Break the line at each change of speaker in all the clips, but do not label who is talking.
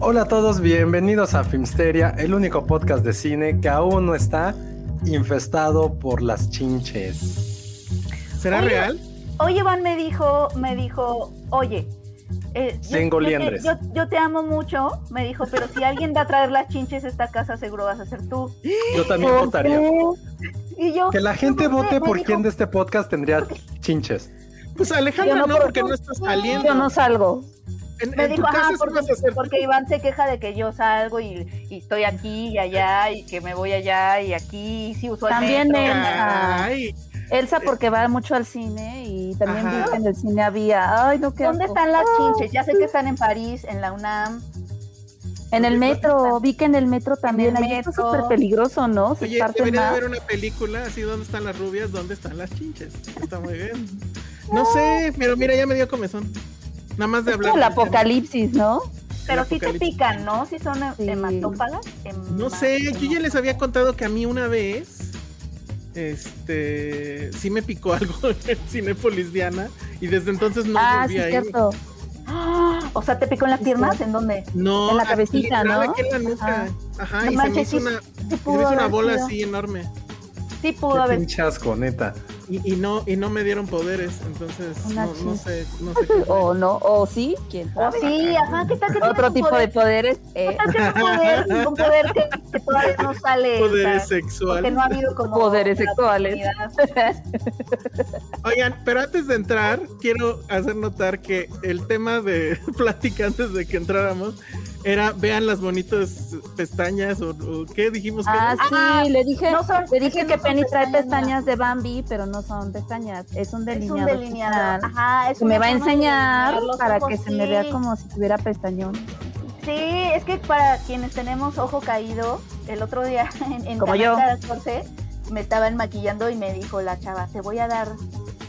Hola a todos, bienvenidos a Filmsteria, el único podcast de cine que aún no está infestado por las chinches.
¿Será real?
Hoy Iván me dijo, me dijo, oye, eh, yo-
Tengo
yo, te-
liendres.
Yo, yo te amo mucho, me dijo, pero si alguien va a traer las chinches a esta casa, seguro vas a ser tú.
Yo también votaría.
Y yo,
Que la gente
yo no sé,
vote
me
por
dijo,
quién de este podcast tendría chinches.
Pues
Yo
Alejandra
no
no, porque
puedo.
no estás saliendo.
Yo no salgo.
en,
Me
en tu
dijo,
casa
ajá,
sí
porque,
vas a hacer-
porque Iván se queja de que yo salgo y, y estoy aquí y allá y que me voy allá y aquí, y sí uso el
También
metro.
él.
Ay,
eh,
Elsa porque va mucho al cine y también
Ajá.
vi que en el cine había. Ay, no, qué
¿Dónde
asco. Ah,
están las chinches? Ya sé que están en París, en la UNAM.
En el metro, vi que en el metro también.
En el
Ahí está
metro.
súper peligroso, ¿no? Se
oye,
parten
debería de
más.
haber una película así donde están las rubias, dónde están las chinches. Está muy bien. No sé, pero mira, ya me dio comezón. Nada más de
Es
hablar.
como el
del tema.
apocalipsis, ¿no?
Pero
El
sí te
apocalipsis.
pican, ¿no? Si son eh, he-
Sí.
hematófagas.
No sé, yo ya les había contado que a mí una vez, este, sí me picó algo en Cinépolis Diana y desde entonces no
ah, sí,
volví a ir.
cierto.
¡Ah! O sea, ¿te picó en las piernas? ¿En dónde?
No,
En la
ah,
cabecita,
literal,
¿no?
aquí en la nuca. Ajá,
No
y
manches,
se
sí,
me hizo una,
sí
se me hizo
pudo
una
haber
bola
sido.
así enorme.
Sí pudo
Qué
haber
pinche asco, neta.
Y, y no, y no me dieron poderes, entonces
Una
no, no
chin-
sé, no sé qué fue.
O no, o sí, quién
Oh,
sabe.
sí, ajá, ¿qué tal que tienes
Otro
un
tipo
poder?
de poderes. eh,
¿Qué tal que un poder, un poder que, que todavía no sale? o sea,
Poderes
porque
sexuales.
no ha habido como...
Poderes
la
sexuales.
oportunidad.
Oigan, pero antes de entrar, quiero hacer notar que el tema de plática antes de que entráramos era vean las bonitas pestañas o, o qué dijimos que
Ah,
era?
sí,
Ah,
le dije,
no son-
le
es que
dije
no
que
son
Penny trae
pestañas,
pestañas de Bambi, pero no son pestañas, es un
Es
delineado.
un delineador.
especial
Ajá, es
que me
una
va a
forma de
enseñar
delinear los
para
ojos,
que se me
sí.
vea como si tuviera pestañón.
Sí, es que para quienes tenemos ojo caído, el otro día en, en
Como yo.
Canal 14 me estaban maquillando y me dijo la chava, te voy a dar.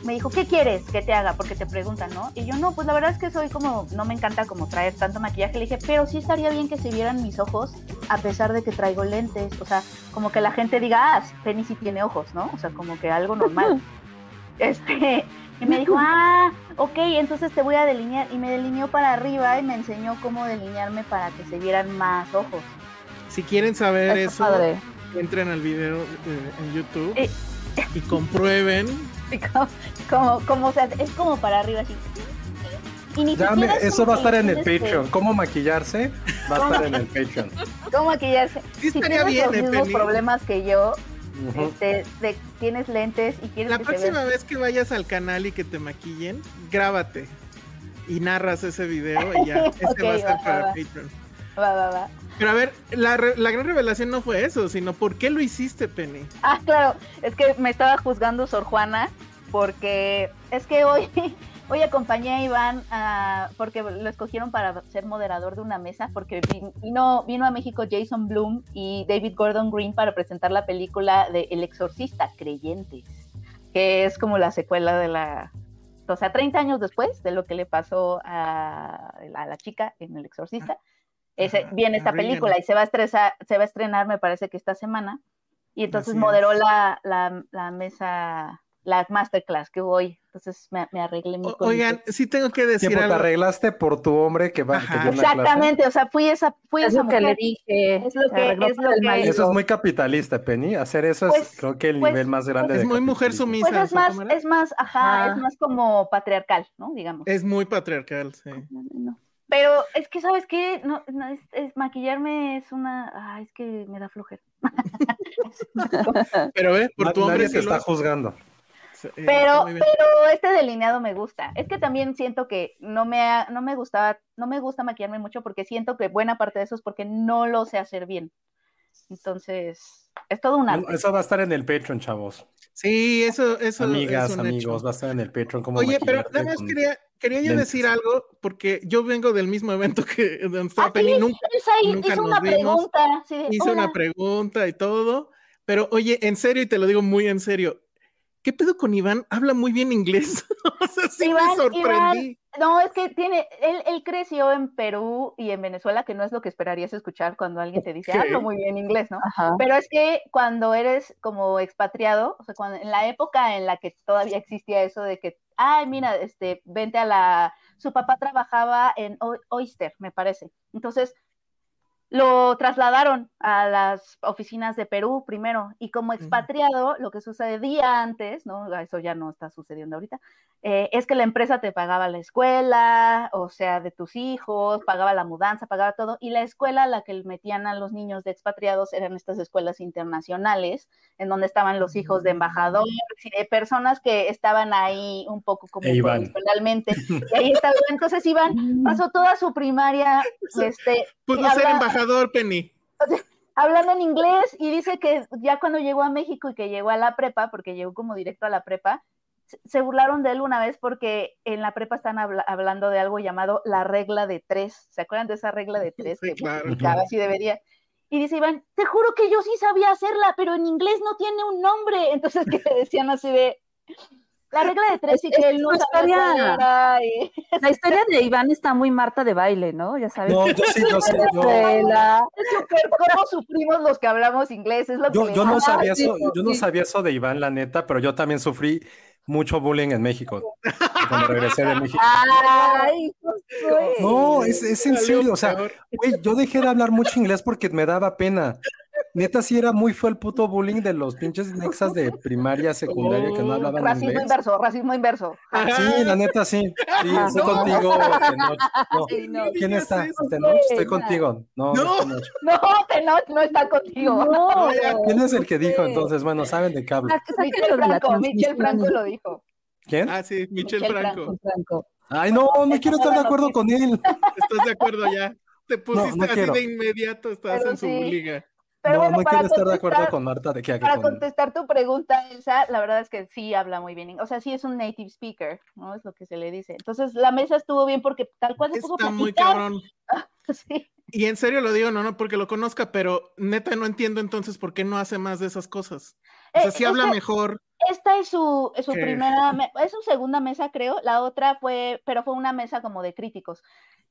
Me dijo, ¿qué quieres que te haga? Porque te preguntan, ¿no? Y yo, no, pues la verdad es que soy como, no me encanta como traer tanto maquillaje. Le dije, pero sí estaría bien que se vieran mis ojos a pesar de que traigo lentes. O sea, como que la gente diga, ah, Penny sí tiene ojos, ¿no? O sea, como que algo normal. este, y me dijo, ah, ok, entonces te voy a delinear. Y me delineó para arriba y me enseñó cómo delinearme para que se vieran más ojos.
Si quieren saber
Está
eso,
padre.
entren al video eh, en YouTube
Eh.
y comprueben.
Y Como, como, como, o sea, es como para arriba así. Y ni
Ya me-
siquiera es
eso
como
va a
que
estar en el
tienes que-
Patreon. ¿Cómo maquillarse? Va a estar en el Patreon.
¿Cómo que ya se-
Sí
Si tienes
estaría bien,
los
eh,
mismos
Penny.
problemas que yo,
Ujú.
este, de- tienes lentes y quieres
La
que se
próxima
vean.
vez que vayas al canal y que te maquillen, grábate y narras ese video y ya, ese
Ok,
va a ser
va,
para
va.
Patreon.
Va, va, va.
Pero a ver, la, re- la gran revelación no fue eso, sino ¿por qué lo hiciste, Penny?
Ah, claro, es que me estaba juzgando Sor Juana porque es que hoy, hoy acompañé a Iván ah, porque lo escogieron para ser moderador de una mesa porque vi- vino, vino a México Jason Bloom y David Gordon Green para presentar la película de El exorcista creyentes, que es como la secuela de la... O sea, 30 años después de lo que le pasó a, a la chica en El exorcista, ese-
Ajá,
viene esta
a Regan.
película y se va, a estresa- se va a estrenar, me parece que esta semana. Y entonces
Así
moderó
es.
la, la, la mesa la masterclass que voy. Entonces me, me arreglé mi
O-
colita.
oigan, sí tengo que decir
Tiempo, te
algo.
arreglaste por tu hombre que va que
Ajá.
dio una clase.
Exactamente, o sea, fui esa, fui
Es
esa
lo que le
mujer.
dije.
Es lo
se
que-
arregló
es lo
con el
que-
marido.
Eso es muy capitalista, Penny. Hacer eso es,
Pues-
creo que el
pues-
nivel más grande
Es
de
muy mujer
capitalismo.
sumisa.
Pues es más,
¿cómo era?
es más, ajá,
Ajá.
es más como patriarcal, ¿no? Digamos.
Es muy patriarcal, sí.
No, no, no. Pero es que, ¿sabes qué? No, no, es, es- maquillarme es una... Ay, es que me da flojera.
Pero ve, por
Na-
tu hombre
Nadie
sí
te
lo
está
hace.
juzgando.
Sí, está
Pero,
muy bien.
pero este delineado me gusta. Es que también siento que no me, ha- no me gustaba, no me gusta maquillarme mucho porque siento que buena parte de eso es porque no lo sé hacer bien. Entonces, es todo un
No,
arte.
Eso va a estar en el Patreon, chavos.
Sí, eso, eso
Amigas,
es un
amigos,
hecho.
va a estar en el Patreon. Como
Oye, pero nada más quería, quería yo
lentes.
decir algo, porque yo vengo del mismo evento que donde
Ah,
estaba Penny.
sí,
Nunca
Elsa hi-
nunca
hizo
nos
una
vimos.
pregunta. así de,
hice
"Hola".
una pregunta y todo. Pero oye, en serio, y te lo digo muy en serio, ¿qué pedo con Iván? Habla muy bien inglés. o sea, sí me
Iván,
sorprendí.
No, es que tiene, él, él creció en Perú y en Venezuela, que no es lo que esperarías escuchar cuando alguien te dice,
Ok.
hablo muy bien inglés, ¿no?
Ajá.
Pero es que cuando eres como expatriado, o sea, cuando, en la época en la que todavía existía eso de que, ay, mira, este, vente a la, su papá trabajaba en O- Oyster, me parece. Entonces, lo trasladaron a las oficinas de Perú primero y como expatriado, lo que sucedía antes, ¿no? Ah, Eso ya no está sucediendo ahorita, eh, es que la empresa te pagaba la escuela, o sea, de tus hijos, pagaba la mudanza, pagaba todo, y la escuela a la que metían a los niños de expatriados eran estas escuelas internacionales, en donde estaban los hijos de embajadores y de personas que estaban ahí un poco como
E iban.
profesionalmente. Y ahí estaba, entonces iban,
Mm.
pasó toda su primaria, este,
Pudo
habla-
Pues, ser embajador, Penny.
hablando en inglés y dice que ya cuando llegó a México y que llegó a la prepa, porque llegó como directo a la prepa, se- se burlaron de él una vez porque en la prepa están habla- hablando de algo llamado la regla de tres. ¿Se acuerdan de esa regla de tres?
Sí,
que
claro.
multiplicaba si debería. Y dice Iván, te juro que yo sí sabía hacerla, pero en inglés no tiene un nombre. Entonces que le decían así de... La regla de tres y
Es-
que
es
él no
tu
sabía cuál
historia.
era, y-
La historia de Iván está muy Marta de baile, ¿no? Ya sabes.
No, yo sí, yo sí. yo-
Venezuela.
Es súper cómo sufrimos los que hablamos inglés. Es lo que
Yo,
le
yo no
Ah,
pasa.
sabía
sí,
eso, yo no
sí.
sabía eso de Iván, la neta, pero yo también sufrí mucho bullying en México cuando regresé de México.
Ay, yo soy-
No, es, es en
Salió
serio, o sea,
peor.
güey, yo dejé de hablar mucho inglés porque me daba pena. Neta, sí era muy fue el puto bullying de los pinches nexas de primaria, secundaria que
Oh.
no
Sí,
hablaban
racismo
inglés.
inverso, racismo inverso.
ah, Sí, la neta, sí. Sí, estoy
No.
contigo. Tenoch. No,
Ay, no.
¿Quién
digas
está?
eso,
Tenoch, estoy
güey.
contigo. No, no es
No.
Tenoch.
No, Tenoch no está contigo.
No, Ah,
¿Quién es el que dijo
güey.
entonces? Bueno, saben de qué hablo.
Sa-
Michel
sáquenlo de la
Franco, Michel
transmisión.
Franco lo dijo.
¿Quién?
Ah, sí,
Michelle
Michelle Franco.
Franco.
Ay, no, no quiero estar de acuerdo con él.
¿Estás de acuerdo ya? Te pusiste así
quiero.
de inmediato, estás
Pero
en su
sí.
liga.
Pero
no,
bueno,
no
para
quiero estar de acuerdo
contestar-
con Marta de que, que
Para
con-
contestar tu pregunta, Elsa, la verdad es que sí habla muy bien. O sea, sí es un native speaker, ¿no? Es lo que se le dice. Entonces, la mesa estuvo bien porque tal cual se pudo
Está muy
platicar.
cabrón.
Sí.
Y en serio lo digo, no, no, porque lo conozca, pero neta no entiendo entonces por qué no hace más de esas cosas. O sea,
Eh,
sí habla
esta-
mejor.
Esta es su, es su
Que-
primera, me- es su segunda mesa, creo. La otra fue, pero fue una mesa como de críticos.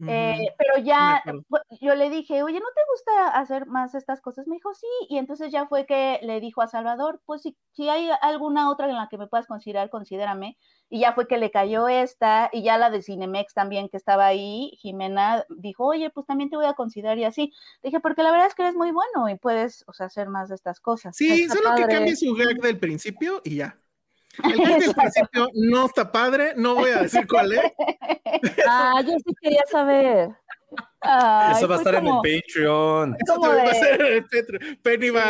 Eh, pero ya
acuerdo.
fue- yo le dije, oye, ¿no te gusta hacer más estas cosas? Me dijo, sí, y entonces ya fue que le dijo a Salvador, pues si, si hay alguna otra en la que me puedas considerar, considérame. Y ya fue que le cayó esta, y ya la de Cinemex también que estaba ahí, Jimena dijo, oye, pues también te voy a considerar y así. Dije, porque la verdad es que eres muy bueno y puedes, o sea, hacer más de estas cosas.
Sí,
Está
solo que
padre.
cambie su gag del principio y ya. El gag del principio no está padre, no voy a decir cuál es.
Ah, yo sí quería saber.
Ay,
Eso va a
fue
estar
como-
en el Patreon.
Eso
Como
también va a
de-
ser el Petro. Penny va.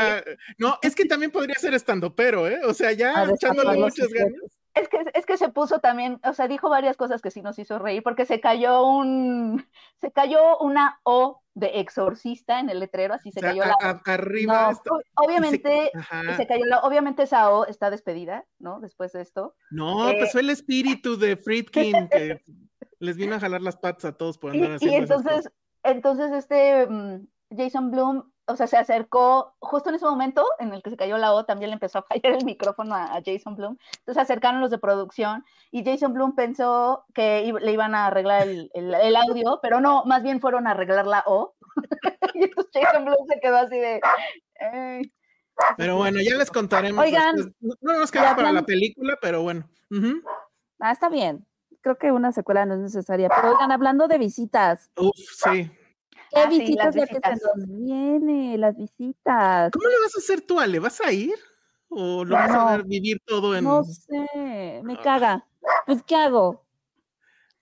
No, es que también podría ser estando pero, ¿eh? O sea,
A
ya
destapar
echándole
los
muchas ganas.
secretos.
Es que, es que se puso también, o sea, dijo varias cosas que sí nos hizo reír, porque se cayó un, se cayó una O de exorcista en el letrero, así se
O sea,
cayó
a-
la O.
a- arriba.
No,
está-
O- Obviamente,
Ajá.
se cayó la- obviamente esa O está despedida, ¿no? Después de esto.
No,
Eh.
pues fue el espíritu de Friedkin que les vino a jalar las patas a todos por
Y,
andar
y
haciendo. esas cosas.
entonces, entonces este mm, Jason Bloom, o sea, se acercó justo en ese momento en el que se cayó la O, también le empezó a fallar el micrófono a, a Jason Bloom. Entonces se acercaron los de producción y Jason Bloom pensó que i- le iban a arreglar el, el- el audio, pero no, más bien fueron a arreglar la O. y entonces Jason Bloom se quedó así de... "Ay".
Pero bueno, ya les contaremos.
Oigan,
después. no nos queda
ya
para la
plan-
película, pero bueno. Ujú.
Ah, está bien. Creo que una secuela no es necesaria. Pero oigan, hablando de visitas,
Uf, sí.
¿qué
Ah, sí,
visitas
las
ya que se
visitas.
nos viene? Las visitas.
¿Cómo le vas a hacer tú, Ale? ¿Vas a ir? ¿O lo
Ya
vas a
no.
ver vivir todo en.?
No sé,
Ah.
me caga. Pues, ¿qué hago?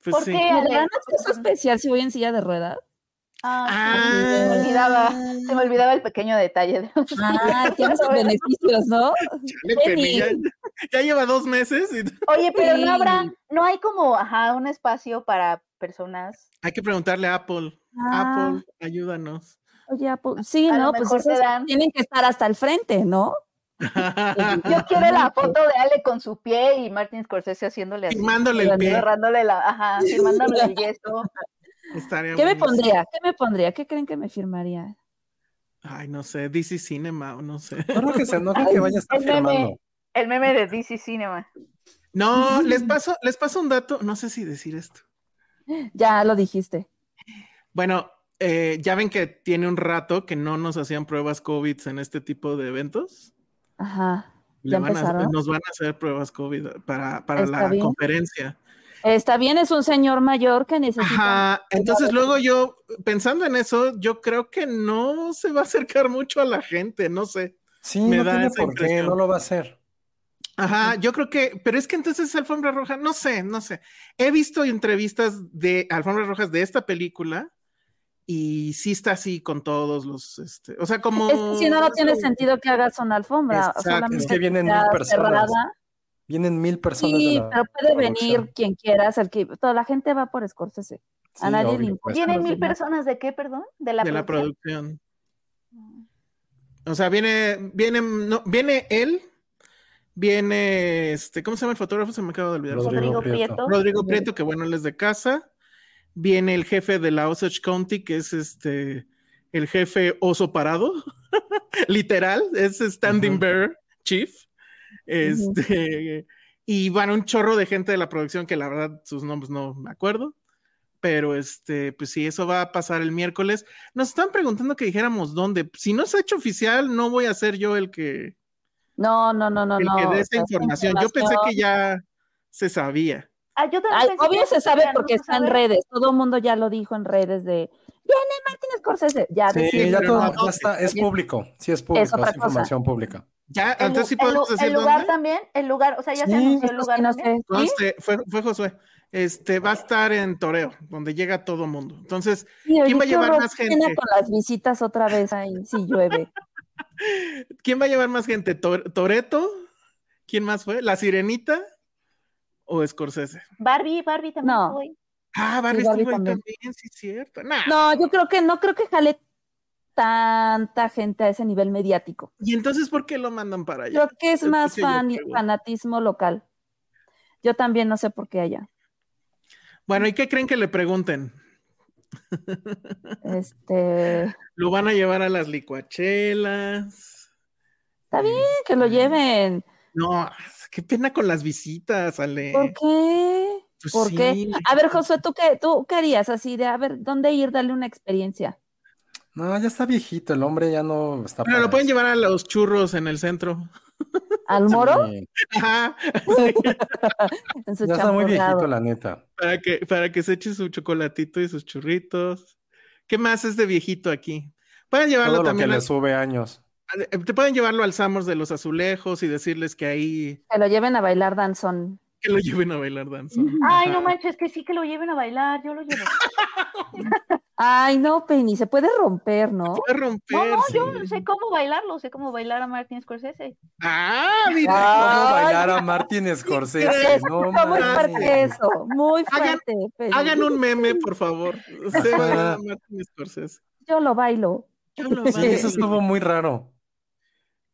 pues
¿Por
sí.
qué,
¿Me
Ale?
dan acceso especial si voy en silla de ruedas?
Ah, sí, se
Ah,
me olvidaba, se me olvidaba el pequeño detalle. de-
Ah, tiene sus beneficios, ¿no?
Chale, Penny, ya, ya lleva dos meses y
Oye, pero no habrá,
Sí.
no hay como, ajá, un espacio para personas.
hay que preguntarle a Apple. Apple,
Ah,
ayúdanos.
oye, Apple, Sí,
A lo
no, pues
mejor te
esas
dan-
tienen que estar hasta el frente, ¿no?
Ah,
Yo quiero la foto de Ale con su pie y Martin Scorsese haciéndole así,
Firmándole el pie.
agarrándole la, ajá, firmándole el yeso.
Estaría
¿Qué me
buenísimo.
pondría? ¿Qué me pondría? ¿Qué creen que me firmaría?
Ay, no sé, DC Cinema o no sé.
No creo que, se, no creo que vaya a estar
el meme.
firmando.
El meme de DC Cinema.
No, les paso, les paso un dato, no sé si decir esto.
Ya lo dijiste.
Bueno, eh, ya ven que tiene un rato que no nos hacían pruebas COVID en este tipo de eventos.
Ajá.
Le
Ya
van a-
empezaron.
nos van a hacer pruebas COVID para, para
Está
la
bien.
conferencia.
Está bien, es un señor mayor que necesita.
Ajá, entonces luego yo, pensando en eso, yo creo que no se va a acercar mucho a la gente, no sé.
Sí,
Me
no
da
tiene
esa
por qué,
impresión.
no lo va a hacer.
Ajá, yo creo que, pero es que entonces Alfombra Roja, no sé, no sé. He visto entrevistas de Alfombras Rojas de esta película y sí está así con todos los, este, o sea, como...
Es que si no, no tiene sentido que hagas una alfombra.
Exacto, es
solamente
que vienen
sea
mil personas.
cerrada.
Vienen mil personas. de
Sí,
la
pero puede
producción.
venir quien quieras. El que, toda la gente va por Scorsese.
Sí,
A nadie le
obvio,
importa.
pues.
¿Tienen mil
demás.
personas de qué, perdón? De la,
de la
producción?
producción. O sea, viene, viene, no, viene él, viene, este, ¿cómo se llama el fotógrafo? Se me acaba de olvidar. su
Rodrigo
Rodrigo
Prieto.
Prieto.
Rodrigo Prieto, que bueno, él es de casa. Viene el jefe de la Osage County, que es este el jefe oso parado, literal, es Standing
Ujú.
Bear Chief. Este, y van un chorro de gente de la producción que la verdad sus nombres no me acuerdo. Pero este, pues sí, eso va a pasar el miércoles. Nos están preguntando que dijéramos dónde. Si no se ha hecho oficial, no voy a ser yo el que,
No, no, no, no.
el
no.
que dé
o
esa
sea,
información. Yo pensé que ya se sabía.
Ah, yo también
Ay,
pensé que
obvio
ya
se sabe
sabían,
porque
¿no?
está en
¿Saben?
redes. Todo el mundo ya lo dijo en redes de. Viene Martín Scorsese. Ya
Sí,
decía.
ya
pero
todo
no,
ya está, es público, sí es público, es,
otra cosa.
información pública.
Ya,
El, lu-
entonces sí
el lu-
podemos decir
el lugar
dónde.
también, el lugar, o sea, ya
Sí,
se anunció el
Esto
lugar.
sí, no
también.
sé. ¿Sí?
Conste, fue, fue Josué. Este va a estar en Toreo, donde llega todo mundo. Entonces,
Sí, oye,
va a
qué
llevar
horror,
más
¿qué pena
gente?
con las visitas otra vez ahí, si llueve.
¿quién va a llevar más gente? ¿Tor- ¿Toreto? ¿Quién más fue? ¿La Sirenita? ¿O Scorsese?
Barbie, Barbie también
No.
estuvo ahí.
Ah, Barbie
Sí, Barbie
estuvo ahí
también.
también, sí, es cierto. Nah.
No, yo creo que no creo que jale tanta gente a ese nivel mediático.
¿Y entonces por qué lo mandan para allá?
Creo que es
Es
más
que yo
fan-
creo.
fanatismo local. Yo también no sé por qué allá.
Bueno, ¿y qué creen que le pregunten?
Este, está
¿Lo van a llevar a las licuachelas? Mm,
bien que lo
Este,
lleven.
No, qué pena con las visitas, Ale.
¿Por qué?
Pues
¿Por
sí.
qué? A ver, Josué, ¿tú qué, ¿tú qué harías así de, a ver, ¿dónde ir? Dale una experiencia.
No, ya está viejito, el hombre ya no está.
Bueno,
para
lo pueden
eso.
llevar a los churros en el centro.
¿Al moro?
Sí,
Ajá.
En su
ya está muy
champurrado.
viejito, la neta.
Para que, para que se eche su chocolatito y sus churritos. ¿Qué más es de viejito aquí? Pueden llevarlo
Todo lo que
también.
le
a-
sube años.
a- te pueden llevarlo al Samos de los Azulejos y decirles que ahí
Que lo lleven a bailar danzón.
que lo lleven a bailar danza.
Ay, no
Ajá.
manches, que sí que lo lleven a bailar, yo lo llevo.
Ay, no, Penny, se puede romper, ¿no?
Puede romper.
No, no,
sí.
yo sé cómo bailarlo, sé cómo bailar a Martin Scorsese.
Ah, mira.
¿Cómo
Ay,
bailar a Martin Scorsese?
Está
No,
muy
mames.
fuerte eso, muy
Hagan-
fuerte. Penny.
Hagan un meme, por favor. Se va a
Ajá.
llamar Martin Scorsese.
Yo lo bailo.
Yo lo
Sí,
bailo.
eso estuvo muy raro.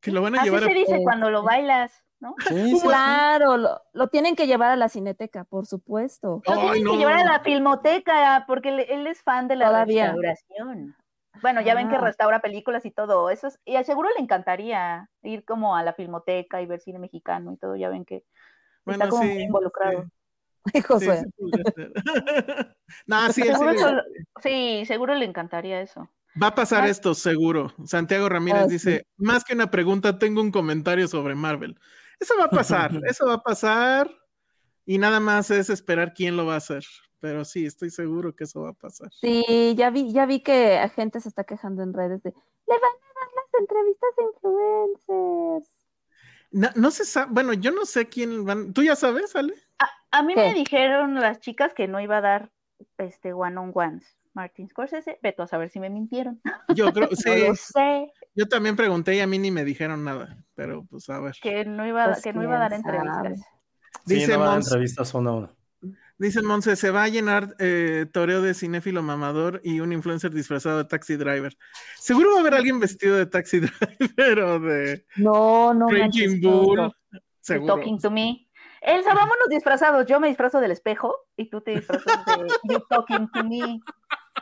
Que lo van a
Así
llevar a
se dice cuando lo bailas, ¿no?
Sí, sí.
Claro, lo, lo tienen que llevar a la cineteca, por supuesto.
Lo
Ay,
tienen
no.
que llevar a la filmoteca, porque él, él es fan de la
Todavía.
restauración. Bueno, ya ven que
Ah.
restaura películas y todo. Eso es- y seguro le encantaría ir como a la filmoteca y ver cine mexicano y todo. Ya ven que
Bueno,
está como
sí,
muy involucrado.
sí. Sí,
Josué.
sí podría ser. no, sí, él sí
Seguro
le-
eso lo- Sí. seguro le encantaría eso.
Va a
Ah.
pasar esto, seguro. Santiago Ramírez
Ah,
dice, más que una pregunta, tengo un comentario sobre Marvel. Eso va a pasar, eso va a pasar. Y nada más es esperar quién lo va a hacer. Pero sí, estoy seguro que eso va a pasar.
Sí, ya vi, ya vi que gente se está quejando en redes de le van a dar las entrevistas a influencers.
No, no se sabe, bueno, yo no sé quién van. ¿Tú ya sabes, Ale?
A mí me
¿Qué?
dijeron las chicas que no iba a dar este one on ones. Martin Scorsese, veto a saber si me mintieron.
Yo creo,
No
sí,
lo sé,
yo también pregunté y a mí ni me dijeron nada, pero pues a ver.
que no iba, a-
Pues,
que no iba a dar
quién
entrevistas.
Sí,
Dice
no van a
Mons-
entrevistas uno a uno.
Dice Monse, se va a llenar eh, toreo de cinéfilo mamador y un influencer disfrazado de taxi driver. Seguro va a haber alguien vestido de taxi driver o de
No, no manches,
Raging
qué
Bull.
horror.
You're
Seguro.
Talking to me. Elsa, vámonos disfrazados. Yo me disfrazo del espejo y tú te disfrazas de You Talking to me.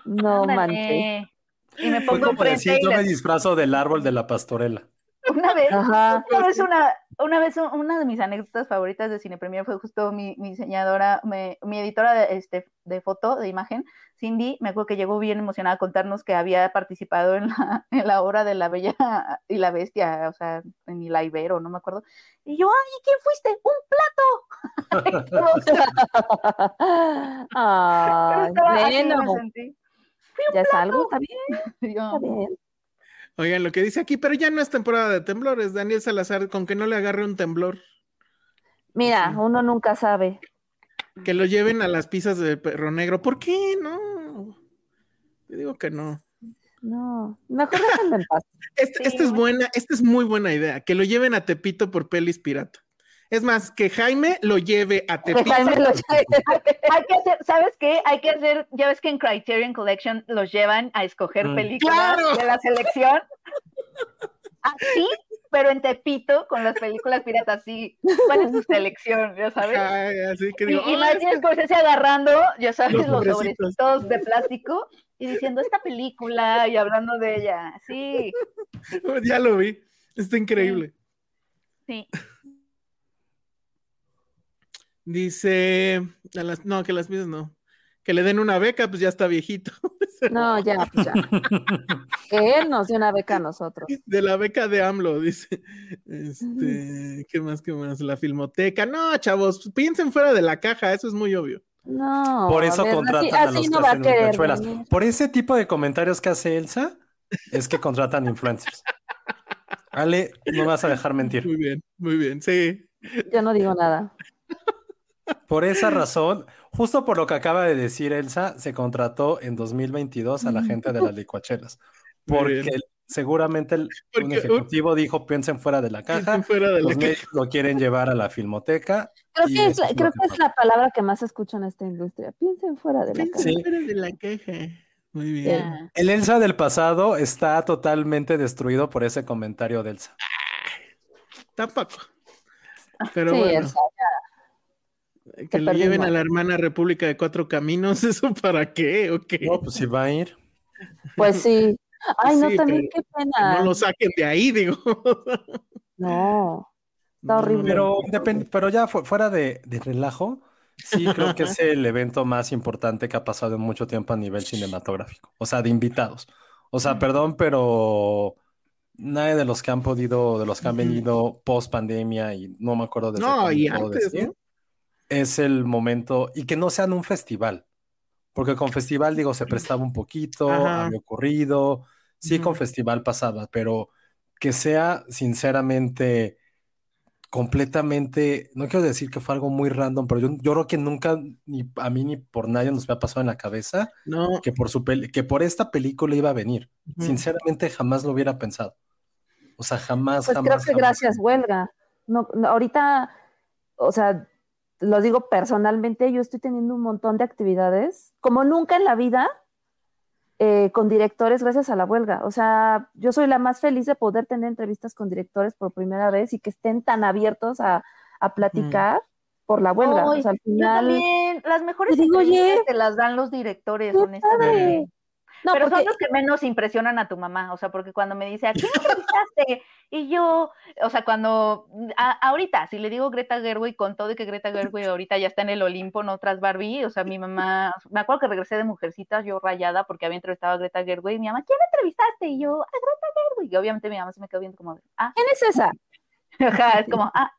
No manches.
Ándale. Y me
Fue
pongo
como decir,
frente y
yo me
les-
disfrazo del árbol de la pastorela.
una vez
Ajá.
Una vez, una, una vez, un- una de mis anécdotas favoritas de Cine Premier fue justo mi, mi diseñadora, me- mi editora de, este, de foto, de imagen, Cindy, me acuerdo que llegó bien emocionada a contarnos que había participado en la, en la obra de La Bella y la Bestia, o sea, en la Ibero, no me acuerdo. Y yo, ay, ¿quién fuiste? ¡Un plato! Y todos, pero
Ay,
estaba así,
bueno,
me sentí.
ya es algo, está bien,
Y yo,
está bien.
Oigan lo que dice aquí, pero ya no es temporada de temblores. Daniel Salazar, con que no le agarre un temblor,
Mira, uno nunca sabe.
que lo lleven a las pizzas de perro negro. ¿Por qué? No. Te digo que no.
No, mejor déjenme en paz.
Este-
Sí,
esta es
no.
buena, esta es muy buena idea, que lo lleven a Tepito por pelis pirata. Es más, que Jaime lo lleve a
Que
Tepito.
Pues,
Jaime lo lleve.
Hay que hacer, ¿sabes qué? Hay que hacer, ya ves que en Criterion Collection los llevan a escoger
Mm.
películas
¡Claro!
de la selección. Así, pero en Tepito con las películas piratas, así. ¿Cuál es tu selección? Ya sabes.
Ay, así que
Y,
digo,
y
"Ah,
Martin Scorsese agarrando, ya sabes,
Los
los,
pobrecitos.
sobrecitos de plástico y diciendo esta película y hablando de ella. Sí,
Ya lo vi. Está increíble.
sí.
Dice, a las- no, que las pides no. Que le den una beca, pues ya está viejito.
No, ya, pues ya. Que él nos dé una beca a nosotros.
De la beca de AMLO, dice. Este, ¿qué más, qué más? La filmoteca. No, chavos, piensen fuera de la caja, eso es muy obvio.
No.
Por eso
a ver,
contratan
así-
a
así
los
no
que
va
hacen
querer
cachuelas.
venir.
Por ese tipo de comentarios que hace Elsa, es que contratan influencers. Ale, no me vas a dejar mentir.
Muy bien, muy bien, sí.
Yo no digo nada.
Por esa razón, justo por lo que acaba de decir Elsa, se contrató en 2022 a la gente de las licuachelas.
Mm. Muy
Porque
bien.
seguramente el,
Porque
un
un-
ejecutivo dijo, piensen fuera de la
Piensen
caja.
fuera de la
Los
caja.
medios lo quieren llevar a la filmoteca.
Creo
Y
que, es
eso
la,
es lo
creo
que
que es
pasa.
la palabra que más se escucha en esta industria. Piensen fuera de la
Piensen
caja.
Sí.
fuera de la caja. Muy bien.
ya.
El Elsa del pasado está totalmente destruido por ese comentario de Elsa.
Tampoco. Pero
Sí,
bueno,
Elsa,
que
te
lo lleven
perdimos.
a la hermana República de Cuatro Caminos, ¿eso para qué? ¿O qué?
No, pues si va a ir.
Pues sí. Ay, no,
Sí,
también qué
Que
pena.
no lo saquen de ahí, digo.
No. Está horrible.
Pero, depend- pero ya fu- fuera de, de relajo, sí creo que es el evento más importante que ha pasado en mucho tiempo a nivel cinematográfico. O sea, de invitados. O sea, perdón, pero nadie de los que han podido, de los que han
Ujú.
venido post pandemia y no me acuerdo de
No, y antes, ¿no?
es el momento y que no sean un festival. Porque con festival, digo, se prestaba un poquito,
Ajá.
había ocurrido. Sí, con
Ujú.
festival pasaba, pero que sea sinceramente completamente, no quiero decir que fue algo muy random, pero yo, yo creo que nunca, ni a mí ni por nadie nos me ha pasado en la cabeza
No.
que por, su pel- que por esta película iba a venir.
Ujú.
Sinceramente jamás lo hubiera pensado. O sea, jamás,
Pues creo
jamás.
que
jamás.
gracias, huelga. No, no, ahorita, o sea, lo digo personalmente, yo estoy teniendo un montón de actividades, como nunca en la vida, eh, con directores gracias a la huelga. O sea, yo soy la más feliz de poder tener entrevistas con directores por primera vez y que estén tan abiertos a, a platicar por la huelga.
Mm. Ay,
o sea, al
Yo
final,
también, las mejores
Te digo, oye,
entrevistas te las dan los directores,
qué
honestamente.
padre. Mm. No,
pero
porque
son los que menos impresionan a tu mamá, o sea, porque cuando me dice, ¿a quién entrevistaste? Y yo, o sea, cuando, a- ahorita, si le digo Greta Gerwig, con todo y que Greta Gerwig ahorita ya está en el Olimpo, no tras Barbie, o sea, mi mamá, me acuerdo que regresé de Mujercitas, yo rayada, porque había entrevistado a Greta Gerwig, y mi mamá, ¿quién entrevistaste? Y yo, a Greta Gerwig, y obviamente mi mamá se me quedó viendo como, de, ah,
¿quién es esa?
ajá, es como, ah,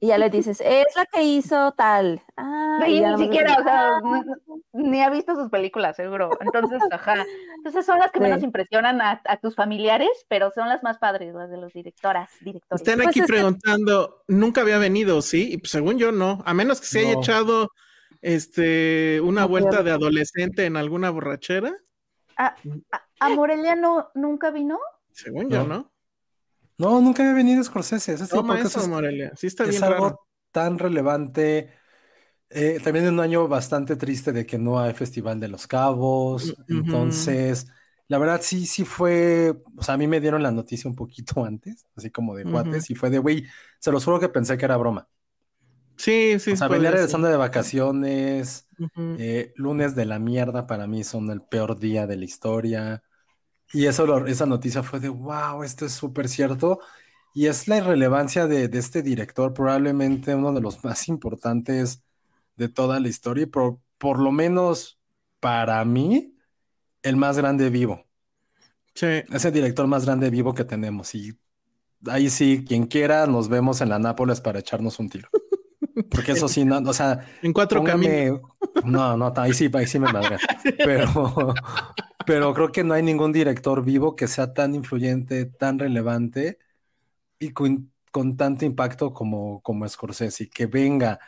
Y ya le dices, es la que hizo tal. Ah,
Y ni
ya nomás
siquiera,
dices,
o sea,
"Ah".
n- ni ha visto sus películas, seguro. Entonces, ajá. Entonces son las que
Sí.
menos impresionan a, a tus familiares, pero son las más padres, las de los directoras, directores.
Están
Pues
aquí
es que-
preguntando, nunca había venido, ¿sí? Y pues, según yo, no. A menos que se haya
No.
echado este una
No
vuelta
creo.
de adolescente en alguna borrachera.
¿A Morelia no, nunca vino?
Según
No.
yo, ¿no?
No, nunca había venido Scorsese. Ese es el
Toma
podcast,
eso,
es-
Morelia. Sí está
es
bien
algo
raro.
tan relevante. eh, también en un año bastante triste de que no hay Festival de los Cabos.
Mm, ujú.
Entonces, la verdad sí, sí fue. O sea, a mí me dieron la noticia un poquito antes, así como de
Ujú.
cuates, y fue de, güey, se los juro que pensé que era broma.
Sí, sí.
o sea,
puede
venía
ser.
regresando de vacaciones.
Ujú.
eh, lunes de la mierda para mí son el peor día de la historia. Y eso lo- esa noticia fue de, wow, esto es súper cierto. Y es la irrelevancia de, de este director, probablemente uno de los más importantes de toda la historia y por, por lo menos para mí, el más grande vivo.
Sí.
Es el director más grande vivo que tenemos. Y ahí sí, quien quiera, nos vemos en la Nápoles para echarnos un tiro. Porque eso sí, no, o sea,
En cuatro caminos.
Póngame- No, no, ahí sí, ahí sí me madre. Pero, pero creo que no hay ningún director vivo que sea tan influyente, tan relevante y con, con tanto impacto como, como Scorsese, que venga.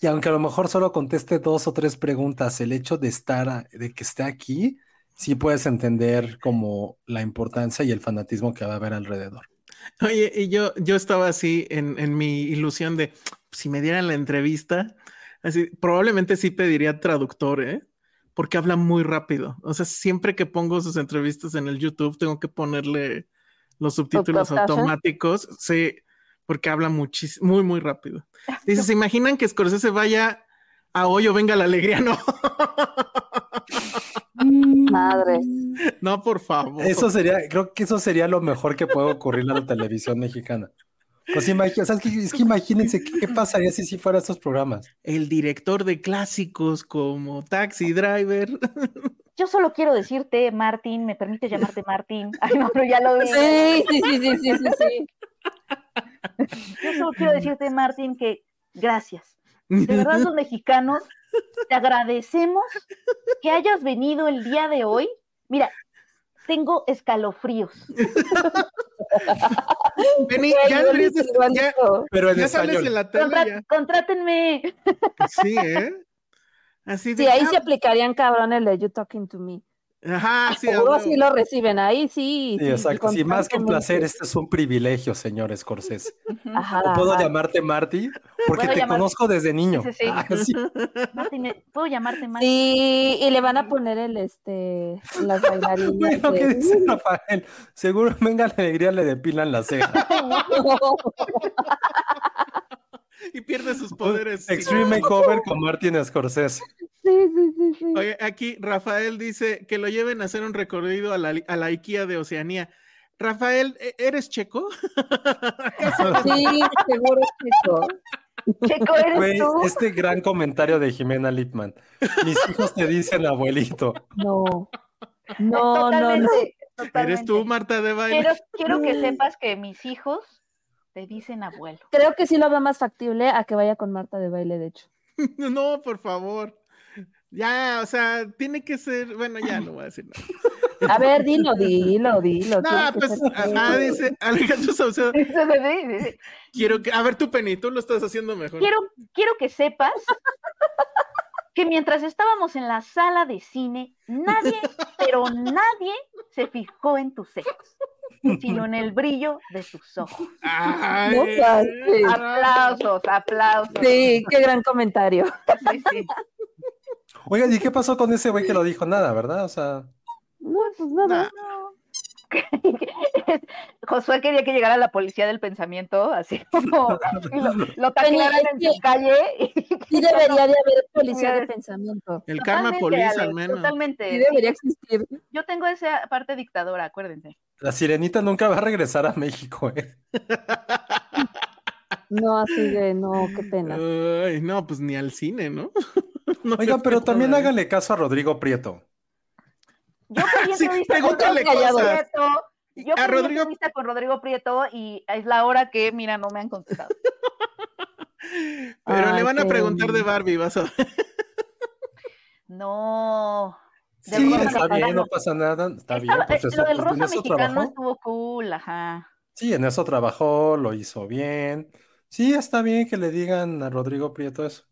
Y aunque a lo mejor solo conteste dos o tres preguntas, el hecho de estar, a- de que esté aquí, sí puedes entender como la importancia y el fanatismo que va a haber alrededor.
Oye, y yo, yo estaba así en, en mi ilusión de si me dieran la entrevista, así probablemente sí pediría traductor, ¿eh? Porque habla muy rápido. O sea, siempre que pongo sus entrevistas en el YouTube, tengo que ponerle los subtítulos
Subtitles.
automáticos. Sí, porque habla muchísimo, muy, muy rápido. Dice, ¿se imaginan que Scorsese vaya a hoy o venga la alegría? No,
Madres.
no, por favor.
Eso sería, creo que eso sería lo mejor que puede ocurrirle a la televisión mexicana. Pues imagi- o sea, es que, es que imagínense qué, qué pasaría si sí fuera estos programas.
El director de clásicos como Taxi Driver.
Yo solo quiero decirte, Martín, ¿me permites llamarte Martín? Ay, no, pero ya lo vi.
Sí, sí, sí, sí, sí, sí, sí.
Yo solo quiero decirte, Martín, que gracias. De verdad, los mexicanos, te agradecemos que hayas venido el día de hoy. Mira, tengo escalofríos.
Vení, ya deberías de-
Igualito,
ya-
igualito.
Pero en
ya sales en
español.
la tele.
Contra-
ya.
contrátenme.
Sí, ¿eh? Así de.
Sí, ahí
ah,
se aplicarían cabrón el de You Talking to Me.
Ajá, Ah, sí. a
Seguro
huevo.
sí lo reciben, ahí sí.
Sí,
sí,
exacto. Sí, más que un
constantemente.
placer, este es un privilegio, señor Scorsese.
Ajá,
¿O puedo
ajá.
llamarte Marty? Porque
Ah, Puedo
te
llamarte-
conozco desde niño.
Sí, sí, sí.
Ah, sí.
Martín, ¿me- ¿puedo llamarte Martín?
Sí, y le van a poner el este las bailarinas.
Bueno, ¿qué
de-
dice Rafael? Seguro venga la alegría, le depilan la ceja.
Y pierde sus poderes. sí.
Extreme Makeover con Martin Scorsese.
Sí, sí, sí, sí.
Oye, aquí Rafael dice que lo lleven a hacer un recorrido a la, a la IKEA de Oceanía. Rafael, ¿e- ¿eres checo?
Sí, seguro chico.
Checo, ¿eres
Güey,
tú?
este gran comentario de Jimena Lipman. Mis hijos te dicen abuelito.
No. No, no, no.
Totalmente,
¿Eres tú,
totalmente.
Marta de Baile?
Quiero, quiero que sepas que mis hijos te dicen abuelo.
Creo que sí lo veo más factible a que vaya con Marta de baile, de hecho.
No, por favor. Ya, o sea, tiene que ser. Bueno, ya no voy a decir nada.
A ver, dilo, dilo,
No,
dilo. tiene que
pues,
ser
ajá,
tú.
dice Alejandro Saucedo.
Sí, sí, sí.
Quiero que. A ver, tú, Penny, tú lo estás haciendo mejor.
quiero, quiero que sepas que mientras estábamos en la sala de cine, nadie, pero nadie se fijó en tus cejas, sino en el brillo de tus ojos.
Ay,
No pues, pases.
Aplausos, aplausos.
Sí, qué gran comentario.
Sí, sí.
Oigan, ¿y qué pasó con ese güey que lo dijo? Nada, ¿verdad? O sea,
No, pues nada.
Josué quería que llegara la policía del pensamiento, así como y lo, lo taclearan
Penny, es
en su calle y
Sí debería de haber policía de
Totalmente,
pensamiento.
El karma
Totalmente,
police
Alex,
al menos.
Totalmente.
Sí debería existir.
Yo tengo esa parte dictadora, acuérdense.
La sirenita nunca va a regresar a México, ¿eh?
No, así de, no, qué pena.
Ay, no, pues ni al cine, ¿no? No
Oigan,
sé
pero
qué
también
todavía.
háganle caso a Rodrigo Prieto.
Yo por
Sí,
entrevista
pregúntale
con Rodrigo
cosas.
Prieto. Yo
A
pedí
Rodrigo,
entrevista con Rodrigo Prieto y es la hora que, mira, no me han contestado.
pero le
Ay,
van a
qué
preguntar de
bonito.
Barbie, vas a ver.
No. De
Sí,
rosa
está bien,
mexicano.
no pasa nada, está bien.
Estaba-
pues
eh,
eso-
lo del
pues en
rosa
eso
mexicano
trabajó.
estuvo cool, ajá.
Sí, en eso trabajó, lo hizo bien. Sí, está bien que le digan a Rodrigo Prieto eso.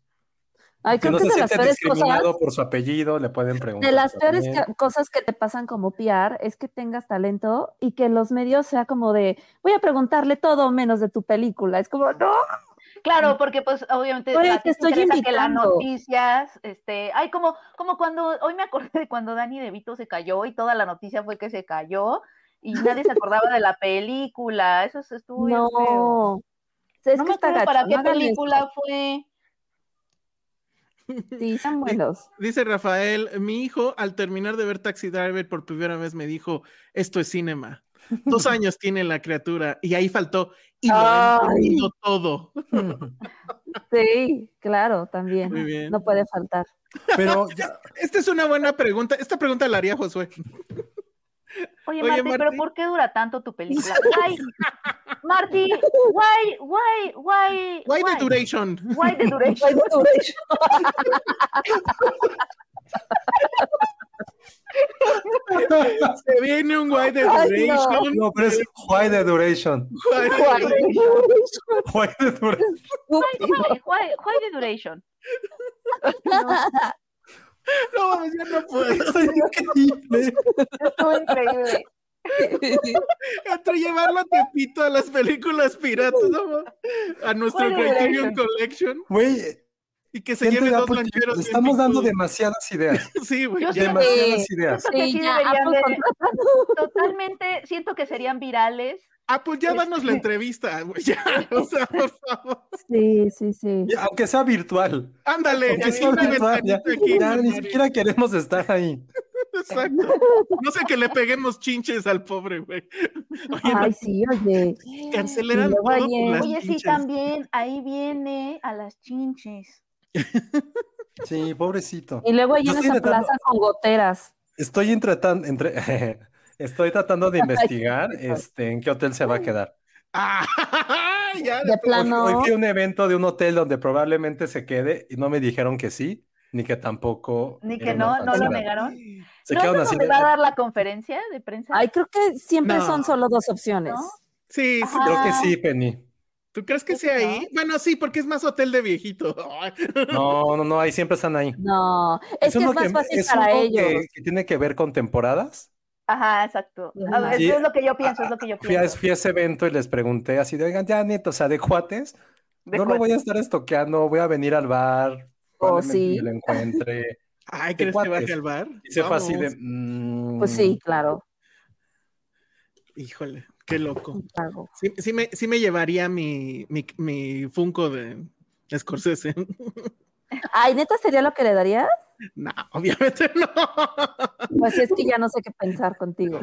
Ay,
que
creo
no
que
se
es de las
siente
peores cosas.
discriminado por su apellido, le pueden preguntar.
De las peores
también.
ca- cosas que te pasan como PR es que tengas talento y que los medios sea como de, voy a preguntarle todo menos de tu película. Es como, no,
Claro, porque pues obviamente
Oye,
a ti
te estoy
interesa que las
invitando.
noticias, este, ay, como, como cuando, hoy me acordé de cuando Dani DeVito se cayó y toda la noticia fue que se cayó y nadie se acordaba de la película, eso es estuvo bien feo.
no. Es
no
que
me
está
acuerdo
gacho,
para
no
qué
hagan
película fue.
esto. Sí, están buenos.
Dice Rafael, mi hijo al terminar de ver Taxi Driver por primera vez me dijo, esto es cinema. Dos años tiene la criatura y ahí faltó y lo ha
Ay.
entendido todo.
Sí, claro, también.
Muy bien.
No puede faltar.
Pero ya-
Esta es una buena pregunta. Esta pregunta la haría Josué.
Oye,
Oye,
Marti, pero
Marti.
¿por qué dura tanto tu película? Ay, Marti, why, why, why,
Why the duration?
Why the duration?
Se viene un why the
Ay, no.
duration.
no, pero es why the duration.
Why the
Guay.
Why the duration.
Why, why, why the duration?
No, mames, yo no puedo.
Está increíble.
Estuvo increíble.
Entre llevarlo a Tepito a las películas piratas, no mames, a nuestro
Why the duration?
Criterion Collection
Güey,
y que se
gente
lleve
de
dos
Apple TV,
lancheros.
le
bien
estamos dando
picudos.
demasiadas ideas.
Sí, güey.
Yo
ya.
sé.
Demasiadas ideas.
Siento que sí
Sí, ya,
deberían
Apple
de- totalmente, siento que serían virales.
Apple, ya danos la entrevista, güey. Ya, o sea, por favor.
Sí, sí, sí.
Y Aunque sea virtual.
Ándale,
Aunque
ya
sea
una
virtual, ya,
ventanita aquí.
ya ni
Margarita.
siquiera queremos estar ahí.
Exacto. No sé que le peguemos chinches al pobre, güey. Oye,
Ay, sí, oye.
no, cancelarán
y luego
todo
ayer-
por las
Oye, sí,
chinches.
también, ahí viene a las chinches.
Sí, pobrecito.
Y luego hay
Yo
unas
estoy tratando-
plazas con goteras.
Estoy en tratan- entre- estoy tratando de investigar este, en qué hotel se va a quedar.
Ah, ya.
De
Hoy, hoy
plano.
fui a un evento de un hotel donde probablemente se quede y no me dijeron que sí, ni que tampoco.
Ni
era
que
una
no, no lo
falsedad.
negaron.
Se
¿No es
quedaron
de
así
donde
de-
va a dar la conferencia de prensa?
Ay, creo que siempre
No.
son solo dos opciones.
¿No?
Sí, sí.
Ajá.
Creo que sí, Penny.
¿Tú crees que
Yo
sea
creo.
ahí? Bueno, sí, porque es más hotel de viejito. Ay,
No, no, no, ahí siempre están ahí.
No, es, que
uno
es más fácil
es
para
uno
ellos.
Que, que tiene que ver con temporadas.
Ajá, exacto. A ver,
Sí.
es lo que yo pienso, es lo que yo
Fui a,
pienso.
fui a ese evento y les pregunté así de, oigan, ya neta, o sea, de cuates,
De
no lo
cuenta.
voy a estar estoqueando, voy a venir al bar,
Oh,
probablemente
sí.
me lo encuentre.
Ay, ¿crees que
cuates.
baje al bar?
Y se fue así de...
Vamos.
mm,
Pues sí, claro.
Híjole, qué loco.
claro.
Sí, sí me, sí me llevaría mi, mi, mi Funko de Scorsese.
Ay, neta, ¿sería lo que le darías?
No, obviamente no.
Pues es que ya no sé qué pensar contigo.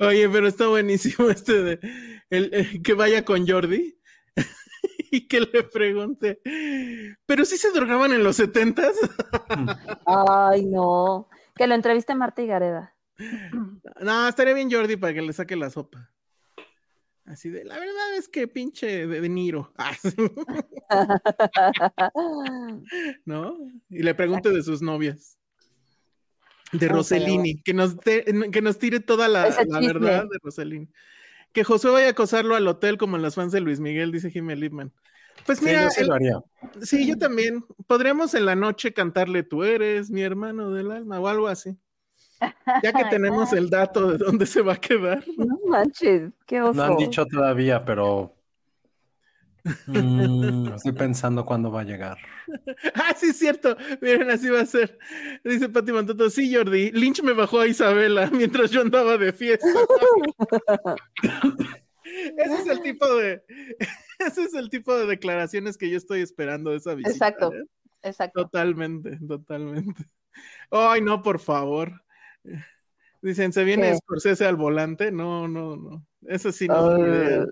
Oye, pero está buenísimo este de el, eh, que vaya con Jordi y que le pregunte, ¿pero sí se drogaban en los setentas?
Ay, no. Que lo entreviste Marta y Gareda.
No, estaría bien Jordi para que le saque la sopa. Así de, la verdad es que pinche de, de Niro. Ah, sí, ¿No? Y le pregunte de sus novias. De
Ok,
Rossellini, que nos, te- que nos tire toda la,
Ese
la
chisme.
verdad de Rossellini. Que José vaya a acosarlo al hotel como las fans de Luis Miguel, dice Jimmy Lipman. Pues
Sí,
mira,
yo sí
el-
lo haría.
Sí, yo también. Podríamos en la noche cantarle Tú eres mi hermano del alma o algo así. Ya que tenemos el dato de dónde se va a quedar.
No manches, qué oso.
No han dicho todavía, pero Mm, estoy pensando cuándo va a llegar.
Ah, sí, es cierto. Miren, así va a ser. Dice Pati Mantoto, sí, Jordi, Lynch me bajó a Isabela mientras yo andaba de fiesta. Ese es el tipo de... Ese es el tipo de declaraciones que yo estoy esperando de esa visita.
Exacto.
¿eh?
Exacto.
Totalmente, totalmente. Ay, no, por favor. Dicen, se viene
¿Qué?
Scorsese al volante. No, no, no. Eso sí, no. ni idea.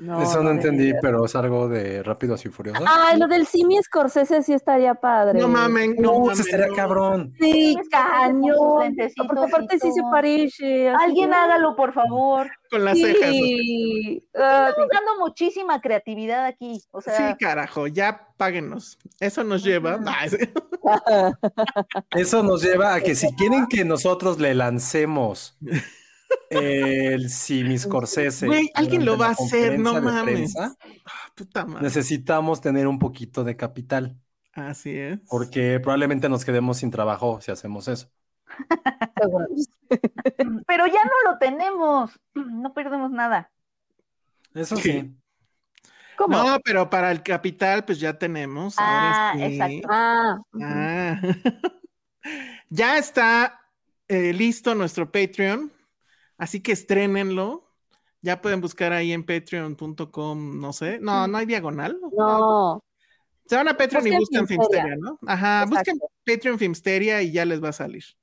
No,
Eso no
mames.
entendí, pero es algo de Rápidos y Furiosos.
Ah, lo del Simi Scorsese sí estaría padre.
no mamen, no
No,
mamen.
se estaría
no.
cabrón.
Scorsese
Sí,
con sus
cañón.
lentecitos
Porque aparte
y
sí se
todo.
parece. así
Alguien
que-
hágalo, por favor.
Con las cejas.
Sí. Ah,
Estamos dando muchísima creatividad aquí. O sea,
Sí, carajo, ya páguenos. Eso nos lleva. Ay, sí.
Eso nos lleva a que si quieren que nosotros le lancemos el Simi Scorsese.
Güey, alguien lo
durante
va
la
a hacer, no
conferencia de
mames.
prensa,
Ah, puta madre.
necesitamos tener un poquito de capital,
Así es.
porque probablemente nos quedemos sin trabajo si hacemos eso.
seguro.
pero ya no lo tenemos. No perdemos nada.
Eso
Sí.
sí.
¿Cómo?
No, pero para el capital, pues ya tenemos.
Ah,
ahora sí.
exacto.
Ah,
Ah. ya está eh, listo nuestro Patreon, así que estrenenlo. Ya pueden buscar ahí en patreon.com, no sé. No, no hay diagonal.
no.
Se van a Patreon y
Busquen
buscan
Filmsteria.
Filmsteria, ¿no? Ajá,
Exacto.
busquen Patreon Filmsteria y ya les va a salir.
Sí,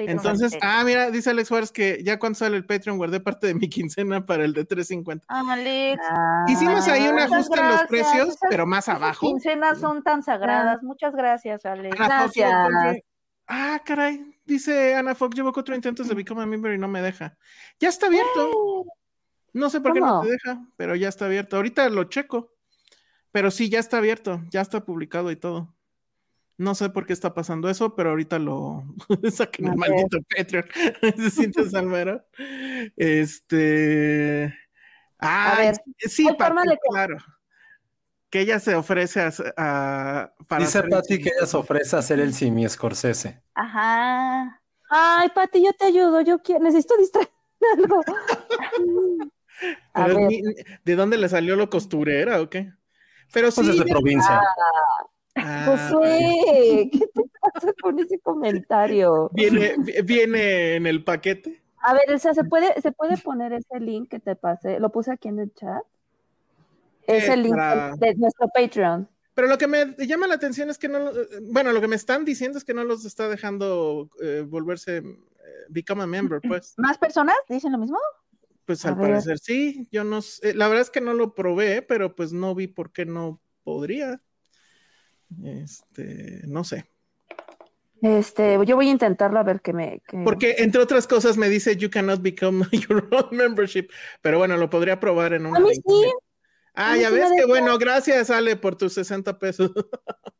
Entonces,
totalmente.
ah, mira, dice Alex Juárez que ya cuando sale el Patreon guardé parte de mi quincena para el de 350.
Ah, Alex.
Ah.
Hicimos ahí un
muchas
ajuste en los
gracias.
precios,
Esas-
pero más abajo.
Esas quincenas son tan sagradas. Muchas gracias, Alex.
Ana Fox llevó
Gracias.
cuatro- Ah, caray. Dice Ana Fox, llevo cuatro intentos
Mm.
de Become a Member y no me deja. Ya está abierto. No sé por qué no
¿Cómo?
te deja, pero ya está abierto. Ahorita lo checo. Pero sí, ya está abierto. Ya está publicado y todo. No sé por qué está pasando eso, pero ahorita lo saquen el
A ver.
maldito Patreon. Se siente salmero. Este. Ah,
A ver,
sí,
hay forma
Pati,
de que-
claro. Que ella se ofrece a, a- para
Dice
hacer el
Patty que ella se ofrece a hacer el Simi Scorsese.
Ajá.
Ay, Pati, yo te ayudo. Yo quiero, necesito distraer algo. A
Pero
ver,
ni- ni- ¿De dónde le salió lo costurera o qué? Pero sí.
Pues es de provincia.
Ah,
Pues José, ¿qué te pasa con ese comentario?
viene, vi- viene en el paquete.
A ver, o sea,
Mm.
¿se puede, ¿se puede poner ese link que te pasé? Lo puse aquí en el chat. Es
Eh,
el link
para-
de nuestro Patreon.
Pero lo que me llama la atención es que no. lo- Bueno, lo que me están diciendo es que no los está dejando eh, volverse. eh, become a member, pues.
¿Más personas dicen lo mismo?
Pues
A
al
ver.
parecer sí. Yo no sé. La verdad es que no lo probé, pero pues no vi por qué no podría. Este. No sé.
Este, yo voy a intentarlo a ver que me. que-
Porque, entre otras cosas, me dice you cannot become your own membership. Pero bueno, lo podría probar en una.
A mí
de-
sí.
Ah,
A mí
ya
sí me
ves que
deja.
bueno, gracias, Ale, por tus 60 pesos.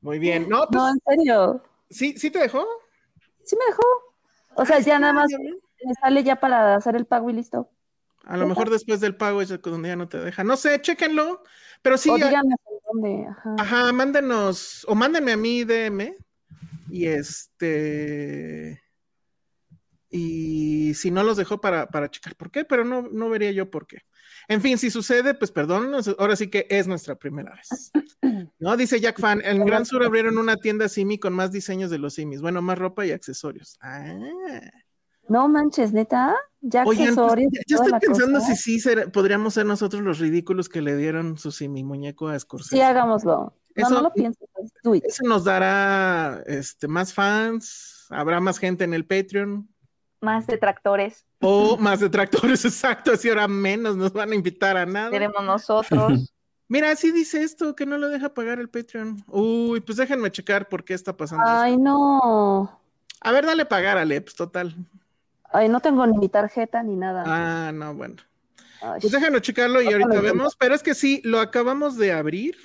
Muy bien. No, pues
No, en serio.
sí, sí te dejó.
Sí me dejó. O
Ah,
sea, ya nada más
Ya ves.
me sale ya para hacer el pago y listo.
A lo mejor después del pago es donde ya no te deja. No sé, chéquenlo. Pero sí,
o
a-
díganme en dónde. Ajá.
ajá, mándenos o mándenme a mí DM y este. Y si no los dejó para, para checar por qué, pero no, no vería yo por qué. En fin, si sucede, pues perdón, ahora sí que es nuestra primera vez. No, dice Jack Fan, en Gran Sur abrieron una tienda Simi con más diseños de los Simis, bueno, más ropa y accesorios. Ah.
No manches, neta. Ya
Oigan, pues,
accesorios.
ya,
y
ya
toda
estoy
la
pensando
cosa.
si sí será- podríamos ser nosotros los ridículos que le dieron su Simi muñeco a Scorsese.
Sí, hagámoslo. No,
Eso-
no lo pienses. pues, do it.
Eso nos dará este, más fans, habrá más gente en el Patreon
Más detractores.
o más detractores, exacto, así ahora menos nos van a invitar a nada.
Seremos nosotros.
Mira, así dice esto, que no lo deja pagar el Patreon. Uy, pues déjenme checar por qué está pasando. eso.
Ay, no.
A ver, dale pagar, Ale, pues total.
Ay, no tengo ni mi tarjeta ni nada.
Ah, no, bueno.
Ay,
Pues déjanos checarlo y
Ahorita lo
ahorita
intento.
vemos, pero es que sí, lo acabamos de abrir.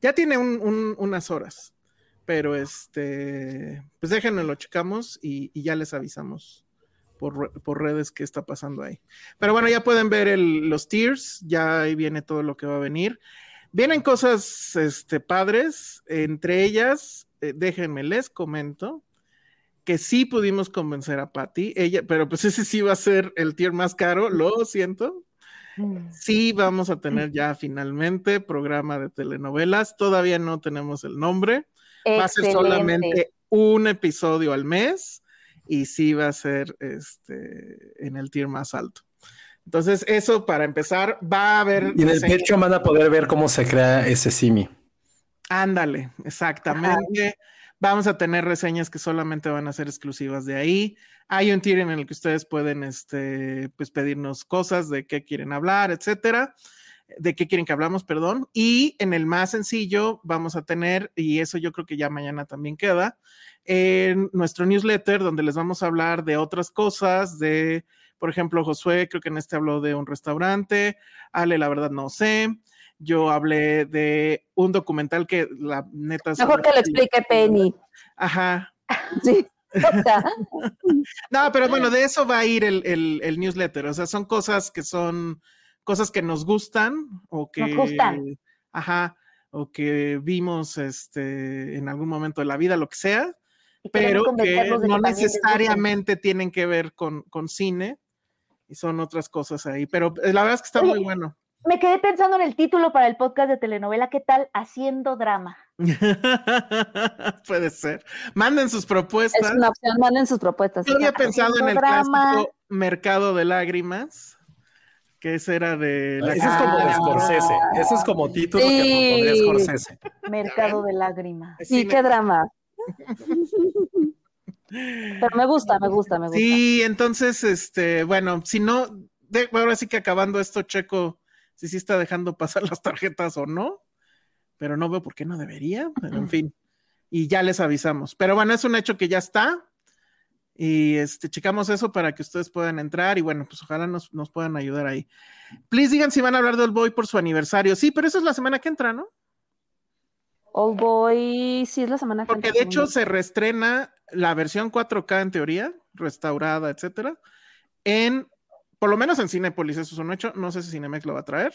Ya tiene un- un- unas horas, pero este, pues déjenos, lo checamos y, y ya les avisamos por, re- por redes qué está pasando ahí. Pero bueno, ya pueden ver el- los tiers, ya ahí viene todo lo que va a venir. Vienen cosas este, padres, entre ellas, eh, déjenme les comento que sí pudimos convencer a Patty, ella, pero pues ese sí va a ser el tier más caro, lo siento. Sí, vamos a tener ya finalmente programa de telenovelas. Todavía no tenemos el nombre. Va a ser
Excelente.
solamente un episodio al mes y sí va a ser este en el tier más alto. Entonces, eso para empezar, va a haber.
Y en el
diseño-
pecho van a poder ver cómo se crea ese simi.
Ándale, exactamente. Vamos a tener reseñas que solamente van a ser exclusivas de ahí. Hay un tier en el que ustedes pueden este, pues pedirnos cosas de qué quieren hablar, etcétera, de qué quieren que hablamos, perdón. Y en el más sencillo vamos a tener, y eso yo creo que ya mañana también queda, en nuestro newsletter donde les vamos a hablar de otras cosas, de, por ejemplo, Josué, creo que en este habló de un restaurante, Ale, la verdad no sé. Yo hablé de un documental que la neta...
Mejor que lo explique Penny.
Ajá,
Sí. O sea,
No, pero bueno, de eso va a ir el, el- el newsletter. O sea, son cosas que son cosas que nos gustan o que.
gustan.
Ajá. O que vimos este en algún momento de la vida, lo que sea,
Y queremos
pero que
convencerlos de
no
también les guste.
necesariamente tienen que ver con, con cine y son otras cosas ahí. Pero eh, la verdad es que está
Oye.
muy bueno.
Me quedé pensando en el título para el podcast de telenovela. ¿Qué tal? Haciendo drama.
Puede ser. Manden sus propuestas.
es una opción, manden sus propuestas.
Yo había
Haciendo
pensado en el
drama.
clásico mercado de lágrimas, que ese era de la
Ese es como de
Ah.
Scorsese. Ese es como título que propondría
Sí.
Scorsese.
Ah,
Mercado de lágrimas.
Sí, qué drama. Pero me gusta, me gusta, me gusta.
Sí, entonces, este, bueno, si no, de- ahora sí que acabando esto, Checo, si sí está dejando pasar las tarjetas o no, pero no veo por qué no debería, pero en fin, y ya les avisamos. Pero bueno, es un hecho que ya está. Y este, checamos eso para que ustedes puedan entrar y bueno, pues ojalá nos, nos puedan ayudar ahí. Please digan si van a hablar del boy por su aniversario. Sí, pero eso es la semana que entra, ¿no?
Old Boy, sí, es la semana que
Porque de
entra,
hecho
según
se reestrena la versión 4K en teoría, restaurada, etcétera, en, por lo menos en Cinépolis, eso es un hecho. No sé si Cinemex lo va a traer.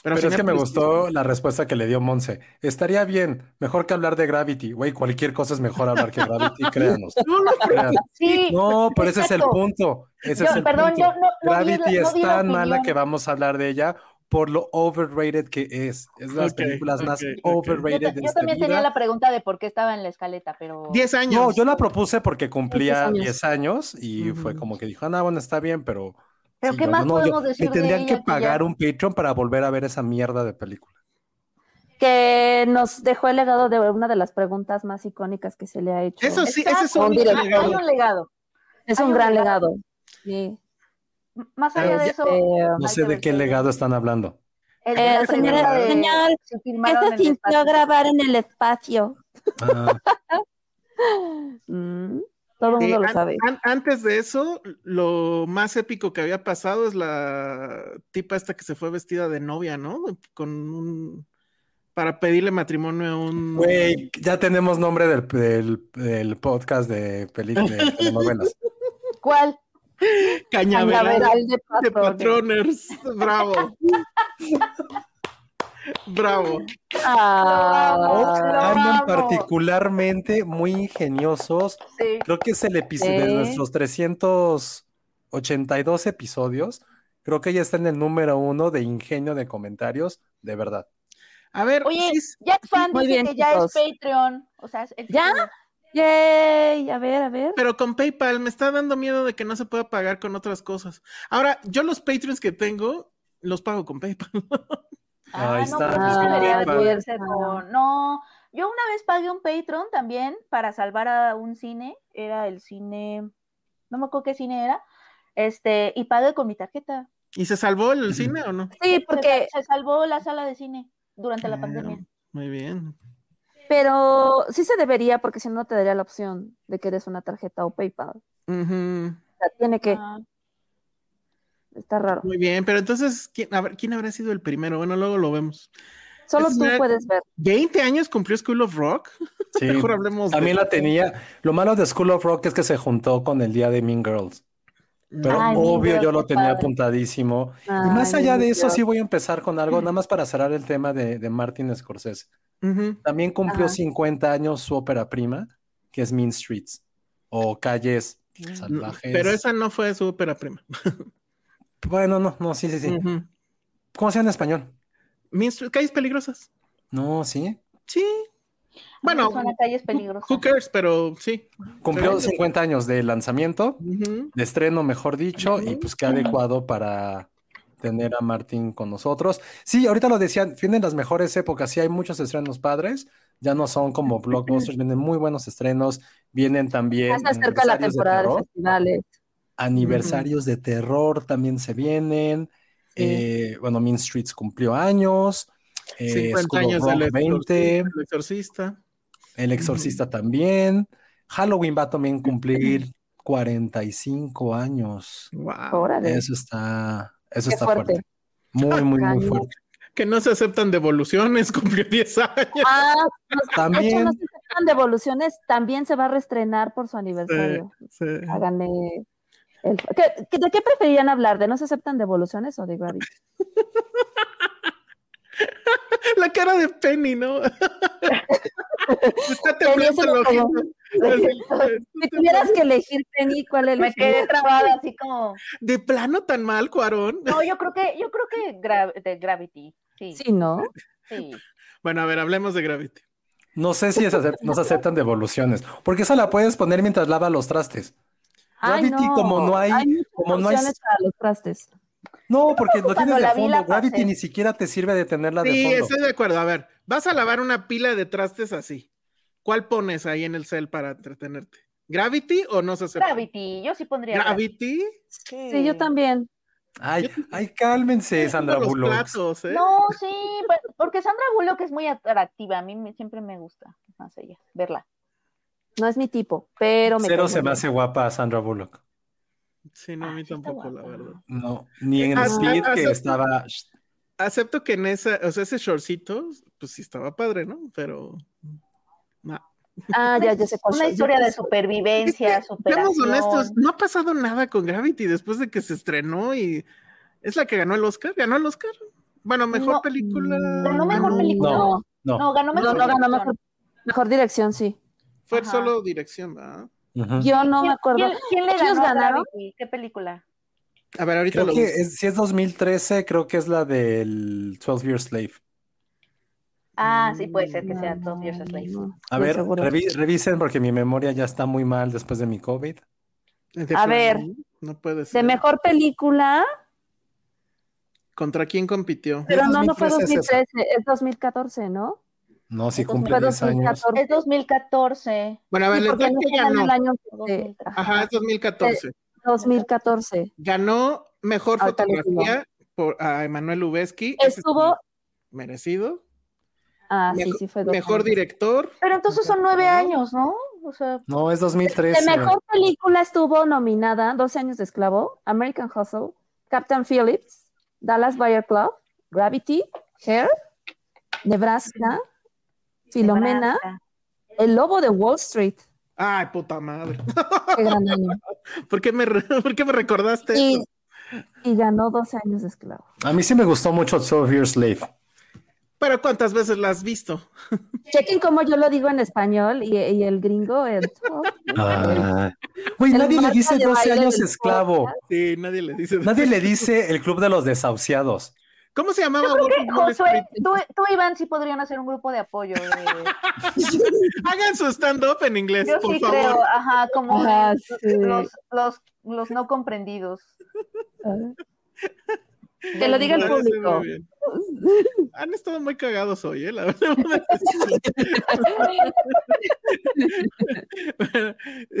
Pero,
Pero, es que me
Cinépolis-
gustó la respuesta que le dio Monse. Estaría bien, mejor que hablar de Gravity. Güey, cualquier cosa es mejor hablar que Gravity, créanos.
No, no,
Créanos.
Sí.
No, pero ese es el
exacto.
punto. Ese
Yo-
es el
perdón,
punto.
yo no, no di la-
Gravity
no
es
di la
tan mala
opinión.
que vamos a hablar de ella por lo overrated que es. Es de las
Ok,
películas más
ok, ok.
Yo,
overrated
ta-
de
yo
esta
también tenía
vida.
la pregunta de por qué estaba en la escaleta, pero.
10 años.
No, yo la propuse porque cumplía
10
10 años y
Ujú.
fue como que dijo, ah, bueno, está bien, pero...
¿Pero
sí,
qué
yo-
más
yo yo-
podemos
me
decir de
tendrían
ella
que
que ya-
pagar un Patreon para volver a ver esa mierda de película.
Que nos dejó el legado de una de las preguntas más icónicas que se le ha hecho.
Eso
es,
sí, ese es un
Exacto,
gran
hay-
legado.
Hay un legado. hay
un
un
gran
legado.
legado. Sí.
M- Más allá
Pero
de
ya-
eso.
Eh,
No
Hay
sé
que
de
ver
qué
qué-
legado están hablando.
el-
Eh,
la
señora,
pregunta de
señor,
si
¿Qué
filmaron
se
el
sintió
espacio.
grabar en el espacio?
Ah,
Mm, todo el
Eh,
mundo lo
an-
sabe.
an- antes de eso, lo más épico que había pasado es la tipa esta que se fue vestida de novia, ¿no? Con un. Para pedirle matrimonio a un.
Güey, ya tenemos nombre del, del- del podcast de películas, de telenovelas.
¿Cuál?
cañaveral.
Cañaveral de
de
patrón.
Patroners. Bravo. Bravo.
Ah,
Andan
Bravo.
particularmente muy ingeniosos.
Sí.
Creo que es el episodio
Sí.
de nuestros 382 episodios. Creo que ya está en el número uno de ingenio de comentarios, de verdad.
A ver,
Oye,
sí,
Jack Fan
Muy
dice
bien,
que ya
chicos.
es Patreon. O sea, es el
¿Ya?
título.
yay, a ver, a ver.
pero con PayPal me está dando miedo de que no se pueda pagar con otras cosas. Ahora, yo los Patreons que tengo los pago con PayPal.
Ah,
Ahí
no,
está,
pues,
pues,
sí debería
disculpa.
de poderse
Ah.
con- No, yo una vez pagué un Patreon también para salvar a un cine. Era el cine, no me acuerdo qué cine era. Este, y pagué con mi tarjeta.
¿Y se salvó el cine o no?
Sí,
Se-
porque
se, salvó la sala de cine durante la
Ah,
pandemia.
Muy bien.
Pero sí se debería, porque si no te daría la opción de que eres una tarjeta o PayPal. O
Ujú,
sea, tiene que,
Ah,
está raro.
Pues
Muy bien, pero entonces, ¿quién, a ver, ¿quién habrá sido el primero? Bueno, luego lo vemos.
Solo
es
tú
una-
puedes ver.
¿20 años cumplió School of Rock?
Sí.
Mejor hablemos de-
También la tenía. Lo malo de School of Rock es que se juntó con el día de Mean Girls. Pero
Ay, Ah, Mean
obvio
Girls,
yo lo
qué
tenía
padre.
apuntadísimo. y más
Ay,
allá de
Dios.
eso, sí voy a empezar con algo, nada más para cerrar el tema de, de Martin Scorsese.
Ujú.
También cumplió
Ajá.
50 años su ópera prima, que es Mean Streets, o Calles
Mm.
Salvajes.
Pero esa no fue su ópera prima.
Bueno, no, no, sí, sí,
Mm.
sí.
Ujú.
¿Cómo se llama en español?
Mean Street- calles peligrosas.
No, sí.
Sí. Bueno,
son las calles peligrosas.
who cares, pero sí.
Cumplió
Sí.
50 años de lanzamiento,
Ujú.
de estreno, mejor dicho, y pues qué adecuado para tener a Martín con nosotros. Sí, ahorita lo decían, vienen las mejores épocas, sí hay muchos estrenos padres, ya no son como blockbusters, vienen muy bunos estrenos, vienen también...
Ya se acerca la
aniversarios eh, de
temporada de,
terror,
festivales.
aniversarios de terror también se vienen,
Sí.
eh, bueno, Mean Streets cumplió años, eh,
50
School of
años del
Rock 20,
exorcista, el exorcista.
El Exorcista también, Halloween va a también cumplir 45 años.
Wow.
Órale.
Eso está, eso
Qué
está fuerte.
fuerte.
Muy, muy, muy
Cañón.
fuerte.
Que no se aceptan devoluciones, cumplió 10 años.
Ah, pues, de hecho,
También-
no se aceptan devoluciones, también se va a reestrenar por su aniversario.
Sí.
Háganle. el- ¿Qué- qué- ¿De qué preferirían hablar? ¿De no se aceptan devoluciones o de Gravity?
La cara de Penny, ¿no? está temblando el
Penny, eso
ojito. Así,
Si tuvieras que elegir, Penny, ¿cuál
Me
elegirías?
quedé trabada así como.
De plano tan mal, Cuarón.
No, yo creo que, yo creo que gra- de Gravity. Sí, sí.
Sí, ¿no?
Bueno, a ver, hablemos de Gravity.
No sé si es acep- nos aceptan devoluciones, porque esa la puedes poner mientras lava los trastes.
Ay,
Gravity, como no hay-
muchas
como no hay-
opciones para los trastes.
No, porque lo
cuando
tienes de
la vi,
fondo.
la
Gravity
pasé.
ni siquiera te sirve de tenerla de
Sí,
fondo.
estoy de acuerdo. A ver, vas a lavar una pila de trastes así. ¿Cuál pones ahí en el cel para entretenerte? ¿Gravity o no se acepta?
Gravity, yo sí pondría.
Gravity.
Sí, yo también.
Ay, ay, cálmense, Sandra
Los
Bullock.
platos, ¿eh?
No, sí, pe- porque Sandra Bullock es muy atractiva. A mí me- siempre me gusta más ella, verla.
No es mi tipo, pero me
Cero
cae
se me
muy bien.
hace guapa a Sandra Bullock.
Sí, no, a mí
Ah, sí está
tampoco, la
guapa.
verdad.
No, ni en
Ah,
Speed
ah,
que
ah,
estaba.
Acepto que en esa, o sea, ese shortcito, pues sí estaba padre, ¿no? Pero. No.
Ah, ya, ya sé cuál
Una
yo
historia de
pensé-
supervivencia,
Seamos honestos,
superación.
no ha pasado nada con Gravity después de que se estrenó y es la que ganó el Oscar. ¿Ganó el Oscar? Bueno, mejor
No.
película.
Ganó mejor
No,
película.
No,
No.
No, ganó
no, no,
mejor.
ganó
dirección.
mejor, mejor dirección, sí.
Fue
Ajá.
solo dirección, ¿verdad?
Ujú.
Yo no me
¿Quién-
acuerdo.
¿Quién, quién le
¿Ellos
ganó a
ganaron?
Gravity? ¿Qué película?
A ver, ahorita
Creo
lo
que
busco.
es- si es 2013, creo que es la del 12 Year Slave.
Ah, sí, puede
Mm,
ser que sea
No,
12 Years a Slave.
no,
A
de
ver,
seguro.
revi- revisen porque mi memoria ya está muy mal después de mi COVID.
De
A
plano,
ver.
¿no? No puede
De
ser.
mejor película,
¿Contra quién compitió?
pero no, no fue
2013 es esa.
2013, es 2014, ¿no?
No, si
Entonces,
cumple
Fue
10 años.
2014.
Es 2014.
Bueno, a ver,
Sí,
les
porque
doy
no
que
ganó
ganó.
el año de-
2014.
Ajá, es 2014.
2014.
Ganó mejor
Ah, Ahorita les digo.
fotografía por, a Emanuel Lubezki. Ese
Estuvo,
sí, merecido.
ah, sí,
Mejor-
sí, fue
Mejor
2014.
director.
Pero entonces son nueve
Ajá.
años, ¿no? O sea,
No, es
De
2013.
mejor película estuvo nominada 12 años de esclavo, American Hustle, Captain Phillips, Dallas Buyer Club, Gravity, Hair, Nebraska, Filomena,
Nebraska.
El Lobo de Wall Street.
Ay, puta madre.
Qué gran año.
¿Por qué me, re- por qué me recordaste
Y,
eso?
y ganó 12 años de esclavo.
A mí sí me gustó mucho 12 Year Slave.
Pero ¿cuántas veces la has visto?
Chequen cómo yo lo digo en español y, y el gringo. el-
Ah, Güey,
El
nadie le
marcha
dice
de
12
baile
años
del
esclavo.
podcast.
Sí, nadie le dice.
Nadie le dice el club de los desahuciados.
¿Cómo se llamaba? Wolf Wall
Josué,
Street?
tú, tú, Iván, sí podrían hacer un grupo de apoyo. de-
Hagan su stand-up en inglés,
Yo
por
sí
favor.
creo, ajá, como
Ajá,
los,
sí.
los, los, los no comprendidos.
Que lo diga el
Me parece
público.
muy bien. Han estado muy cagados hoy, ¿eh? La verdad.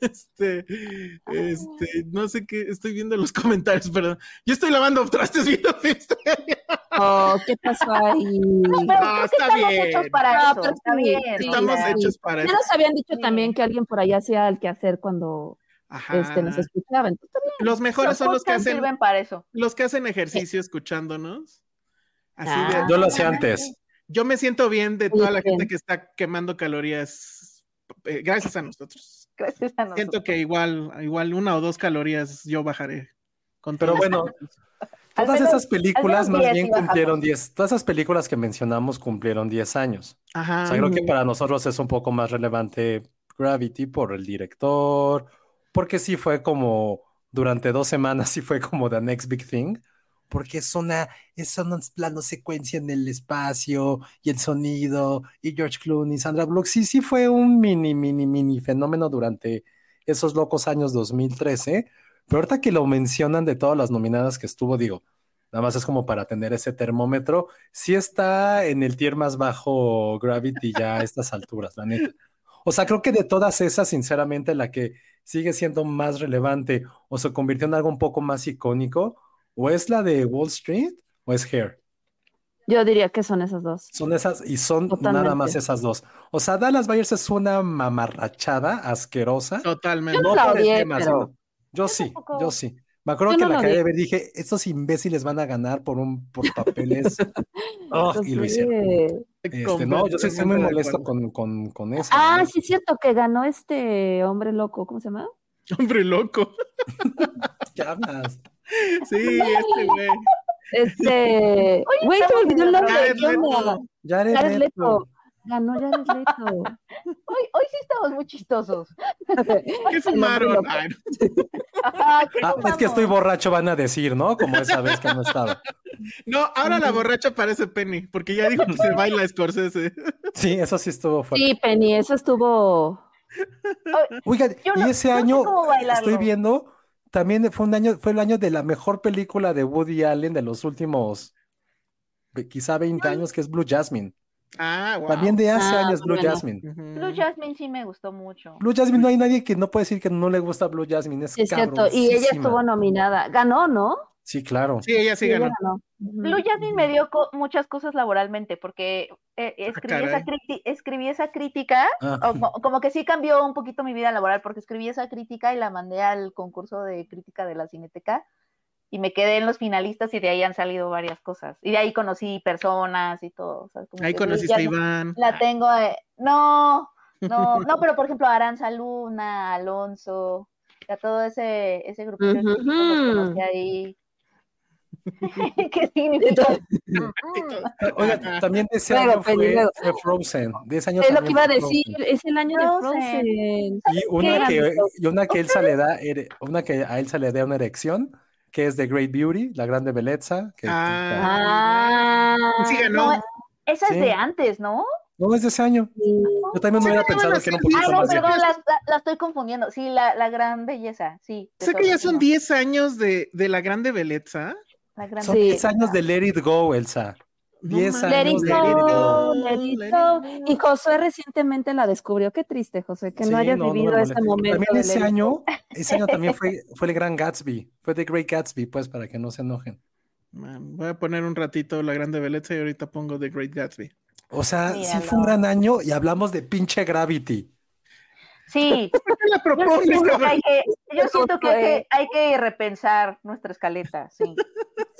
este, este, no sé qué, estoy viendo los comentarios, perdón. Yo estoy lavando trastes viendo Filmsteria.
Oh, ¿Qué pasó ahí?
Pero
No,
creo que
está
estamos hechos
bien.
para
No,
eso.
pero
Está
sí,
bien.
sí,
o
Estamos
sea,
hechos para
Ya
eso.
nos habían dicho
Sí.
también que alguien por ahí hacía el quehacer cuando
Ajá.
este, nos escuchaba. Entonces, también,
Los mejores son los que
podcasts
hacen,
sirven para eso.
los que hacen ejercicio escuchándonos. Así de-
Ah.
Yo lo hacía antes.
Yo me siento bien de toda la
bien.
gente que está quemando calorías eh, gracias a nosotros.
Gracias a nosotros.
Siento que igual, igual una o dos calorías yo bajaré. Con
Pero
todo.
bueno,
Al
todas
menos-
esas películas
al menos
más
10
bien
sí bajamos.
cumplieron 10. Todas esas películas que mencionamos cumplieron 10 años.
Ajá.
O sea, creo que para nosotros es un poco más relevante Gravity por el director, porque sí fue como, durante dos semanas sí fue como The Next Big Thing, porque es una, es un plano secuencia en el espacio y el sonido y George Clooney, Sandra Bullock, sí, sí fue un mini, mini, mini fenómeno durante esos locos años 2013, pero ahorita que lo mencionan de todas las nominadas que estuvo, digo, Nada más es como para tener ese termómetro. Sí está en el tier más bajo Gravity ya a estas alturas, la neta. O sea, creo que de todas esas, sinceramente, la que sigue siendo más relevante o se convirtió en algo un poco más icónico, o es la de Wall Street o es Hair.
Yo diría que son esas dos.
Son esas y son
Totalmente.
nada más esas dos. O sea, Dallas Buyers es una mamarrachada asquerosa.
Totalmente.
Yo no la
por el
odié,
tema,
pero-
sino- yo sí,
tampoco.
yo sí. Me acuerdo
Yo
que
no
la
la
acabé de
odié.
ver y dije, estos imbéciles van a ganar por un por papeles. Ah, y lo
Entonces,
hicieron.
eh,
Este, no, yo sí estoy muy molesto con, con, con eso.
Ah,
¿no?
sí, es cierto que ganó este hombre loco, ¿cómo se llama?
Hombre loco.
¿Qué hablas?
Sí, este güey.
Este. Güey, se me olvidó el nombre.
Jared
¿qué onda?
Leto.
Jared
Jared
Leto.
Leto. Ganó Jared Leto.
Hoy, hoy sí estamos muy chistosos.
¿Qué fumaron? Ay, no.
Ajá, ¿qué
Ah, es que estoy
tomamos?
borracho, van a decir, ¿no? Como esa vez que no estaba.
no, ahora la borracha parece Penny, porque ya dijo que se baila Scorsese.
Sí, eso sí estuvo fuerte.
Sí, Penny, eso estuvo.
Oigan,
Yo no-
y ese
no sé
año
cómo bailarlo.
estoy viendo, también fue un año, fue el año de la mejor película de Woody Allen de los últimos ve- quizá 20 años, que es Blue Jasmine.
Ah, wow.
También de hace
Ah,
años Blue
bueno.
Jasmine.
Ujú.
Blue Jasmine sí me gustó mucho.
Blue Jasmine no hay nadie que no puede decir que no le gusta Blue Jasmine, es
Sí, es cierto. Y ella
cabroncísima.
estuvo nominada. Ganó, ¿no?
Sí, claro.
Sí, ella sí
ella
ganó.
ganó. Ujú.
Blue Jasmine me dio co- muchas cosas laboralmente porque eh, escribí,
Ah, caray.
esa criti- escribí esa crítica,
Ah.
o co- como que sí cambió un poquito mi vida laboral porque escribí esa crítica y la mandé al concurso de crítica de la Cineteca y me quedé en los finalistas y de ahí han salido varias cosas. Y de ahí conocí personas y todo. o sea, como
Ahí
que Blue
conociste a
Jasmine
Iván.
La tengo, eh, no, no, no, pero por ejemplo a Aranza Luna, a Alonso, a todo ese, ese grupito de chicos los conocí
Ujú.
ahí. ¿Qué significa?
Oigan, también de ese
Luego,
año
Penny,
fue,
luego.
fue Frozen. De ese año
Es lo que
también
iba a
fue
decir.
Frozen.
Es el año de
Frozen.
Frozen.
Y una
¿Qué?
que, y una que Elsa le da, ere- una que a Elsa le da una erección, que es The Great Beauty, La Grande Belleza. que-
Ah.
Ah.
Sí
No,
ganó.
esa
Sí.
es de antes, ¿no?
No, es de ese año. Yo también me
Sí,
hubiera
no,
pensado
no,
que era un
sí,
Ah,
poquito
no,
más
sí.
viejo.
perdón, la, la- la estoy confundiendo. Sí, la, la gran belleza, sí.
Sé que ya
perdón,
son
sí,
10 años de, de la grande belleza.
no, la gran
Son
Sí.
10
belleza.
años de Let It Go, Elsa.
No
10
mames.
Let
años
it
de
go,
Let It Go.
let it
Let it
go.
go.
Y Josué recientemente la descubrió. Qué triste, Josué, que
Sí,
no hayas
no, no me
vivido ese
molesta.
momento.
También
de
ese
Let It Go.
año, ese año también fue, fue el gran Gatsby. Fue The Great Gatsby, pues, para que no se enojen.
Man, voy a poner un ratito la grande belleza y ahorita pongo The Great Gatsby.
O sea, sí
Míralo.
fue un gran año y hablamos de pinche Gravity.
Sí,
¿Por qué la
yo
propones,
siento que
cabrón?
hay que, yo siento que hay que, hay que repensar nuestra escaleta, sí.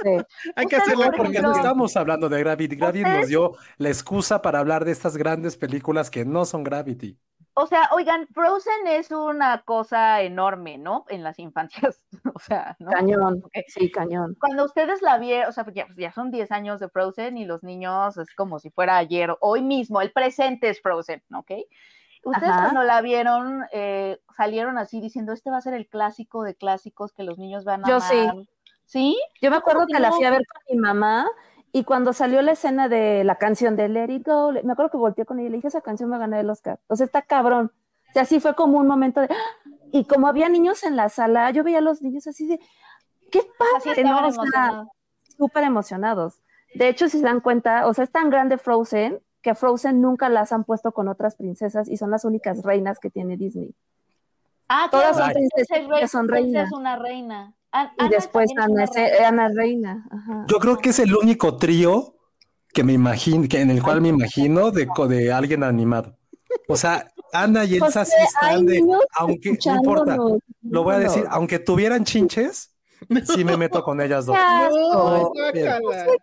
Sí.
Hay que
Ustedes,
hacerla
por
porque
Porque
ejemplo,
no
no está.
estamos hablando de Gravity. Gravity nos
¿Ustedes?
dio la excusa para hablar de estas grandes películas que no son Gravity.
O sea, oigan, Frozen es una cosa enorme, ¿no? En las infancias, o sea, ¿no?
Cañón.
Ok.
Sí, cañón.
Cuando ustedes la vieron, o sea, pues ya, pues ya son 10 años de Frozen y los niños es como si fuera ayer, hoy mismo, el presente es Frozen, ¿ok? Ustedes
Ajá.
cuando la vieron, eh, salieron así diciendo, este va a ser el clásico de clásicos que los niños van a
Yo sí.
amar. ¿Sí?
Yo me acuerdo que la
no?
fui a ver con mi mamá y cuando salió la escena de la canción de Let It Go, le- me acuerdo que volteé con ella y le dije, esa canción me gané el Oscar. O sea, está cabrón. O sea, sí fue como un momento de... ¡ah! Y como había niños en la sala, yo veía a los niños así de... ¡Qué
Pues, Así
padre!
estaban
¿no? O sea,
emocionados.
súper emocionados. De hecho, si se dan cuenta, o sea, es tan grande Frozen que Frozen nunca las han puesto con otras princesas y son las únicas reinas que tiene Disney.
Ah,
todas
son
claro, Princesa
princesas,
es rey-
son
Princesa
reinas.
es una reina. An-
Y
Anna
después
Ah, también
Ana,
es una
es- e,
reina.
Ana Reina. Ajá.
Yo creo que es el único trío que me imagino, que en el cual me imagino de, co- de alguien animado. O sea, Ana y Elsa sí
José, hay
están de,
niños
aunque no importa,
escuchándonos,
lo voy a decir,
escuchándonos.
aunque tuvieran chinches, sí me meto con ellas dos.
Ya,
No,
No,
Oh, guácala.
¿Qué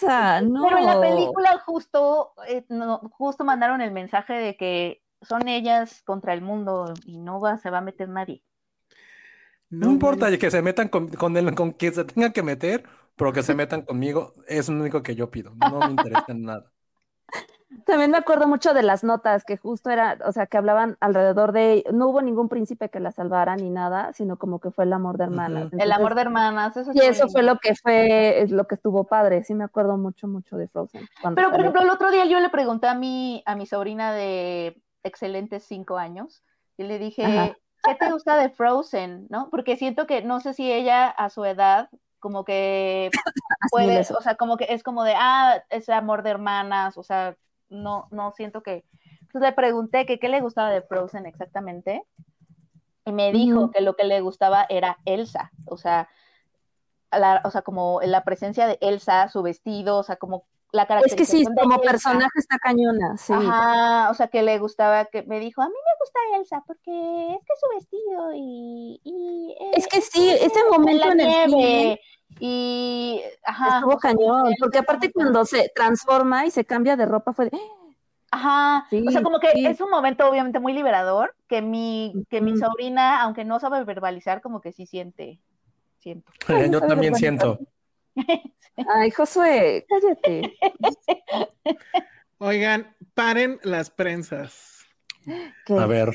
pasa? No.
Pero en la película justo, eh, no, justo mandaron el mensaje de que son ellas contra el mundo y no va, se va a meter nadie.
No, importa que se metan con, con, el- con quien se tengan que meter, pero que se metan conmigo, es lo único que yo pido. No me interesa en nada.
También me acuerdo mucho de las notas que justo era, o sea, que hablaban alrededor de, no hubo ningún príncipe que la salvara ni nada, sino como que fue el amor de hermanas.
Ujú.
El
Entonces,
amor de hermanas, eso
Y
está
eso
bien.
fue lo que fue, es lo que estuvo padre. Sí, me acuerdo mucho, mucho de Frozen. cuando
Pero por
salió.
ejemplo, el otro día yo le pregunté a mi, a mi sobrina de excelentes cinco años y le dije,
Ajá.
¿qué te gusta de Frozen? ¿No? Porque siento que no sé si ella a su edad como que
Así
puedes,
les-
o sea, como que es como de, ah, es amor de hermanas, o sea, no, no siento que. Entonces le pregunté que qué le gustaba de Frozen exactamente y me dijo
Ujú.
que lo que le gustaba era Elsa, o sea, a la- o sea, como la presencia de Elsa, su vestido, o sea, como la
Es que
caracterización
sí,
de
como
Elsa.
personaje está cañona, sí.
Ajá, o sea, que le gustaba, que me dijo, a mí me gusta Elsa porque es que su vestido y... y
Es
eh,
que sí, este
eh,
momento
la
en el cine
nieve y... Ajá,
estuvo
o sea,
cañón,
que-
porque aparte cuando se transforma y se cambia de ropa fue de, "Ah,
Ajá, o sea,
Sí,
como que
sí.
es un momento obviamente muy liberador que mi, que mi
Ujú.
sobrina, aunque no sabe verbalizar, como que sí siente, siento.
Ay,
Yo
está
también
vergonzoso.
siento.
ay, Josué, cállate.
Oigan, paren las prensas.
¿Qué?
A ver,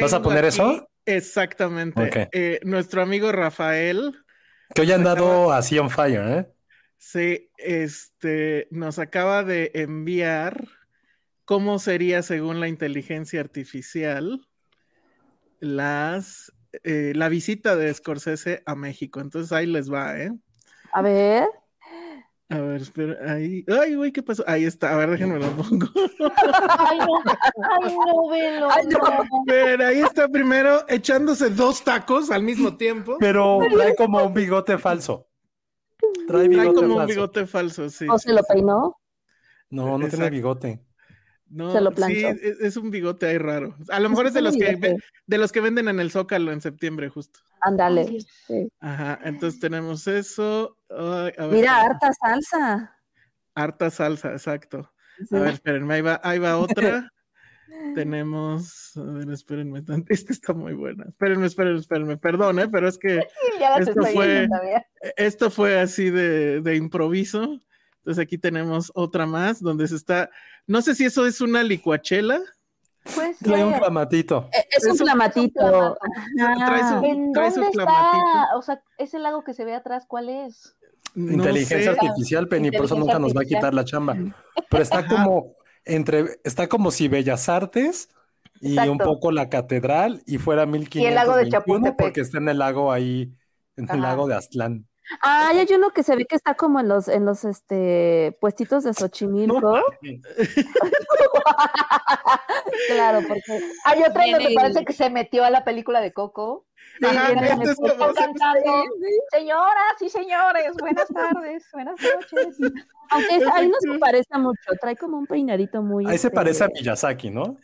¿Vas a
Tengo
poner
aquí-
eso?
Exactamente.
Ok.
eh, nuestro amigo Rafael
que hoy han dado así on fire, ¿eh?
se, este, nos acaba de enviar cómo sería según la inteligencia artificial las, eh, la visita de Scorsese a México. Entonces ahí les va, ¿eh?
A ver,
A ver, espera, ahí. Ay, güey, ¿qué pasó? Ahí está, a ver, déjenme lo pongo.
Ay, no, ay, no, velo,
Ay, no.
no.
Pero ahí está primero echándose dos tacos al mismo tiempo.
Pero trae como un bigote falso. Trae
Trae
bigote
como
falso.
un bigote falso, sí.
o se lo peinó.
No, no tiene
Exacto.
bigote.
No,
Se lo
sí,
planchó.
es, es un bigote ahí raro. A lo mejor es de los, que, ve- de los que venden en el Zócalo en septiembre, justo.
Ándale. sí.
Ajá, entonces tenemos eso. Ay, a ver,
Mira, harta salsa.
harta salsa, exacto.
Sí.
A ver, espérenme, ahí va, ahí va otra. tenemos, a ver, espérenme, tan- esta está muy buena. Espérenme, espérenme, espérenme. Perdón, ¿eh? pero es que
Ya las
Esto
estoy
fue-
viendo también.
esto fue así de, de improviso. Entonces aquí tenemos otra más donde se está, no sé si eso es una licuachela.
Pues,
Trae un
eh,
clamatito.
Eh, Es un Ah.
Eso-
clamatito.
clamato.
Ajá.
Trae su-
¿En
trae su
dónde está?
clamatito.
O sea, ese lago que se ve atrás, ¿cuál es?
No
Inteligencia
sé.
artificial, Penny, por eso nunca
Inteligencia
nos va a quitar la chamba. Pero está como entre, está como si Bellas Artes y un
Exacto.
poco la catedral y fuera 1521
lago de Chapultepec.
porque está en el lago ahí, en el
Ajá.
lago de Aztlán.
Ay, hay uno que se ve que está como en los, en los este puestitos de Xochimilco. claro, porque
Hay otra en donde
Viene-
parece que se metió a la película de Coco.
Ajá,
Viene-
este es
está
como-
cantando, Señoras y señores, buenas tardes, buenas noches.
aunque es- ahí no se parece mucho, trae como un peinadito muy.
Ahí se
este,
parece a Miyazaki, ¿no?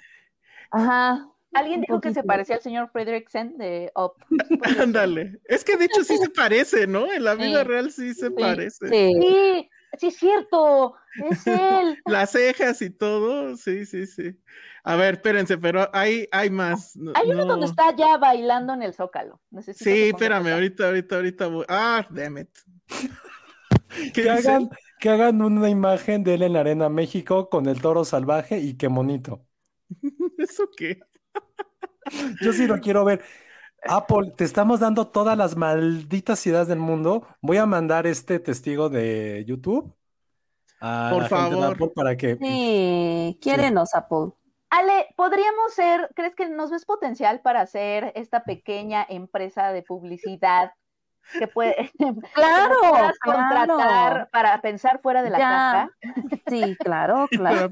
Ajá.
Alguien
Un
dijo que se
poquito.
parecía al señor Fredricksen de Up.
Ándale. Es que de hecho sí se parece, ¿no? En la vida
Sí.
real sí se
Sí.
parece.
Sí.
Sí, sí es cierto, es él.
Las cejas y todo, sí, sí, sí. A ver, espérense, pero hay, hay más. No,
Hay uno
no.
donde está ya bailando en el zócalo. Necesito
Sí,
que pongas
espérame,
esa.
ahorita, ahorita, ahorita voy. Ah, damn it. ¿Qué
Que
dice?
hagan, que hagan una imagen de él en la Arena México con el toro salvaje y qué monito.
¿Eso qué?
Yo sí lo quiero ver. Apple, te estamos dando todas las malditas ideas del mundo. Voy a mandar este testigo de YouTube a
Por
la gente de
favor.
Apple para que
Sí, quiérenos, Apple.
Ale, podríamos ser, ¿crees que nos ves potencial para ser esta pequeña empresa de publicidad que puede
Claro,
que nos puedas
claro.
contratar para pensar fuera de la
Ya.
caja?
Sí, claro, claro.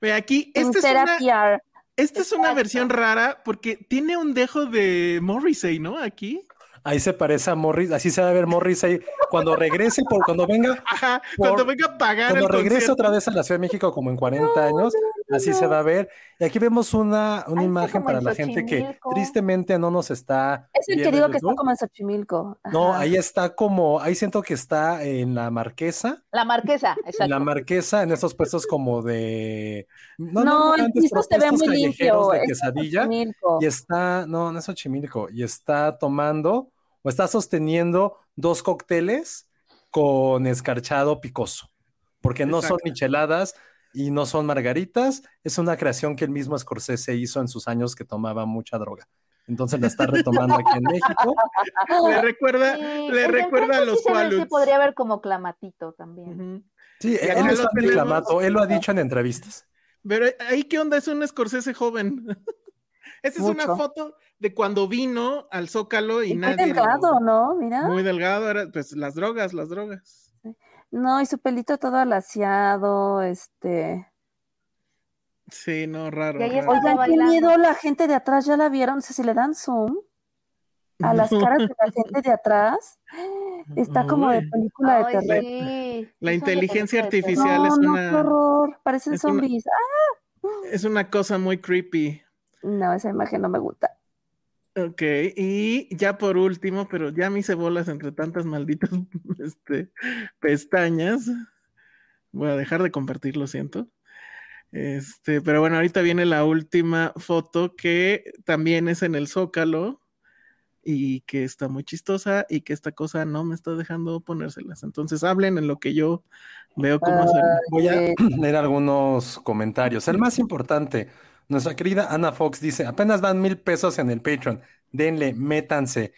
Ve, aquí,
Un
esta es, una,
terapia.
esta es una
Exacto.
versión rara porque tiene un dejo de Morrissey, ¿no? Aquí.
ahí se parece a Morris, así se va a ver Morris ahí cuando regrese, por cuando venga,
Ajá,
Por-
cuando venga a pagar
cuando
el
regrese
concierto.
otra vez a la Ciudad de México como en 40 años, así se va a ver. Y aquí vemos una, una
Ay, sí,
imagen
como
para
en
la gente que
Xochimilco.
tristemente no nos está.
Es el que
viendo
digo
en
que está
YouTube.
como en Xochimilco. Ajá.
No, ahí está como, ahí siento que está en la Marquesa,
La marquesa,
en la
exacto.
Marquesa, en esos puestos como de.
No, el
antes,
piso
pero
se ve
puestos
muy
callejeros
limpio.
de
es
quesadilla.
Xochimilco.
Y está, no, no es Xochimilco, y está tomando o está sosteniendo dos cócteles con escarchado picoso, porque no son
Exacto.
micheladas y no son margaritas, es una creación que el mismo Scorsese hizo en sus años que tomaba mucha droga. Entonces la está retomando aquí en México.
Le recuerda,
Sí,
le
el de
recuerda a
enfrente
los
sí se ve que
Qualuts.
podría haber como clamatito también.
Ujú.
Sí,
Y acá
él
lo
es anticlamato,
tenemos.
él lo ha dicho en entrevistas.
Pero ahí qué onda, es un Scorsese joven. Esa es una
Mucho.
foto de cuando vino al Zócalo y,
Y muy
nadie. lo-
delgado, ¿no? Mira.
¿Ah?
Muy delgado, era pues las drogas, las drogas.
No, y su pelito todo alaciado, este.
Sí, no, raro.
Y ahí
raro.
está-
Oigan, qué
bailando.
miedo la gente de atrás, ya la vieron, o sea, si le dan zoom a las caras de la gente de atrás, está como de
Uy.
película de
Ay,
terror.
sí.
La
Sí, son de
inteligencia
película de terror.
artificial
No,
es
no,
una-
qué horror, parecen
es una-
zombies.
Es una cosa muy creepy.
No, esa imagen no me gusta.
Ok, y ya por último, pero ya me hice bolas entre tantas malditas este, pestañas. Voy a dejar de compartir, lo siento. Este, pero bueno, ahorita viene la última foto que también es en el Zócalo y que está muy chistosa y que esta cosa no me está dejando ponérselas. Entonces hablen en lo que yo veo cómo hacerlo.
Voy a
Eh,
leer algunos comentarios. El más importante, nuestra querida Ana Fox dice, apenas van mil pesos en el Patreon, denle, métanse.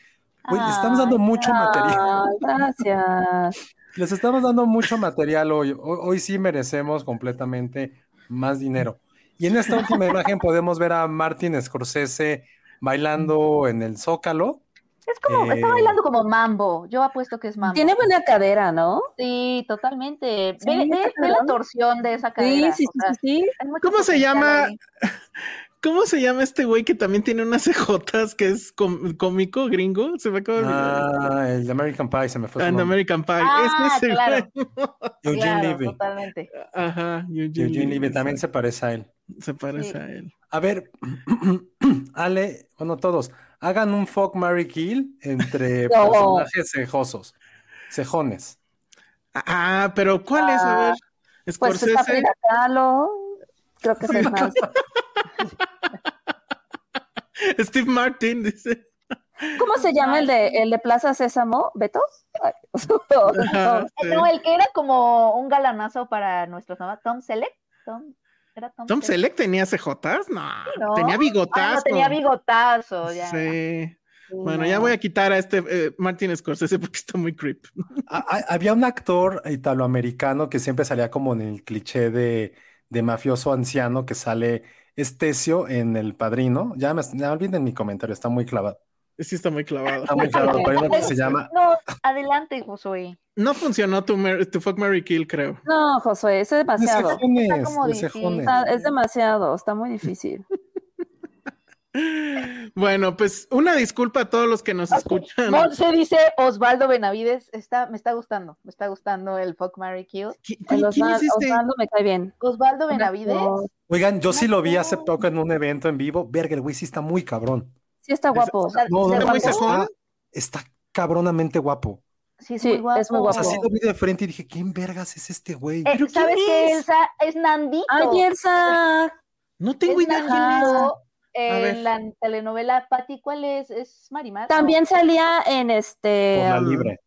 Güey, les estamos dando
Ay,
mucho material.
Ay, gracias.
Les estamos dando mucho material hoy. Hoy, hoy sí merecemos completamente más dinero. Y en esta última imagen podemos ver a Martin Scorsese bailando en el Zócalo.
Es como,
Eh,
está bailando como mambo. Yo apuesto que es mambo.
Tiene buena cadera, ¿no?
Sí, totalmente.
Sí,
ve, ve-
está
ve la
cabrón.
torsión de esa
Sí,
cadera.
sí,
o
sí,
sea,
sí, sí.
hay mucho
¿Cómo se
potencial
llama?
ahí.
¿Cómo se llama este güey que también tiene unas cejotas que es com- cómico gringo? Se me acaba de olvidar.
Ah, pues el de American Pie se me fue. su
And
nombre.
American Pie.
Ah,
Ese es el-
claro.
Eugene
claro,
Levy.
totalmente.
Ajá, Eugene,
Eugene Levy también
se,
se parece a él.
parece
Sí.
a él.
A ver, Ale, bueno, todos, hagan un fuck, marry, kill entre
No.
personajes cejosos, cejones.
Ah, pero ¿cuál es? A ver,
Pues
Scorsese.
está Frida Kahlo, creo que esa es más.
Steve Martin dice.
¿Cómo se llama el de, el de Plaza Sésamo? ¿Beto? Ay,
Ajá, Ah, sí.
No, este el que era como un galanazo para nuestros mamás. Tom Selleck. Tom, ¿era Tom,
Tom
Selleck?
Selleck tenía cejotas, no,
¿no?
tenía
Ah,
bigotazo.
no, tenía bigotazo. Ya.
Sí. Bueno, ya voy a quitar a este eh, Martin Scorsese porque está muy creep.
A- a- había un actor italoamericano que siempre salía como en el cliché de, de mafioso anciano que sale Estecio en El Padrino. Ya me, ya olviden mi comentario, está muy clavado.
Sí está muy clavado.
Está muy clavado, pero hay uno que se llama.
No, adelante, Josué.
No funcionó tu, mer- tu fuck Mary Kill, creo.
No, Josué, ese es
De
demasiado.
Está
cejones,
como
de
difícil.
cejones.
Está- es demasiado, está muy difícil.
Bueno, pues una disculpa a todos los que nos escuchan.
Monse dice Osvaldo Benavides, está, me está gustando, me está gustando el Fuck Mary Kill.
¿Qui-
El
¿Quién
Osval-
es este?
Osvaldo me cae bien.
Osvaldo Benavides.
No,
Oigan, yo sí lo vi hace poco en un evento en vivo. Verga, el güey sí está muy cabrón.
sí está guapo.
o sea,
No, no,
¿está
no,
muy
guapo?
sejón.
está, está cabronamente guapo.
Sí, es
Sí,
muy guapo.
es muy
O
guapo.
sea, sí lo vi de frente y dije, ¿quién vergas es este güey?
Eh, ¿Sabes qué, Elsa? Es Nandito.
¡Ay, Elsa!
No tengo
es
idea quién es.
Nandito
A ver.
en la telenovela Pati, ¿cuál es? Es Marimar.
También salía en
Por
este.
la
um,
libre.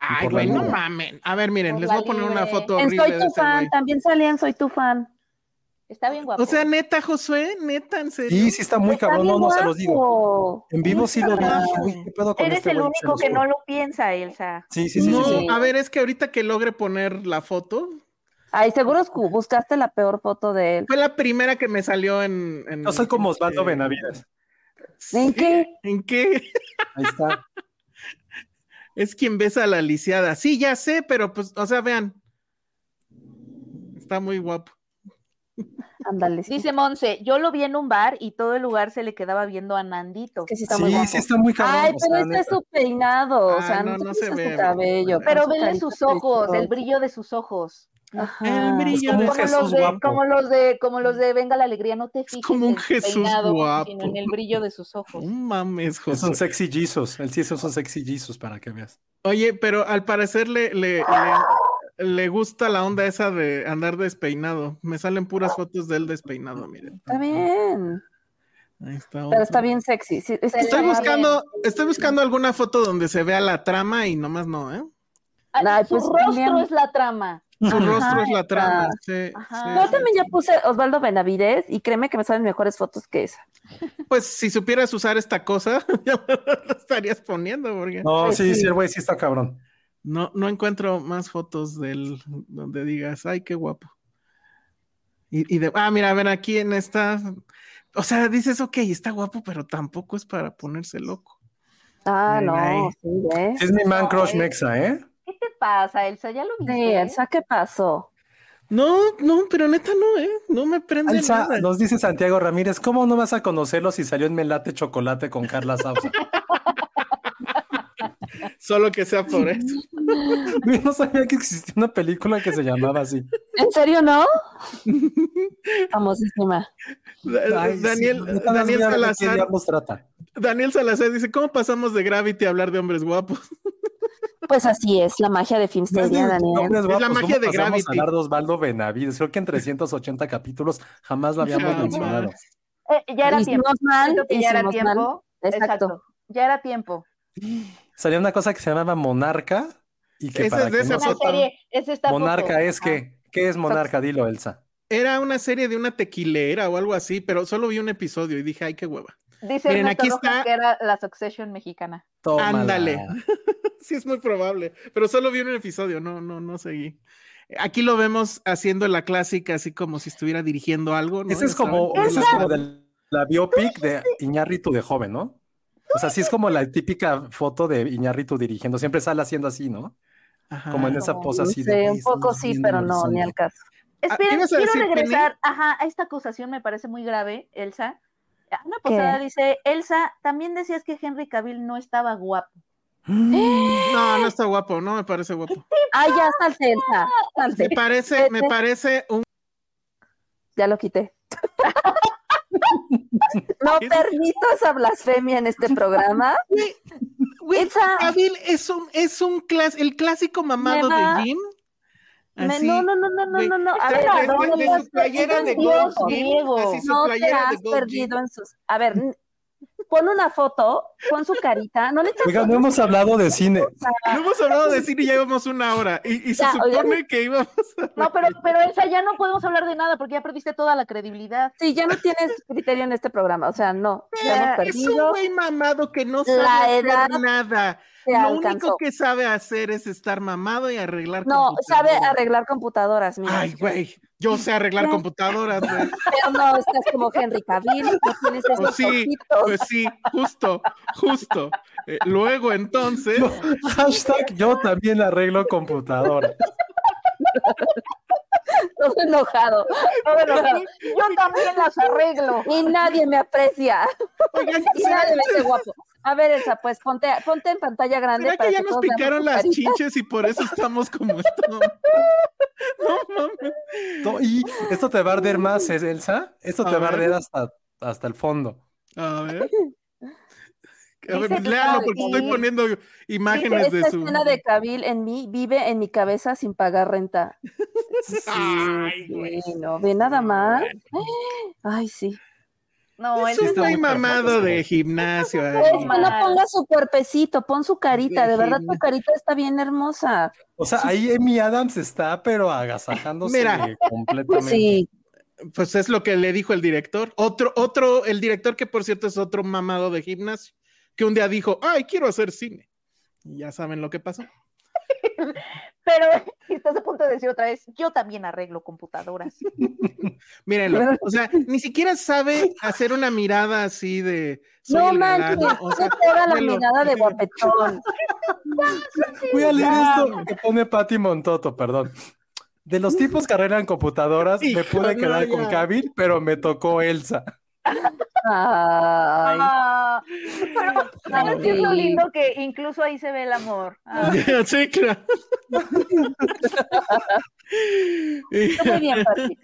Ay,
por la
güey, no
libre.
mamen. A ver, miren,
Por
les
la
voy a poner una
libre.
foto
en
horrible
Soy
de
tu
este
fan,
güey.
también salía en Soy tu fan.
Está bien guapo.
O sea, neta, Josué, neta, en serio.
Sí, sí está muy cabrón, no, no se los digo.
digo.
En vivo sí lo vi.
cabrón.
dije, "Uy, ¿qué pedo con
Eres
este
el
güey?" Se
único
los
que
juro.
no lo piensa, Elsa.
Sí, sí, sí, sí,
no,
sí.
a ver, es que ahorita que logre poner la foto,
Ay, seguro es cu- buscaste la peor foto de él.
fue la primera que me salió en. en-
Yo soy como Osvaldo
eh,
Benavides.
¿En
sí,
qué?
¿En qué?
Ahí está.
Es quien besa a la lisiada. Sí, ya sé, pero pues, o sea, vean. Está muy guapo.
Ándale. sí.
Dice Monse, yo lo vi en un bar y todo el lugar se le quedaba viendo a Nandito.
que sí está muy
Sí,
guapo.
sí está muy cabrón.
Ay,
o sea,
pero ese es
neta.
su peinado, o
Ah,
sea,
no,
no,
no
te
se
gusta
ve,
su
pero-
cabello.
Pero
su
vele
carita
sus ojos, el
preciosa.
brillo de sus ojos.
Ajá.
El brillo
Es como
de
un
Como
sus-
Jesús
los de,
guapo.
como los de, como los de Venga la Alegría, no te fijes
como un
en su
Jesús
peinado,
guapo.
sino en el brillo de sus ojos.
No mames,
Es
Josué.
un sexy Jesus. Él sí es un sexy Jesus para que veas.
Oye, pero al parecer le, le, le, le gusta la onda esa de andar despeinado. Me salen puras fotos de él despeinado, miren.
Está bien,
Ahí está.
pero
otro.
está bien sexy. sí, es que
Está
Estoy
bien.
buscando, estoy buscando alguna foto donde se vea la trama y nomás no, ¿eh?
Ah,
Ay,
su
pues,
rostro
Lilian.
es la trama.
Su
Ajá,
rostro es la trama.
está.
sí,
Ajá.
sí,
Yo
Ah, sí.
también ya puse Osvaldo Benavides y créeme que me salen mejores fotos que esa.
Pues si supieras usar esta cosa, ya lo estarías poniendo, porque no.
No,
Pues
sí,
sí.
sí, el güey sí está cabrón.
no encuentro más fotos de él donde digas, ay, qué guapo. Y, y de, ah, mira, a ver, aquí en esta. o sea, dices, ok, está guapo, pero tampoco es para ponerse loco.
Ah,
Ay,
no,
ay.
sí, ¿eh?
Es mi man crush mexa, ¿eh?
¿Qué te pasa, Elsa? Ya lo viste.
Sí, Elsa, ¿qué pasó?
No, no, pero neta no, ¿eh? No me prende
Elsa,
nada.
nos dice Santiago Ramírez, ¿cómo no vas a conocerlo si salió en Melate Chocolate con Carla Sausa?
Solo que sea por eso.
Yo no sabía que existía una película que se llamaba así.
¿En serio no? Famosísima.
Da-
Ay, sí,
Eh, Daniel,
neta, no
Daniel
sabía de qué
Salazar,
diablos trata.
Daniel Salazar dice, ¿cómo pasamos de Gravity a hablar de hombres guapos?
Pues así es, la magia de
Desde
Finsteria, Daniel.
Hombres
Pues Es la
Guapos,
magia
¿cómo
de
pasamos
Gravity.
a hablar de Osvaldo Benavides. Creo que en 380 capítulos jamás lo habíamos
Jamás.
mencionado.
Eh, ya era tiempo.
Hicimos mal,
Siento que ya era
hicimos
tiempo.
mal. Exacto.
Exacto. Ya era tiempo.
Salía una cosa que se llamaba Monarca y que
Esa ¿eh?
para
es
que
de
no
esas
Una
Sota.
serie. Ese está poco.
Monarca es
Ah,
que, ¿qué es Monarca? Dilo, Elsa.
Era una serie de una tequilera o algo así, pero solo vi un episodio y dije, ay, qué hueva.
Dice
Miren,
Ernesto
aquí
Rojas
está-
que era la Succession mexicana.
Tómala.
Ándale. Sí, es muy probable, pero solo vi un episodio, no, no, no seguí. Aquí lo vemos haciendo la clásica, así como si estuviera dirigiendo algo. ¿no?
Ese es
Ya saben.
como, ese es como de la biopic de Iñárritu de joven, ¿no? O sea, sí es como la típica foto de Iñárritu dirigiendo. Siempre sale haciendo así, ¿no?
Ajá.
Como en esa pose
No
Pues así de.
sé,
"Güey,
un poco
estamos
sí,
viendo
pero
el
no, ni
horizonte".
al caso.
Esperen,
Ah, ibas a
quiero
decir, Penny?
regresar ajá, a esta acusación, me parece muy grave, Elsa. Ana
¿Qué?
Posada dice, Elsa, también decías que Henry Cavill no estaba guapo.
No, no está guapo, no me parece guapo.
Ah, ya, salte, Elsa,
Me
salte.
parece, me parece un
Ya lo quité. No permito esa blasfemia en este programa.
Güey,
Elsa,
Avil es un, es un clas, el clásico mamado
Nena,
de Jim.
me-
Así.
no, no, no, no, no,
güey.
no, no. A
Trae-
ver,
trae-
no,
trae-
no,
de
no,
su playera de
no,
Gold
no,
Jim,
Diego,
así su
no te
playera
has
de Gold Jim.
perdido en sus. A ver, n- pon una foto, pon su carita, no le eches
Oiga, no hemos hablado de cine.
No hemos hablado de cine y ya llevamos una hora. Y, y se
Ya,
supone
oigan.
que íbamos a...
No, pero, pero Elsa, ya no podemos hablar de nada porque ya perdiste toda la credibilidad.
Sí, ya no tienes criterio en este programa, o sea, no, ya hemos
Eh, Es un
perdido,
güey mamado que no
La
sabe hacer
edad
nada.
se
Lo
alcanzó.
único que sabe hacer es estar mamado y arreglar
No, sabe
computadoras.
arreglar computadoras, mira.
Ay, güey, yo sé arreglar
Ya.
computadoras, güey.
Pero no, estás como Henry Cavill, no tienes esos
Pues sí,
ojitos.
pues sí, justo, justo. Eh, luego entonces,
Hashtag yo también arreglo computadora.
todo enojado, todo enojado.
Yo también las arreglo.
Y nadie me aprecia.
oigan,
Y
¿será-
nadie me hace guapo. A ver, Elsa, pues ponte, ponte en pantalla grande.
¿Será
para
que ya
que
nos
todos veamos
picaron
tu
las
carita.
chinches y por eso estamos como estamos? No mames.
To- Y esto te va a arder más, ¿eh, Elsa. Esto te
A
va a
ver.
arder hasta, hasta el fondo.
A ver. A
Dice
ver,
que
pues, léalo
sabe
porque
que-
estoy poniendo imágenes
Esta
de su.
escena de Cavill en mí vive en mi cabeza sin pagar renta.
Ay, güey.
Bueno, ve nada más. Ay, sí.
No,
Es
Elsa
un
está
güey
muy
mamado
perfecta.
de gimnasio. ahí.
Es que no
mal.
ponga su cuerpecito, pon su carita. De verdad, tu
Regina.
carita está bien hermosa.
O sea, ahí Amy Adams está, pero agasajándose
Mira.
completamente.
Sí.
Pues es lo que le dijo el director. Otro, otro, el director que por cierto es otro mamado de gimnasio, que un día dijo, ay, quiero hacer cine. Y ya saben lo que pasó.
Pero estás a punto de decir otra vez, yo también arreglo computadoras.
Mírenlo. O sea, ni siquiera sabe hacer una mirada así de. soy
No
el galán,
manches,
o sea,
no te haga la
velo.
mirada de guapetón.
Voy a leer
Ya.
esto que pone Patty Montoto, perdón. De los tipos que arreglan computadoras, me
Hijo,
pude
no,
quedar con
ya.
Cavill, pero me tocó Elsa.
Ay.
Ah, pero ¿sabes qué es lo
Ay.
lindo? Que incluso ahí se ve el amor. Ah,
sí, claro.
Tú Muy bien, Pati.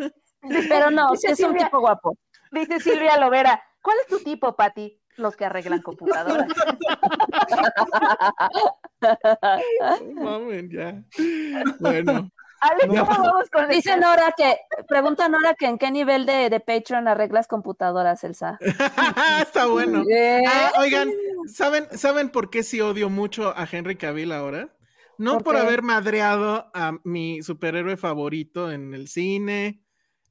Pero no, sí es un tipo guapo.
dice Silvia Lovera, ¿cuál es tu tipo, Pati? Los que arreglan computadoras.
No mamen, ya. Bueno,
Alex,
No. pues,
¿cómo vamos con el
Dice Nora que, pregunta Nora que en qué nivel de, de Patreon arreglas computadoras, Elsa.
está bueno.
Eh,
Ah, oigan, ¿saben, ¿saben por qué sí odio mucho a Henry Cavill ahora? No
¿Por
por,
qué?
haber madreado a mi superhéroe favorito en el cine,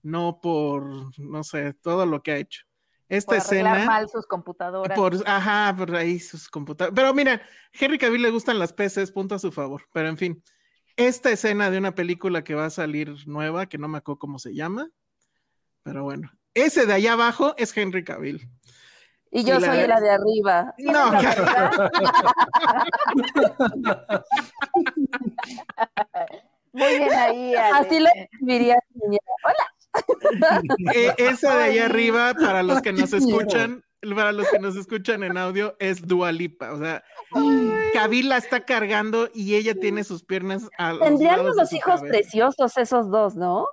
no por, no sé, todo lo que ha hecho. Esta
por arreglar
escena.
mal sus computadoras?
Por, ajá, por ahí sus computadoras. Pero mira, Henry Cavill le gustan las peces, punto a su favor. Pero en fin, esta escena de una película que va a salir nueva, que no me acuerdo cómo se llama, pero bueno, Ese de allá abajo es Henry Cavill.
Y yo
Y la-
soy la de arriba.
No,
Muy bien ahí, Ale.
Así lo escribiría. niña.
Eh, esa de allá
Ay.
arriba, para los que
Ay,
nos
qué miedo.
escuchan, para los que nos escuchan en audio, es Dualipa. O sea, Kabil la está cargando y ella tiene sus piernas a los
Tendrían
lados de
los
su
hijos
cabeza.
preciosos esos dos, ¿no?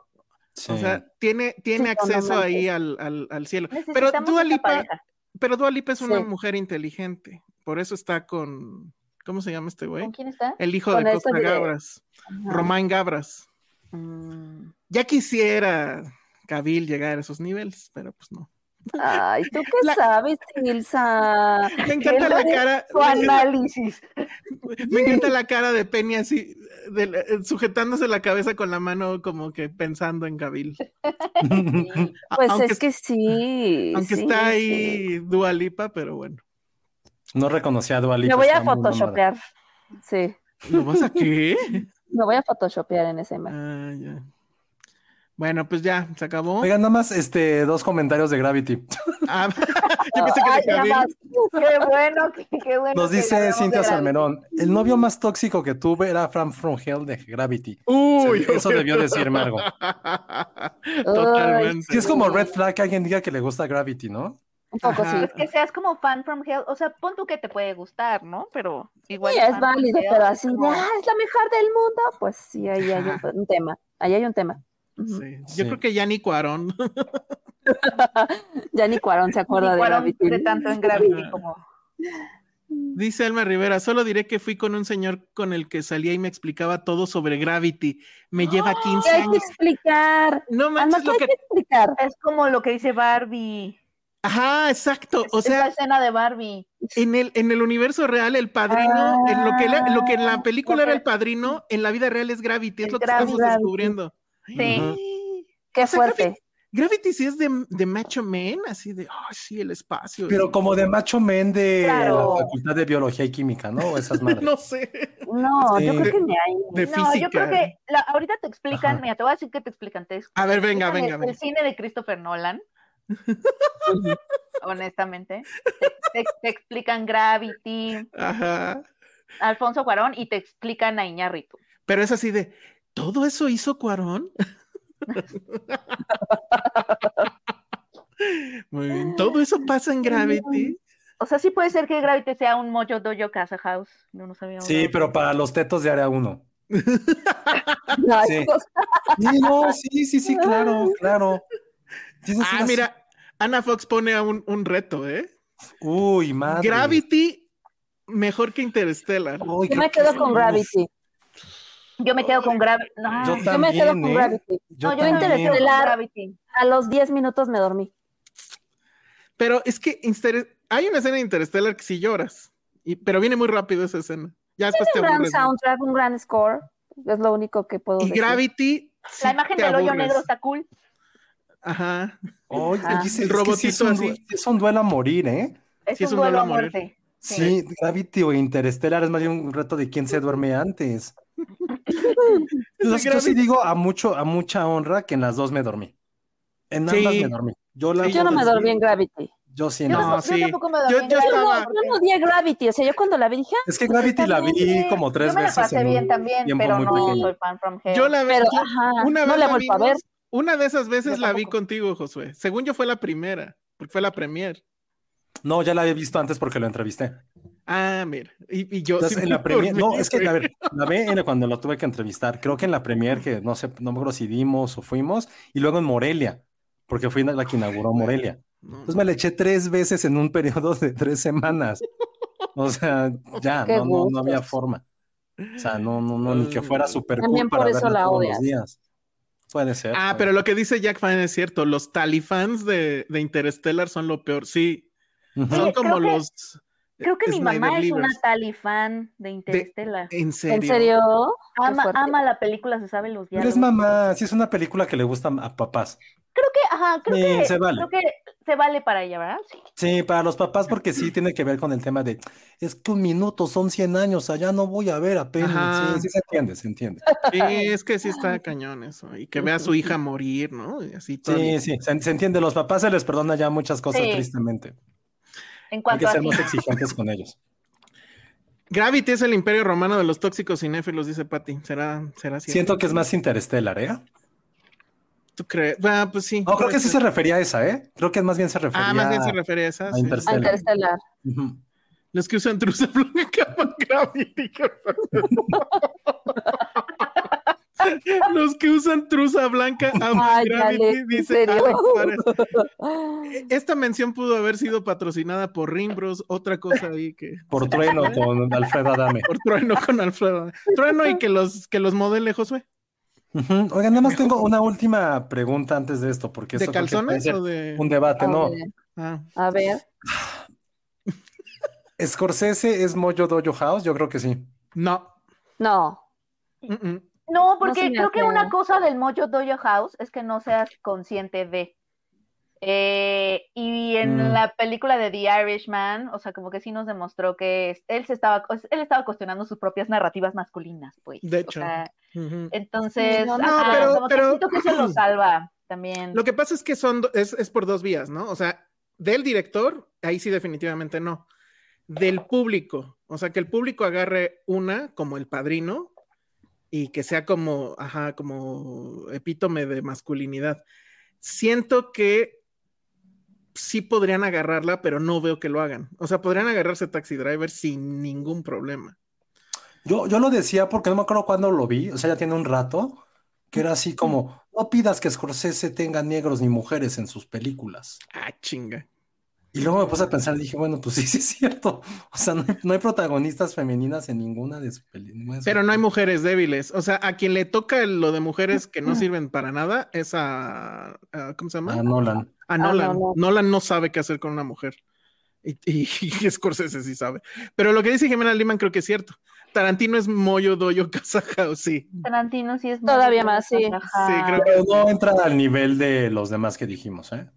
Sí.
O sea, tiene, tiene
Sí,
acceso
totalmente.
ahí al, al- al cielo. Pero
Necesitamos
Dua
esa
Lipa, ¿eh?
pareja.
pero Dua Lipa es una
Sí.
mujer inteligente. Por eso está con. ¿Cómo se llama este güey?
¿Con quién está?
El hijo
Con
de
este
Costa
de-
Gabras. Román Gabras.
Mm.
Ya quisiera Kabil llegar a esos niveles, pero pues no.
Ay, ¿tú qué
La-
sabes, Ilsa?
Me encanta la cara.
Su análisis.
Me encanta la cara de Penny así, de la- eh, sujetándose la cabeza con la mano, como que pensando en Gabil.
Sí.
A-
Pues
aunque,
es que sí.
aunque
sí,
está
sí.
ahí Dualipa, pero bueno.
No reconocía a Dua Lipa,
Me voy a
está muy mamada.
photoshopear. Sí,
¿Lo vas a qué?
me voy a photoshopear en esa imagen.
Ah, ya. Bueno, pues ya, se acabó.
Oigan, nada más este, dos comentarios de Gravity.
Ah, yo pensé que
Ay,
de
nada
Gabil.
más.
Qué bueno, que- qué bueno.
Nos
que
dice
ganamos
Cintia
de la-
Salmerón, el novio más tóxico que tuve era Fran From Hell de Gravity.
Uy,
Eso debió decirme algo.
Totalmente.
Sí, es como red flag que alguien diga que le gusta Gravity, ¿no?
Un poco
Ajá.
sí.
Es que seas como fan from hell, o sea, pon tú que te puede gustar, ¿no? Pero igual.
Sí,
fan
es
from
válido,
hell
pero así,
como-
"Ah, es la mejor del mundo. Pues sí, ahí hay un, un tema. Ahí hay un tema. Ujú.
Sí. Yo
Sí.
creo que ya ni Cuarón.
Ya ni Cuarón se acuerda
Ni
de
Cuarón
Gravity.
cree tanto en Gravity
Ajá.
como.
Dice Alma Rivera, solo diré que fui con un señor con el que salía y me explicaba todo sobre Gravity. Me
¡Ah!
lleva 15
¿Qué hay que
años.
explicar?
No
Además,
manches
¿qué
lo
hay
que
que explicar?
Es como lo que dice Barbie.
Ajá, exacto. O
Es la
sea,
escena de Barbie.
en el, en el universo real, el padrino, en lo, que la- lo que en
Ah,
la película era el padrino, en la vida real es Gravity, es
Es
lo que
Gravity.
estamos descubriendo.
Sí.
Qué
O sea, Gravity-
fuerte.
Gravity sí es de, de Macho Man, así de, ay, sí, el espacio.
Pero como de macho men de
Claro.
la Facultad de Biología y Química, ¿no? O esas madres.
no sé.
No, yo
Sí.
creo que ni hay.
De
no,
física.
yo creo que la- ahorita te explican,
Ajá.
mira, te voy a decir que te explican. Te
A ver, venga,
explican
venga,
el,
venga.
el cine de Christopher Nolan, honestamente. Te, te explican Gravity,
Ajá.
Alfonso Cuarón y te explican a Iñárritu.
Pero es así de, ¿todo eso hizo Cuarón? Muy bien, todo eso pasa en Gravity.
O sea, sí puede ser que Gravity sea un Mojo Dojo Casa House. No nos habíamos
Sí,
dado
pero para los tetos de área 1.
Ay,
Sí.
cosas.
Sí, no, sí, sí, sí, claro, claro. Sí, sí, sí,
Ah,
las-
mira, Ana Fox pone a un, un reto, ¿eh?
Uy, madre.
Gravity mejor que Interstellar.
Uy,
Yo
qué-
me quedo con Gravity.
cuenta. Yo me quedo con Gravity. No,
Yo
Yo me quedo
también,
con
¿eh?
Gravity.
Yo
no,
también.
me quedo con
Interestelar.
Gravity.
A los 10 minutos me dormí.
Pero es que Inter- hay una escena de Interstellar que sí lloras, y- pero viene muy rápido esa escena. Ya después te
Un gran
aburres. ¿no?
soundtrack, un gran score. Es lo único que puedo
Y
decir.
Gravity. sí
La imagen
te
del hoyo
aburres.
negro está cool.
Ajá.
Oye, oye,
Ajá.
es-
El
es que sí es, un,
robotito así.
due- es un duelo a morir, ¿eh?
Es
Sí,
un duelo a
morir.
muerte.
Sí, Gravity o Interstellar es más bien un reto de quién se duerme antes. Yo, sí- yo sí digo a mucho, a mucha honra que en las dos me dormí. En
Sí.
ambas me dormí. Yo, la-
Sí,
Yo no me dormí en Gravity.
Yo sí,
Yo,
no.
no.
tampoco,
sí.
yo tampoco me dormí.
Yo-
en
yo
Gravity.
Yo
estaba-
no, yo no odié Gravity. O sea, yo cuando la vi dije, "Ah,
Es que Gravity la vi
Sí,
como tres
yo me la
veces.
pasé
en un
bien también,
tiempo
pero
muy
no
pequeño.
soy fan from hell.
Yo la
ah,
ve-
pero
yo-
ajá,
una vez
no la he
la
vuelto a ver.
vimos, una de esas veces
Yo
la vi
tampoco.
contigo, Josué. Según yo fue la primera, porque fue la premier.
No, ya la había visto antes porque lo entrevisté.
Ah, mira. Y, y yo
Entonces,
sí
en
me
la premier, no,
dormí,
es que,
güey.
a ver, la ve en- cuando lo tuve que entrevistar, creo que en la premier, que no sé, no me acuerdo si dimos o fuimos, y luego en Morelia, porque fui la que inauguró Morelia.
No,
Entonces me la eché tres veces en un periodo de tres semanas. O sea, ya,
Qué
no, no, no había
gustos.
forma. O sea, no, no, no, ni que fuera super cool
También por
para
eso
verla
la
todos
odias.
los días. Puede ser.
Ah, pero lo que dice Jack Fan es cierto. Los talifans de, de Interstellar son lo peor. Sí,
Ujú.
son
Oye,
como
creo que-
los
Creo que mi mamá
Snyder
es una
Livers.
Tali fan de Interstellar.
¿En serio?
¿En serio? Qué
Ama,
fuerte.
ama la película, se sabe los
Pero
diálogos.
es mamá, sí es una película que le gusta a papás.
Creo que, ajá, creo
Sí,
que,
se vale.
creo que se vale para ella, ¿verdad? Sí.
Sí, para los papás, porque sí tiene que ver con el tema de es que un minuto son 100 años, allá no voy a ver a Penny.
Ajá.
Sí, sí se entiende, se entiende.
Sí, es que sí está cañón eso. Y que vea a su hija morir, ¿no? Y así todo.
Sí, sí, se, se entiende. Los papás se les perdona ya muchas cosas,
Sí.
tristemente.
En
Hay
cuanto
que
a
ser más
cine.
exigentes con ellos.
Gravity es el imperio romano de los tóxicos cinéfilos, dice Patty. ¿Será, será cierto?
Siento que es más interestelar, ¿eh?
¿Tú crees? Ah, pues sí.
No, Oh, creo
puede
que sí se
ser.
refería a esa, ¿eh? Creo que más bien se refería
Ah, más bien se refería a esa.
a
sí.
A
Interstellar.
Interstellar.
Ujú.
Los que usan trusa blanca para Gravity. cabrón. Los que usan trusa blanca aman
Ay,
Gravity,
dale, ¿en
dice
serio?
Alex Suárez. Esta mención pudo haber sido patrocinada por Rimbros, otra cosa ahí que
Por trueno con Alfredo Adame.
por Trueno con Alfredo. Trueno y que los que los modele Josué.
Ujú. Oigan, nada más tengo una última pregunta antes de esto, porque
¿De
esto creo que puede
calzones
ser
o de.?
un debate,
A
no.
ver,
Ah,
A ver.
¿Scorsese es Moyo Dojo House? Yo creo que sí.
no.
No.
Mm, mm.
No, porque
se me
creo que
hace.
una cosa del Mojo Dojo House es que no seas consciente de. Eh, y en
Mm.
la película de The Irishman, o sea, como que sí nos demostró que es- él se estaba, él estaba cuestionando sus propias narrativas masculinas, pues.
De
O
hecho.
sea,
Ujú.
Entonces,
No,
no,
ajá,
pero-
como que
pero-
siento que se lo salva también.
Lo que pasa es que son, do- es, es por dos vías, ¿no? O sea, del director, ahí sí definitivamente no. Del público, o sea, que el público agarre una como el padrino y que sea como, ajá, como epítome de masculinidad. Siento que sí podrían agarrarla, pero no veo que lo hagan. O sea, podrían agarrarse Taxi Driver sin ningún problema.
Yo, yo lo decía porque no me acuerdo cuándo lo vi, o sea, ya tiene un rato, que era así como, no pidas que Scorsese tenga negros ni mujeres en sus películas.
Ah, chinga.
Y luego me puse a pensar y dije, bueno, pues sí, sí es cierto. O sea, no hay, no hay protagonistas femeninas en ninguna de sus películas.
Pero no hay mujeres débiles. O sea, a quien le toca lo de mujeres que no sirven para nada es a. a- ¿Cómo se llama?
A Nolan.
A Nolan.
Nolan.
Nolan no sabe qué hacer con una mujer. Y, y- y Scorsese sí sabe. Pero lo que dice Jimena Liman creo que es cierto. Tarantino es Moyo Doyo Casajao, sí.
Tarantino sí es muy-
Todavía más, sí.
Ajá.
Sí, creo que-
Pero no entra al nivel de los demás que dijimos, ¿eh?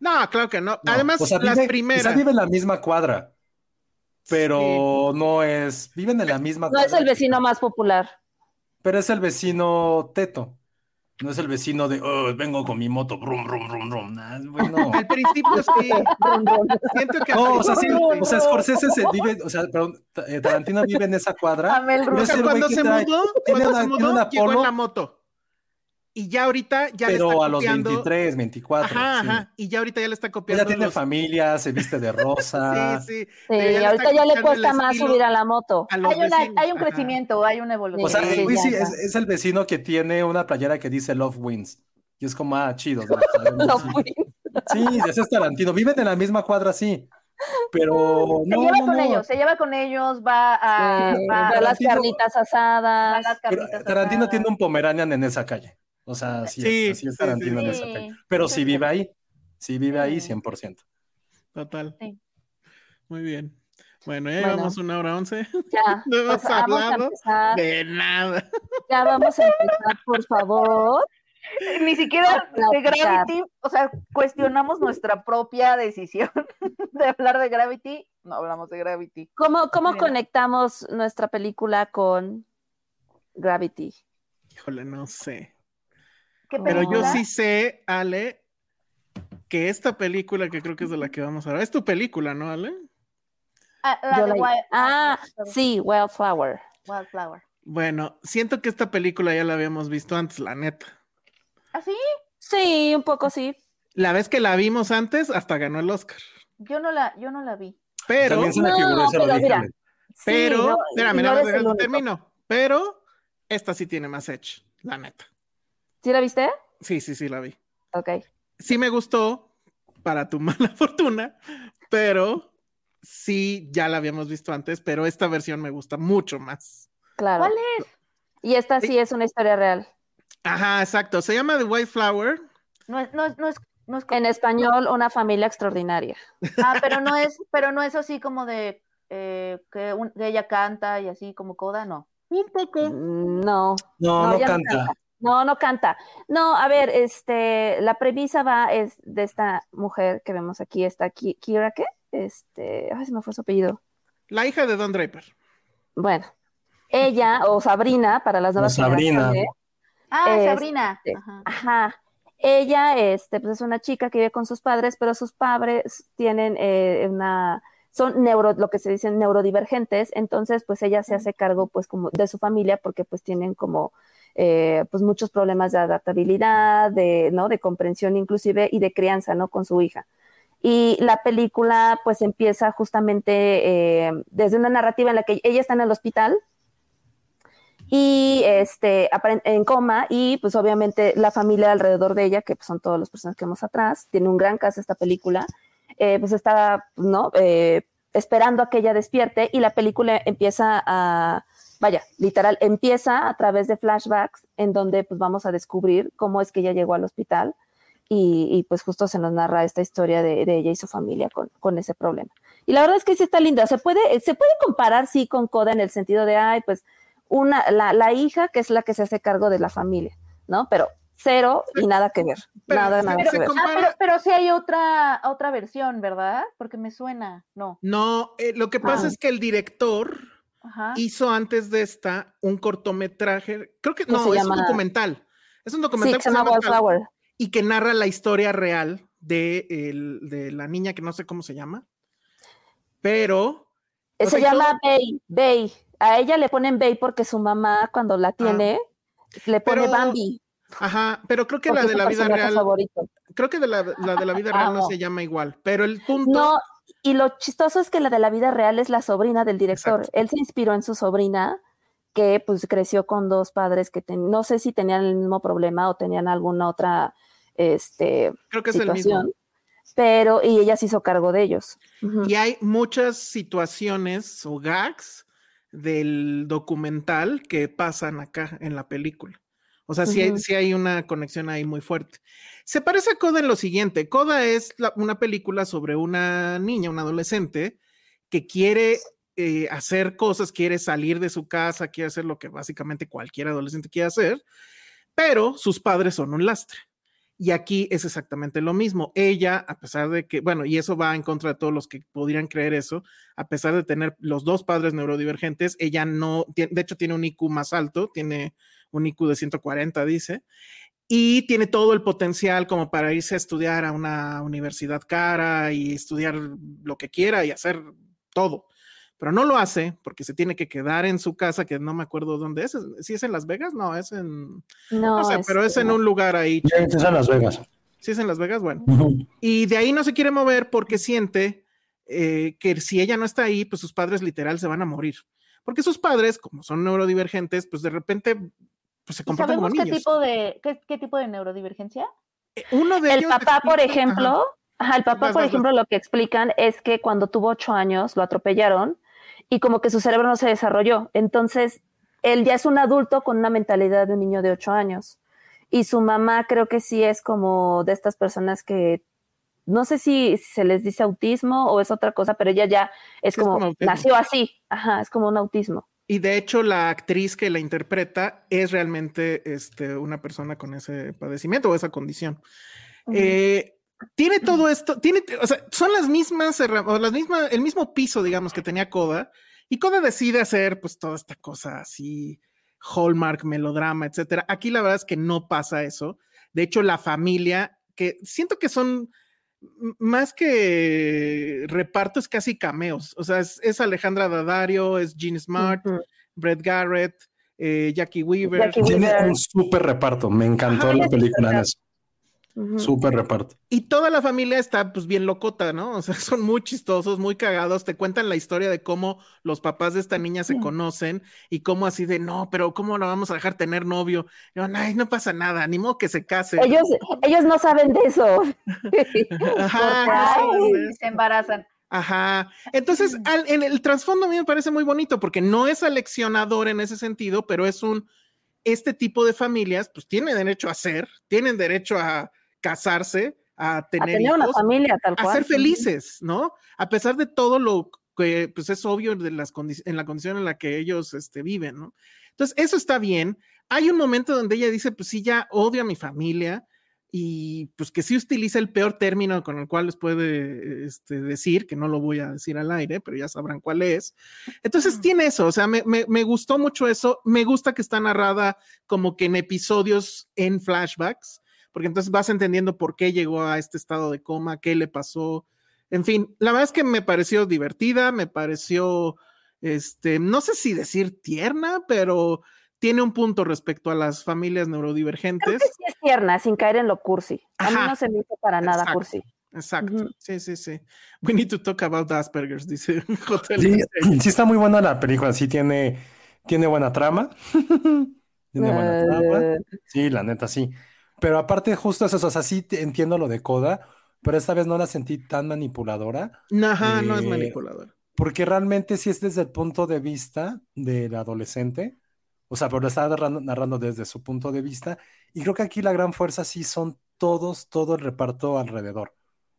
No, claro que no.
No,
Además,
o sea,
las
vive-
primeras.
quizá vive en la misma cuadra, pero no es, viven en la
Ah,
misma
No es el
cuadra,
vecino más popular.
pero es el vecino teto. No es el vecino de, "Oh, vengo con mi moto, brum, brum, brum, brum. Ah, Nah, güey, no.
Al principio sí. Siento que. al
No, o sea, sí,
principio sí.
o sea, Scorsese se vive, o sea, perdón, Ta- eh, Tarantino vive en esa cuadra.
Amel
No es
O
Rosa.
sea,
el güey
cuando
que
se
trae-
mudó,
tiene una-
cuando se
tiene
mudó,
una
llegó en
Polo.
la moto. Y ya ahorita ya le
pero
está
a los
copiando-
23, 24.
Ajá,
sí.
ajá. Y ya ahorita ya le está copiando.
Ella tiene
los-
familia, se viste de rosa.
Sí, sí.
Sí,
Pero ya le
ahorita
está
ya le
quitando el
cuesta más
estilo
subir a la moto.
a los
Hay, una-
vecinos,
hay un
ajá.
crecimiento, hay una evolución.
O sea,
Sí,
el güey
ya,
sí
ya.
es, es el vecino que tiene una playera que dice Love Wins. Y es como, ah, chido. ¿no? Sabemos,
No
sí.
fui.
Sí, ese es Tarantino. Viven en la misma cuadra, sí. Pero
se
no,
lleva
no,
con
no.
ellos, se lleva con ellos, va a,
Sí,
Ah, va
ve
a-
las
Tarantino-
carnitas
va a
asadas.
las
Pero
carnitas
Tarantino
asadas.
tiene un Pomeranian en esa calle. O sea, sí,
Sí,
es, así es
sí,
Tarantino en
sí,
esa
sí.
calle. Pero
Sí,
sí
sí.
vive ahí. Sí vive
Ah.
ahí
Sí.
100%.
Total.
Sí.
Muy bien. Bueno, ya
Bueno.
llevamos una hora once.
Ya,
No hemos
pues, vamos a
hablado
empezar.
De nada.
Ya vamos a empezar, por favor.
Ni siquiera
No,
de
platicar.
Gravity, o sea, cuestionamos nuestra propia decisión de hablar de Gravity. No hablamos de Gravity.
¿Cómo, cómo
Mira.
conectamos nuestra película con Gravity?
Híjole, no sé.
¿Qué
Pero yo
película?
sí sé, Ale, que esta película que creo que es de la que vamos a hablar. Es tu película, ¿no, Ale?
Ah, la
Yo
de
la-
Wild-
Ah, sí, Wildflower.
Wildflower.
Bueno, siento que esta película ya la habíamos visto antes, la neta.
¿Ah, sí?
Sí, un poco sí.
La vez que la vimos antes, hasta ganó el Oscar.
Yo no la, yo no la vi.
Pero,
También se me
No,
figuró ese
pero
origen.
mira, Sí,
pero,
no,
espérame,
y no
nada más
eres el
déjame
único.
termino. Pero esta sí tiene más edge, la neta.
¿Sí la viste?
Sí, sí, sí, la vi.
Ok.
sí me gustó para tu mala fortuna, pero sí ya la habíamos visto antes, pero esta versión me gusta mucho más.
Claro.
¿Cuál es?
Y esta sí es una historia real.
Ajá, exacto. Se llama The White Flower.
No es, no es, no es, no es co-
En español, una familia extraordinaria.
ah, pero no es, pero no es así como de eh, que, un- que ella canta y así como coda, no.
Un poco.
Mm, No.
No, no,
ya
canta.
No, no canta. No, a ver, este, la premisa va es de esta mujer que vemos aquí, esta Ki- Kira, ¿qué? Este, ay, se me fue su apellido.
La hija de Don Draper.
Bueno, ella o Sabrina para las nuevas
Sabrina.
generaciones.
Ah,
Este.
Sabrina. Ajá.
Ajá. Ella, este, pues es una chica que vive con sus padres, pero sus padres tienen eh, una, son neuro, lo que se dicen neurodivergentes, entonces pues ella se hace cargo pues como de su familia porque pues tienen como eh, pues muchos problemas de adaptabilidad, de, ¿no? De comprensión inclusive y de crianza, ¿no? Con su hija. Y la película pues empieza justamente eh, desde una narrativa en la que ella está en el hospital y este aparen- en coma y pues obviamente la familia alrededor de ella que pues, son todas las personas que vemos atrás tiene un gran caso esta película eh, pues está no Eh, esperando a que ella despierte y la película empieza a vaya literal empieza a través de flashbacks en donde pues vamos a descubrir cómo es que ella llegó al hospital y, y, pues justo se nos narra esta historia de, de ella y su familia con, con ese problema. Y la verdad es que sí está linda. Se puede, se puede comparar, sí, con Coda en el sentido de, ay, pues una, la, la hija que es la que se hace cargo de la familia, ¿no? Pero cero y nada que ver.
Pero-
nada, nada
pero
que
se
ver.
com-
Ah,
Compara-
pero, pero sí hay otra, otra versión, ¿verdad? Porque me suena. No.
No, eh, lo que pasa
Ah.
es que el director
Ah.
Ajá.
hizo antes de esta un cortometraje. Creo que
Que
no, es
se
un
llama-
documental. Es un
Sí,
documental
que se llama
Wallflower.
Wallflower. Eh,
y que narra la historia real de, el- de la niña que no sé cómo se llama, pero O
Eh,
sea,
Se
y
llama Bey, Bey. A ella le ponen Bey porque su mamá cuando la tiene le pone
Ah. Pero-
Bambi.
ajá, pero creo que
porque
la
es
de
su
la vida
personaje
real,
favorito.
creo que de la, la de la vida real no
Amo.
se llama igual, pero el punto,
Ah, No, y lo chistoso es que la de la vida real es la sobrina del director.
Exacto.
Él se inspiró en su sobrina, que pues creció con dos padres que ten- no sé si tenían el mismo problema o tenían alguna otra este,
creo que es el mismo.
situación, pero y ella se hizo cargo de ellos. Ujú.
Y hay muchas situaciones o gags del documental que pasan acá en la película. O sea, sí hay,
Ujú.
sí hay una conexión ahí muy fuerte. Se parece a Coda en lo siguiente. Coda es la- una película sobre una niña, una adolescente, que quiere eh, hacer cosas, quiere salir de su casa, quiere hacer lo que básicamente cualquier adolescente quiere hacer, pero sus padres son un lastre. Y aquí es exactamente lo mismo. Ella, a pesar de que, bueno, y eso va en contra de todos los que podrían creer eso, a pesar de tener los dos padres neurodivergentes, ella no, tie- de hecho tiene un IQ más alto, tiene un IQ de 140, dice, y tiene todo el potencial como para irse a estudiar a una universidad cara y estudiar lo que quiera y hacer todo. Pero no lo hace porque se tiene que quedar en su casa, que no me acuerdo dónde es. Si es en Las Vegas, no, es en.
No,
No, sé, pero es
este,
en un lugar ahí.
Ya estás en Las Vegas.
Si es en Las Vegas, bueno.
Ujú.
Y de ahí no se quiere mover porque siente eh, que si ella no está ahí, pues sus padres literal se van a morir. Porque sus padres, como son neurodivergentes, pues de repente pues,
¿Y
se comportan como
sabemos qué
niños.
tipo de qué, qué tipo de neurodivergencia?
Eh, Uno de
El
ellos
papá, por
explica- ajá,
ejemplo, ajá, el papá,
Vas, vas,
por
vas.
ejemplo, lo que explican es que cuando tuvo ocho años lo atropellaron y como que su cerebro no se desarrolló. Entonces, él ya es un adulto con una mentalidad de un niño de ocho años. Y su mamá creo que sí es como de estas personas que no sé si se les dice autismo o es otra cosa, pero ella ya es
Sí, es
como,
como autismo.
nació así, ajá, es como un autismo.
Y de hecho, la actriz que la interpreta es realmente este, una persona con ese padecimiento o esa condición. Eh, tiene todo esto, tiene, o sea, son las mismas herramientas, las mismas, el mismo piso, digamos, que tenía Coda, y Coda decide hacer pues toda esta cosa así, Hallmark, melodrama, etcétera. Aquí la verdad es que no pasa eso. De hecho, la familia, que siento que son m- más que repartos, casi cameos. O sea, es, es Alejandra Daddario, es Gene Smart,
Ujú.
Brett Garrett, eh, Jackie Weaver.
Jackie
Tiene
Weaver.
un súper reparto. Me encantó
Ajá,
la
Ah, sí,
película en
verdad.
eso.
Mm, Ujú.
Súper reparto.
Y toda la familia está pues bien locota, ¿no? O sea, son muy chistosos, muy cagados, te cuentan la historia de cómo los papás de esta niña
Mm.
se conocen y cómo así de, no, pero ¿cómo la vamos a dejar tener novio? Y van, ay, no pasa nada, ni modo que se case.
Ellos, ellos no saben de eso.
Ajá,
porque,
no
Ay,
saben de eso.
se embarazan.
Ajá. Entonces, al- en el trasfondo a mí me parece muy bonito porque no es aleccionador en ese sentido, pero es un, este tipo de familias pues tienen derecho a ser, tienen derecho a casarse, a
a
tener,
tener una
hijos,
familia tal
a
cual.
ser felices, ¿no? A pesar de todo lo que pues es obvio de las condi- en la condición en la que ellos este, viven, ¿no? Entonces, eso está bien. Hay un momento donde ella dice, pues sí, ya odio a mi familia y pues que sí utiliza el peor término con el cual les puede este, decir, que no lo voy a decir al aire, pero ya sabrán cuál es. Entonces tiene eso, o sea, me, me- me gustó mucho eso, me gusta que está narrada como que en episodios en flashbacks, porque entonces vas entendiendo por qué llegó a este estado de coma, qué le pasó, en fin, la verdad es que me pareció divertida, me pareció, este, no sé si decir tierna, pero tiene un punto respecto a las familias
Creo
neurodivergentes.
que sí es tierna, sin caer en lo cursi. A mí
Ajá.
no se me hizo para nada
Exacto.
cursi.
Exacto.
Ujú.
Sí, sí, sí. We need to talk about Asperger's, dice Hotel.
Sí, sí está muy buena la película, sí tiene, tiene buena trama. tiene buena trama.
Eh,
Sí, la neta, sí. Pero aparte, justo es eso, o sea, sí te- entiendo lo de Coda, pero esta vez no la sentí tan manipuladora,
No, ajá, no es
Eh,
manipulador.
porque realmente sí es desde el punto de vista del adolescente, o sea, pero lo está narrando, narrando desde su punto de vista, y creo que aquí la gran fuerza sí son todos, todo el reparto alrededor,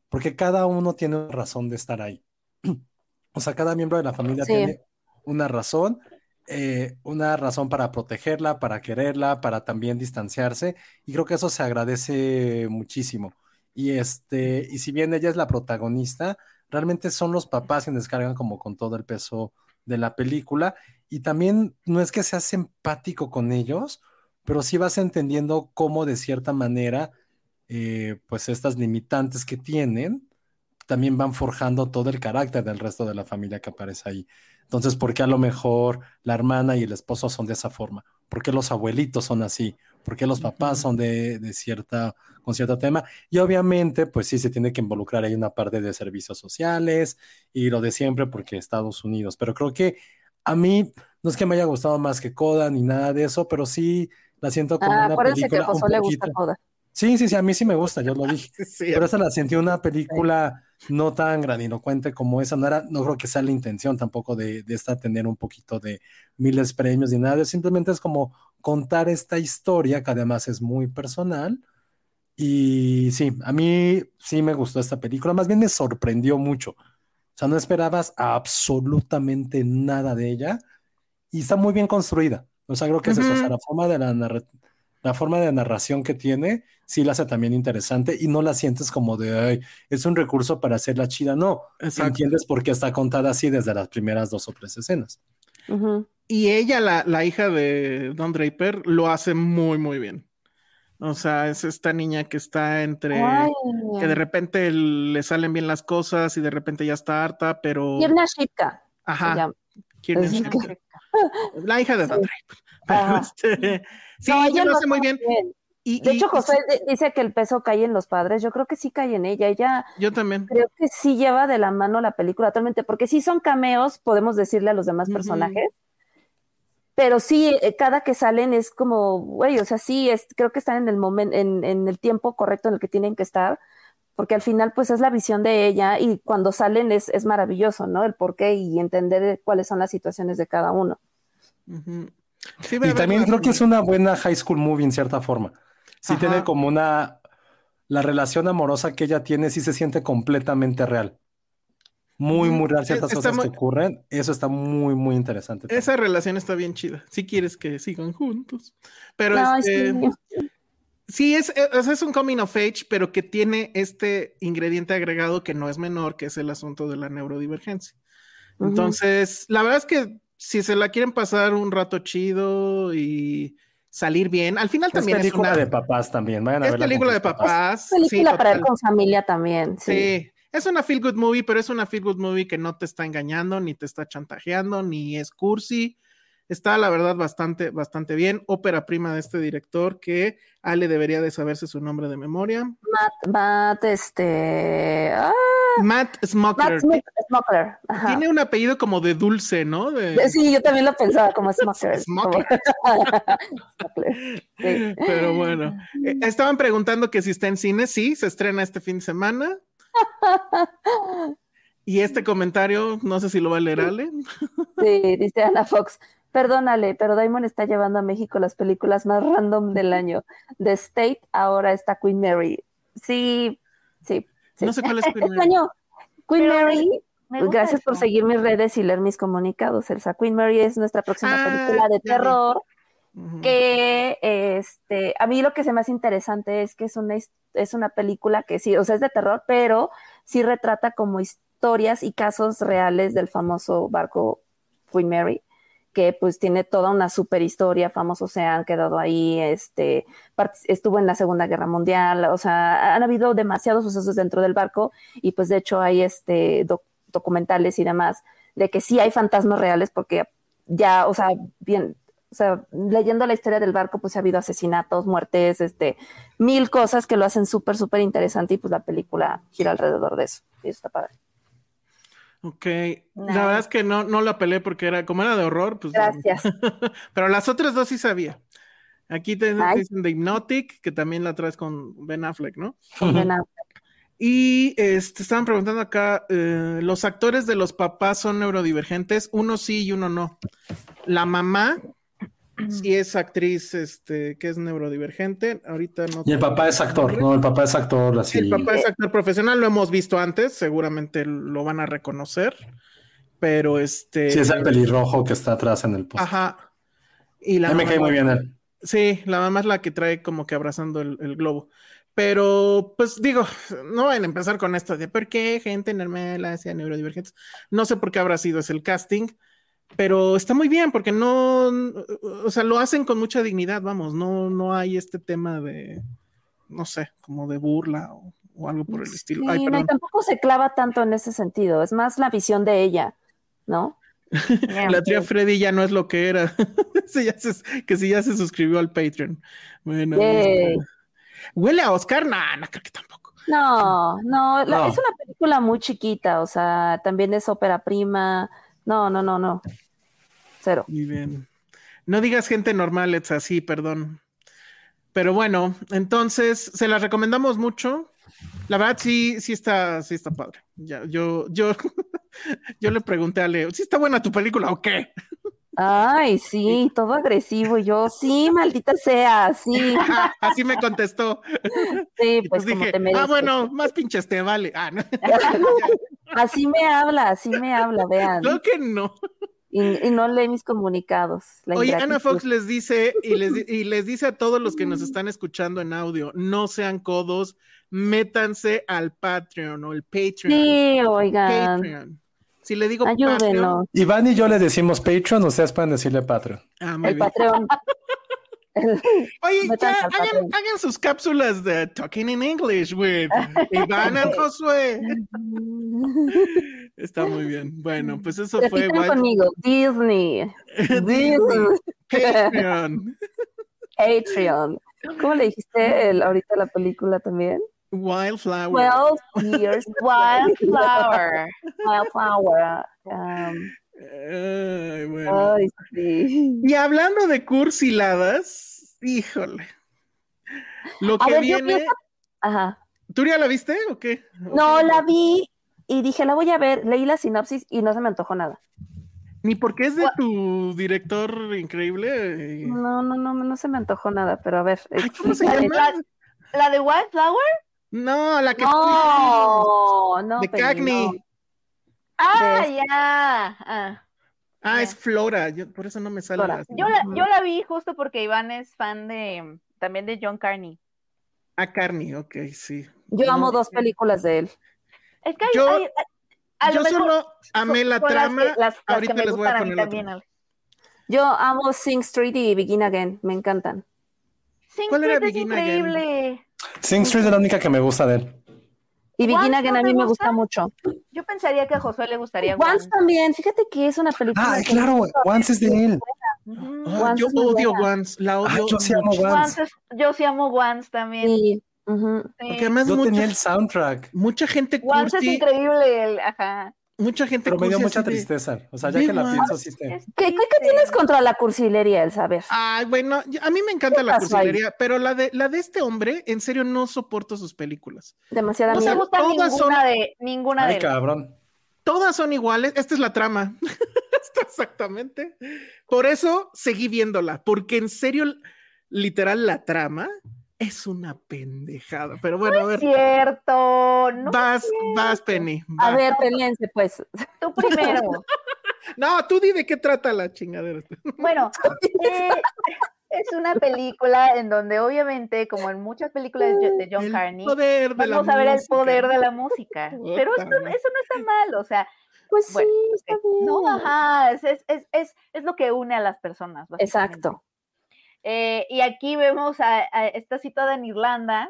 porque cada uno tiene una razón de estar ahí. O sea, cada miembro de la familia
Sí.
tiene una razón, eh, una razón para protegerla, para quererla, para también distanciarse. Y creo que eso se agradece muchísimo. Y este, y si bien ella es la protagonista, realmente son los papás quienes cargan como con todo el peso de la película. Y también no es que seas empático con ellos, pero sí vas entendiendo cómo de cierta manera, eh, pues estas limitantes que tienen también van forjando todo el carácter del resto de la familia que aparece ahí. Entonces, ¿por qué a lo mejor la hermana y el esposo son de esa forma? ¿Por qué los abuelitos son así? ¿Por qué los papás son de, de cierta, con cierto tema? Y obviamente, pues sí, se tiene que involucrar ahí una parte de servicios sociales y lo de siempre porque Estados Unidos. Pero creo que a mí, no es que me haya gustado más que Coda ni nada de eso, pero sí la siento como
ah,
una
acuérdense que
película
a
un
José le gusta
poquito-
Coda.
Sí, sí, sí, a mí sí me gusta, yo lo dije.
Sí, sí.
Pero esa la sentí una película no tan grandilocuente como esa. No, era, no creo que sea la intención tampoco de, de esta tener un poquito de miles de premios ni nada. Simplemente es como contar esta historia que además es muy personal. Y sí, a mí sí me gustó esta película. Más bien me sorprendió mucho. O sea, no esperabas absolutamente nada de ella. Y está muy bien construida. O sea, creo que es eso. O sea,
Ujú.
la forma de la narra- la forma de narración que tiene sí la hace también interesante y no la sientes como de, ay, es un recurso para hacerla chida. No,
Exacto.
entiendes por qué está contada así desde las primeras dos o tres escenas.
Ujú.
Y ella, la, la hija de Don Draper, lo hace muy, muy bien. O sea, es esta niña que está entre.
Ay,
que de repente el- le salen bien las cosas y de repente ya está harta, pero.
Yevna Shipka se
Ajá.
llama.
Kiernan
Es
Shipka. La hija de Don
Sí.
Draper. Pero,
Ajá.
este, sí,
No,
ella lo hace
está
muy bien. Y,
De
y-
hecho,
y
José
sí,
de- dice que el peso cae en los padres. Yo creo que sí cae en ella. Ella
yo también.
creo que sí lleva de la mano la película totalmente, porque sí son cameos, podemos decirle a los demás
Ujú.
personajes. Pero sí, eh, cada que salen es como, güey, o sea, sí, es, creo que están en el momento, en, en el tiempo correcto en el que tienen que estar, porque al final, pues es la visión de ella y cuando salen es, es maravilloso, ¿no? El porqué y entender cuáles son las situaciones de cada uno.
Ujú. Sí, voy a
Y también
verla
creo que
con-
es una buena high school movie en cierta forma. Sí
Ajá.
tiene como una, la relación amorosa que ella tiene sí se siente completamente real. Muy,
Ujú.
muy real ciertas
Mm, Está
cosas
muy-
que ocurren. Eso está muy, muy interesante. también.
Esa relación está bien chida. Si quieres que sigan juntos. Pero
No,
este,
sí.
sí, es, es, es un coming of age, pero que tiene este ingrediente agregado que no es menor, que es el asunto de la neurodivergencia.
Ujú.
Entonces, la verdad es que si se la quieren pasar un rato chido y salir bien, al final
Es
también es
película
una
de papás también. Vayan a
es
verla con
película
sus
de papás. sí,
película para ver
total.
con familia también, sí.
Sí, es una feel good movie, pero es una feel good movie que no te está engañando, ni te está chantajeando, ni es cursi. Está, la verdad, bastante, bastante bien. Ópera prima de este director que Ale debería de saberse su nombre de memoria.
Matt, este. ah,
Matt Smucker.
Matt Smith, Smucker. ajá.
Tiene un apellido como de dulce, ¿no? De-
Eh, Sí, yo también lo pensaba como Smucker.
Smucker.
como- Smucker, sí.
Pero bueno, Eh, estaban preguntando que si está en cine. Sí, se estrena este fin de semana. Y este comentario, no sé si lo va a leer Ale.
Sí, dice Ana Fox. Perdónale, pero Damon está llevando a México las películas más random del año. The State, ahora está Queen Mary. Sí, sí. sí.
No sé cuál es
Este
primero.
año, Queen Mary
Me gusta
Gracias por
eso.
seguir mis redes y leer mis comunicados. Elsa Queen Mary es nuestra próxima
Ah,
película de
ya vi.
terror.
Ujú.
Que este, a mí lo que se me hace interesante es que es una, his- es una película que sí, o sea, es de terror, pero sí retrata como historias y casos reales del famoso barco Queen Mary, que pues tiene toda una super historia. Famosos se han quedado ahí, este, part- estuvo en la Segunda Guerra Mundial, o sea, han habido demasiados sucesos dentro del barco y pues de hecho hay este doc- documentales y demás de que sí hay fantasmas reales porque ya, o sea, bien, o sea, leyendo la historia del barco pues ha habido asesinatos, muertes, este, mil cosas que lo hacen súper, súper interesante y pues la película gira alrededor de eso. Y eso está padre.
Ok.
Nice.
La verdad es que no, no la peleé porque era, como era de horror, pues.
Gracias.
Pero las otras dos sí sabía. Aquí te te
Ay.
dicen The Hypnotic, que también la traes con Ben Affleck, ¿no?
Buena-
Y este, estaban preguntando acá, eh, los actores de los papás son neurodivergentes, uno sí y uno no. La mamá sí es actriz, este, que es neurodivergente, ahorita no.
Y el papá es actor, no, el papá es actor, así.
El papá es actor profesional, lo hemos visto antes, seguramente lo van a reconocer, pero este...
Sí, es el pelirrojo que está atrás en el post.
Ajá. Y la
A mí me cae
mamá-
muy bien él.
Sí, la mamá es la que trae como que abrazando el, el globo. Pero, pues digo, no van a empezar con esto de por qué gente normal hacia neurodivergentes. No sé por qué habrá sido ese el casting, pero está muy bien porque no, o sea, lo hacen con mucha dignidad, vamos, no, no hay este tema de, no sé, como de burla o, o algo por el estilo. Ay,
Sí, no, y
perdón.
tampoco se clava tanto en ese sentido, es más la visión de ella, ¿no?
La tía Freddy ya no es lo que era. Sí, ya se- que sí ya se suscribió al Patreon. Bueno,
Yay.
huele a Oscar, no, no creo que tampoco.
No, no, la-
No.
es una película muy chiquita, o sea, también es ópera prima. No, no, no, no. Cero.
Muy bien. No digas gente normal, es así, perdón. Pero bueno, entonces se las recomendamos mucho. La verdad, sí, sí está, sí está padre. Ya, yo, yo, yo le pregunté a Leo, ¿sí está buena tu película o qué?
Ay, sí, todo agresivo. y Yo, sí, maldita sea, sí,
Así me contestó.
sí,
Y
pues
pues
como
dije,
te mereces.
ah, bueno, más pinches te vale. Ah, no,
Así me habla, así me habla, vean.
creo que no.
Y, y no lee mis comunicados. la
Oye,
ingratitud.
Ana Fox les dice y les, di- y les dice a todos los que nos están escuchando en audio, no sean codos, métanse al Patreon o el Patreon.
Sí, oigan,
Patreon. Si le digo Patreon,
ayúdenos.
Iván y yo le decimos Patreon, ustedes pueden decirle Patreon.
ah, muy
El
bien.
patrón. El-
Oye, ya,
Métanse al
hagan,
Patreon.
hagan sus cápsulas de Talking in English with Iván and Josué. Está muy bien. Bueno, pues eso fue
Repitan
Wild
conmigo, Disney,
Disney
Disney,
Patreon.
Patreon. ¿Cómo le dijiste el- ahorita la película también?
Wildflower.
12 years,
Wildflower.
Wildflower. Um,
Ay, bueno.
ay, sí.
Y hablando de cursiladas, híjole. Lo
A
que
ver, yo
viene.
pienso- Ajá.
¿Tú ya la viste o qué?
No, la vi y dije, la voy a ver. Leí la sinopsis y no se me antojó nada.
Ni porque es de tu director increíble. eh,
No, no, no, no se me antojó nada, pero a ver.
Ay, ¿cómo se
explícame.
llama?
¿La de Wildflower?
No, la que.
No, no.
de
Penny,
Cagney.
no.
Ah,
De-
ya. Ah.
Ah, es Flora. yo- por eso no me sale.
Flora.
la-
Yo, la, yo la vi justo porque Iván es fan de también de John Carney.
Ah, Carney, ok, sí.
Yo amo
No.
dos películas de él.
Es que hay,
Yo-
hay- a
Yo
lo mejor
solo amé
son-
la
son las
trama.
que- las- las que
ahorita
me
les voy a
gustan mí
poner la
también,
trama.
Ale.
Yo amo Sing Street y Begin Again. Me encantan.
Sing
¿Cuál era
Street es
Begin Again?
increíble.
Sing Street es la única que me gusta de él.
Y Begin
¿Once
Again
no
a
te
mí me
gusta?
gusta mucho.
Yo pensaría que a Josué le gustaría
Once
Wanda.
también. Fíjate que es una película.
Ah,
que-
claro, Once es de él.
Ujú.
Ah,
Once
yo
es muy
odio Once, la
Ah,
odio.
yo sí amo
mucho,
Once.
Once es- yo sí amo Once también.
Sí, ujú.
sí.
Porque además
Yo
mucha,
tenía el soundtrack,
mucha gente
Once es
cursi,
increíble. el- ajá.
mucha gente
pero me dio
cursi
mucha
así de-
tristeza. O sea, ya
Ve
que la
Once.
pienso, sí te...
Es
¿Qué, qué, qué
triste.
tienes contra la cursilería, el saber?
Ay, bueno, yo- a mí me encanta
¿Qué
la
pasó ahí?
cursilería, pero la de la de este hombre, en serio no soporto sus películas.
Demasiada
No
O sea,
me gusta
mierda.
todas
ninguna
son-
de ninguna
Ay,
de las-
cabrón.
Todas son iguales, esta es la trama. Esta exactamente. Por eso seguí viéndola, porque en serio literal la trama Es una pendejada. Pero bueno, a ver.
Cierto. No
vas,
es cierto.
vas, Penny.
A
vas.
ver, pelense, pues.
Tú primero.
No, tú di de qué trata la chingadera.
Bueno, eh, es una película en donde obviamente, como en muchas películas de de John
El
Carney,
poder de la
vamos a ver el
música.
poder de la música.
Puta
Pero esto-
madre.
eso no está mal, o sea,
Pues
Bueno,
sí,
ok.
está bien.
no, ajá, es, es, es, es- es lo que une a las personas. básicamente.
Exacto.
Eh, y aquí vemos a, a- está situada en Irlanda.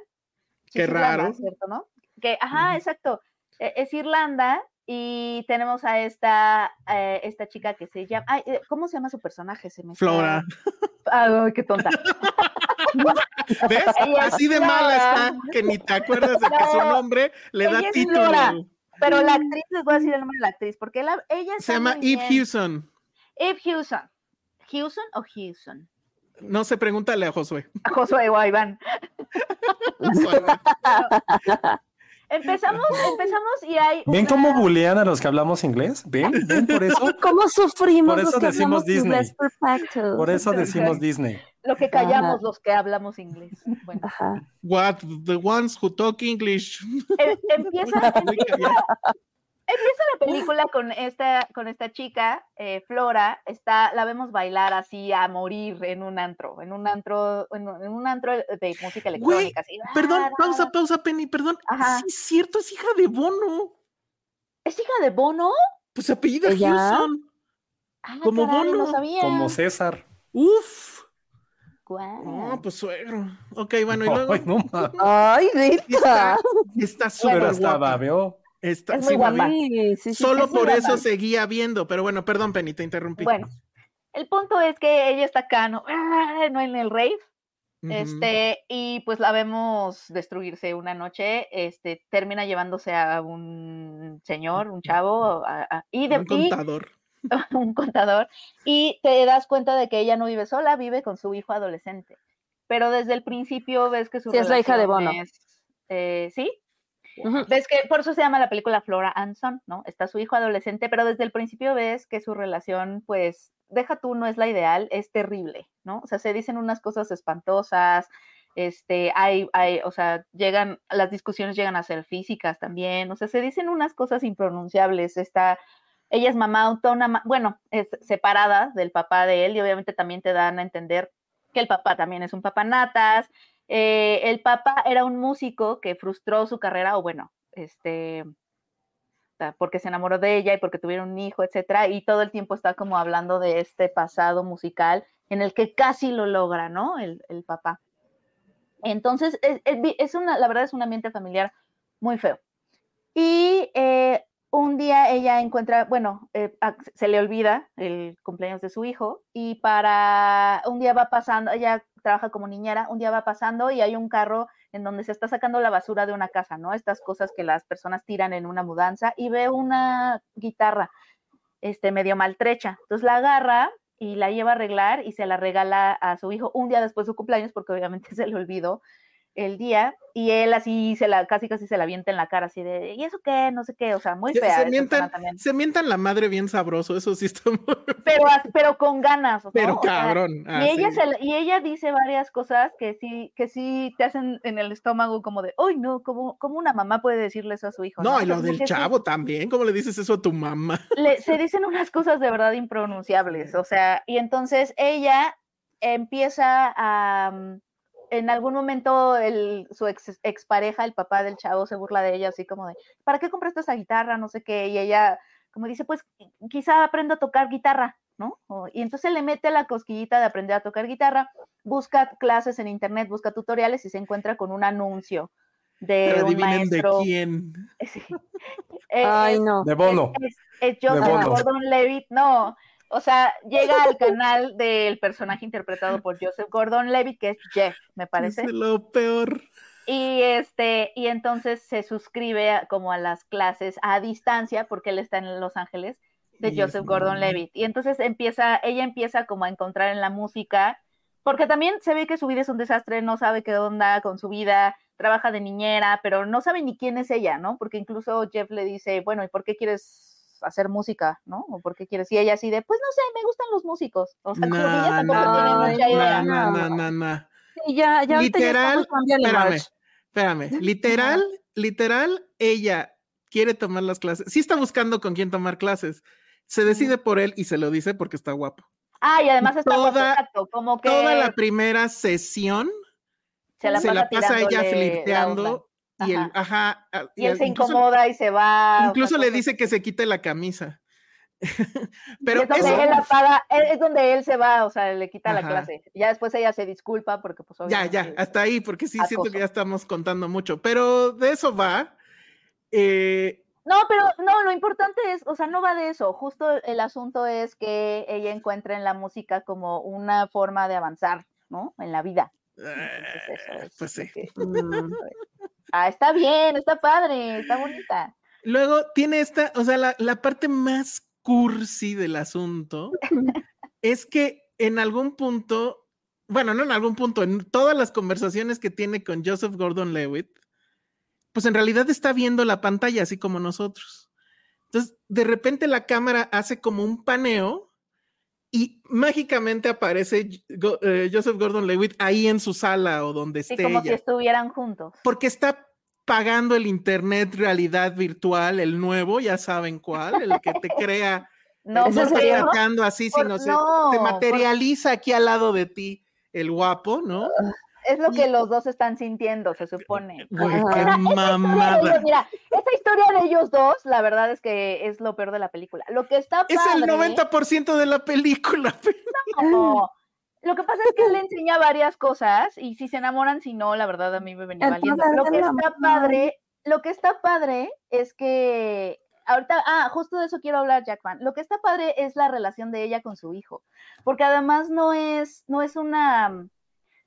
Sí,
Qué
es Irlanda,
raro.
¿cierto, no? Que, ajá, exacto. e- Es Irlanda y tenemos a esta, eh, esta chica que se llama. ay, eh, ¿Cómo se llama su personaje? Se me está-
Flora.
Ay, qué tonta.
¿Ves?
Ella es
Así de
Flora.
mala está que ni te acuerdas de que su
No,
nombre le da
ella es
título.
Flora. Pero la actriz, les voy a decir el nombre de la actriz, porque la- ella
Se
está
llama
muy
Eve
bien.
Hewson.
Eve Hewson. ¿Hewson o Hewson?
No se pregúntale a Josué.
A Josué o a Iván.
Josué.
Empezamos, empezamos y hay.
¿Ven
una-
cómo bulean a los que hablamos inglés? ¿Ven? ¿Ven por eso?
¿Cómo sufrimos
Por
los
eso
que
decimos
hablamos
Disney.
inglés perfecto?
Por eso decimos Disney.
Lo que callamos
Ajá.
los que hablamos inglés. Bueno,
Ajá.
What the ones who talk English.
em- empieza, empieza
Muy callado.
la película con esta, con esta chica, eh, Flora, está, la vemos bailar así a morir en un antro, en un antro, en un, en un antro de música
Güey,
electrónica. así, Ah,
Perdón, pausa, pausa, Penny, perdón.
Ajá.
Sí, es cierto, es hija de Bono.
¿Es hija de Bono?
Pues se apellida
¿Ella?
Hewson.
Ah,
Como
caray, No
Bono,
sabía.
Como César.
Uf.
Guau.
No, pues suegro. Ok, bueno, y luego
Ay, no mames.
Ay, Rita.
está, está súper
Pero hasta
guapa.
babeo.
Está-
Es muy
la vi.
guapa.
Sí, sí, sí,
Solo
sí,
por
sí,
eso seguía viendo, pero bueno, perdón, Penny, te interrumpí.
Bueno, el punto es que ella está acá, ¿no? Ah, no en el rave.
Ujú.
Este, y pues la vemos destruirse una noche, este, termina llevándose a
Mm,
un señor, un chavo, a- a- y de
un
y-
contador.
un contador, y te das cuenta de que ella no vive sola, vive con su hijo adolescente. Pero desde el principio ves que su
Sí, es la hija de
relación
Bono.
es, eh, sí,
Ujú.
ves que por eso se llama la película Flora and Son, ¿no? Está su hijo adolescente, pero desde el principio ves que su relación, pues, deja tú, no es la ideal, es terrible, ¿no? O sea, se dicen unas cosas espantosas, este, hay, hay, o sea, llegan, las discusiones llegan a ser físicas también, o sea, se dicen unas cosas impronunciables, está, ella es mamá autónoma, bueno, es separada del papá de él y obviamente también te dan a entender que el papá también es un papanatas, eh, el papá era un músico que frustró su carrera, o bueno, este, ta- porque se enamoró de ella y porque tuvieron un hijo, etcétera, y todo el tiempo está como hablando de este pasado musical en el que casi lo logra, ¿no? El, el papá. Entonces, es, es vi- es una, la verdad es un ambiente familiar muy feo. Y eh, un día ella encuentra, bueno, eh, a- se le olvida el cumpleaños de su hijo y para un día va pasando, ella trabaja como niñera, un día va pasando y hay un carro en donde se está sacando la basura de una casa, ¿no? Estas cosas que las personas tiran en una mudanza y ve una guitarra este medio maltrecha. Entonces la agarra y la lleva a arreglar y se la regala a su hijo un día después de su cumpleaños porque obviamente se le olvidó el día y él así se la casi casi se la avienta en la cara así de ¿y eso qué? no sé qué, o sea, muy
Se-
fea.
se
esa
mientan-
zona también.
Se mientan la madre bien sabroso, eso sí está muy...
pero, as- pero con ganas. ¿no?
Pero
O sea,
cabrón. Ah,
y, ella
sí.
se la- y ella dice varias cosas que sí, que sí te hacen en el estómago como de, ¡ay no! ¿Cómo, cómo una mamá puede decirle eso a su hijo?
No, y
O sea,
lo
como
del
que sí,
chavo también, ¿cómo le dices eso a tu mamá?
le- se dicen unas cosas de verdad impronunciables, o sea, y entonces ella empieza a... mm, En algún momento el, su ex, expareja, el papá del chavo, se burla de ella así como de, ¿para qué compraste esa guitarra? No sé qué. Y ella como dice, pues quizá aprendo a tocar guitarra, ¿no? O- y entonces le mete la cosquillita de aprender a tocar guitarra, busca clases en internet, busca tutoriales y se encuentra con un anuncio de
Pero
un
adivinen de
maestro.
quién.
Sí. Eh,
Ay, no.
De bono.
es, es Joseph
Bono.
Gordon-Levitt, no. O sea, llega al canal del personaje interpretado por Joseph Gordon-Levitt, que es Jeff, me parece.
Es lo peor.
Y este, y entonces se suscribe a- como a las clases a distancia, porque él está en Los Ángeles, de
Y es
Joseph
muy-
Gordon-Levitt. Y entonces empieza, ella empieza como a encontrar en la música, porque también se ve que su vida es un desastre, no sabe qué onda con su vida, trabaja de niñera, pero no sabe ni quién es ella, ¿no? Porque incluso Jeff le dice, bueno, ¿y por qué quieres hacer música, no? ¿O por qué quieres? Y ella así de, pues no sé, me gustan los músicos. O sea, como que ella
No,
tampoco tiene
no,
mucha
no,
idea.
no, no, no, no.
Sí, ya, ya ahorita
Literal,
ya estamos cambiando de
espérame,
marcha.
espérame. Literal, literal, ella quiere tomar las clases. Sí está buscando con quién tomar clases. Se decide por él y se lo dice porque está guapo.
Ah, y además está
Toda-
guapo, exacto, como que
Toda la primera sesión
se la
se la
pasa,
pasa ella
tirándole la onda.
flirteando y él,
Ajá.
ajá, a-
Y él se
incluso-
incomoda y se va.
Incluso
o sea,
le
cosas
dice que se quite la camisa. Pero
es donde
eso-
él apaga, es es donde él se va, o sea, le quita la
Ajá.
clase. Ya después ella se disculpa porque pues
ya, ya,
obviamente-
hasta ahí, porque sí siento
acoso.
que ya estamos contando mucho, pero de eso va. Eh,
No, pero no, lo importante es, o sea, no va de eso. Justo el asunto es que ella encuentra en la música como una forma de avanzar, ¿no? En la vida. Entonces, eso
eh,
es
pues
lo
sí.
que-
Mm,
Ah, está bien, está padre, está bonita.
Luego tiene esta, o sea, la, la parte más cursi del asunto es que en algún punto, bueno, no en algún punto, en todas las conversaciones que tiene con Joseph Gordon Lewitt, pues en realidad está viendo la pantalla, así como nosotros. Entonces, de repente la cámara hace como un paneo y mágicamente aparece J- Go- eh, Joseph Gordon Lewitt ahí en su sala o donde
Sí,
esté.
como si
ella
estuvieran juntos.
porque está pagando el internet realidad virtual, el nuevo, ya saben cuál, el que te crea,
No,
no
Ese
está
porque-
sería-
atacando así,
por-
sino se,
no,
se
por-
materializa aquí al lado de ti el guapo, ¿no?
es lo que
y-
los dos están sintiendo, se supone.
Güey,
Ajá.
qué
Ahora, esa historia de ellos,
mamada.
mira, esta historia de ellos dos, la verdad es que es lo peor de la película. Lo que está
Es el
padre-
90% de la película. pero-
como- Lo que pasa es que él le enseña varias cosas y si se enamoran, si no, la verdad a mí me venía
El
valiendo.
poder
Lo
del
que está
amor.
padre, lo que está padre es que ahorita, ah, justo de eso quiero hablar, Jackman. Lo que está padre es la relación de ella con su hijo, porque además no es, no es una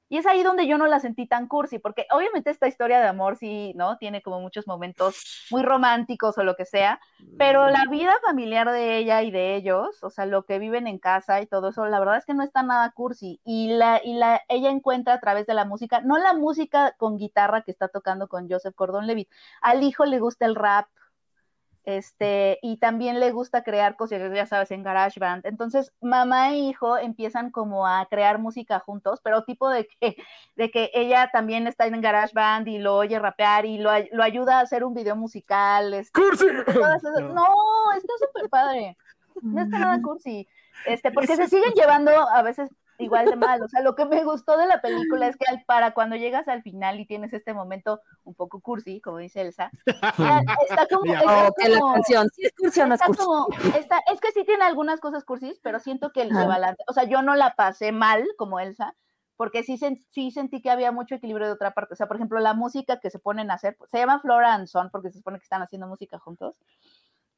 y es ahí donde yo no la sentí tan cursi, porque obviamente esta historia de amor sí, ¿no? Tiene como muchos momentos muy románticos o lo que sea, pero la vida familiar de ella y de ellos, o sea, lo que viven en casa y todo eso, la verdad es que no está nada cursi. Y la, y la, ella encuentra a través de la música, no la música con guitarra que está tocando con Joseph Cordón Levitt, al hijo le gusta el rap. Este, y también le gusta crear cosas, ya sabes, en GarageBand. Entonces, mamá e hijo empiezan como a crear música juntos, pero tipo de que, de que ella también está en GarageBand y lo oye rapear y lo, ay- lo ayuda a hacer un video musical. este,
¡Cursi!
todas esas-
No.
No, está súper padre. No está nada cursi. Este, porque se siguen llevando a veces igual de mal. O sea, lo que me gustó de la película es que al- para cuando llegas al final y tienes este momento un poco cursi, como dice Elsa, ya está como.
Ya.
está
o Oh, que la
como-
canción, sí es cursi o no es
está
cursi.
como- está- es que sí tiene algunas cosas cursis, pero siento que el
Ajá.
balance, o sea, yo no la pasé mal como Elsa, porque sí, sen- sí sentí que había mucho equilibrio de otra parte. O sea, por ejemplo, la música que se ponen a hacer, pues, se llama Flora and Son porque se supone que están haciendo música juntos.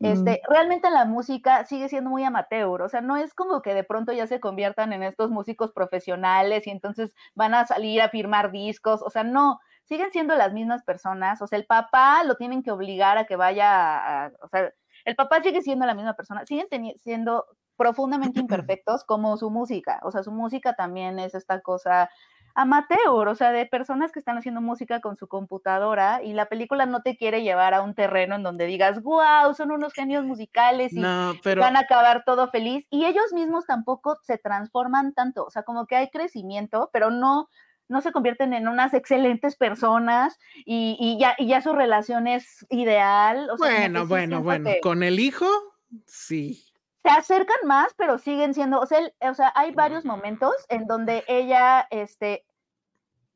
Este, Realmente la música sigue siendo muy amateur, o sea, no es como que de pronto ya se conviertan en estos músicos profesionales y entonces van a salir a firmar discos, o sea, no, siguen siendo las mismas personas, o sea, el papá lo tienen que obligar a que vaya, a- a- o sea, el papá sigue siendo la misma persona, siguen teni- siendo profundamente imperfectos como su música, o sea, su música también es esta cosa amateur, o sea, de personas que están haciendo música con su computadora y la película no te quiere llevar a un terreno en donde digas, wow, son unos genios musicales y
No, pero
van a acabar todo feliz y ellos mismos tampoco se transforman tanto, o sea, como que hay crecimiento, pero no no se convierten en unas excelentes personas y, y ya y ya su relación es ideal. o sea, como que
bueno,
sí
bueno,
siento
bueno.
que-
Con el hijo, sí.
se acercan más, pero siguen siendo, o sea, el- o sea, hay varios momentos en donde ella, este,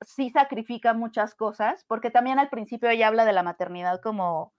sí sacrifica muchas cosas, porque también al principio ella habla de la maternidad como,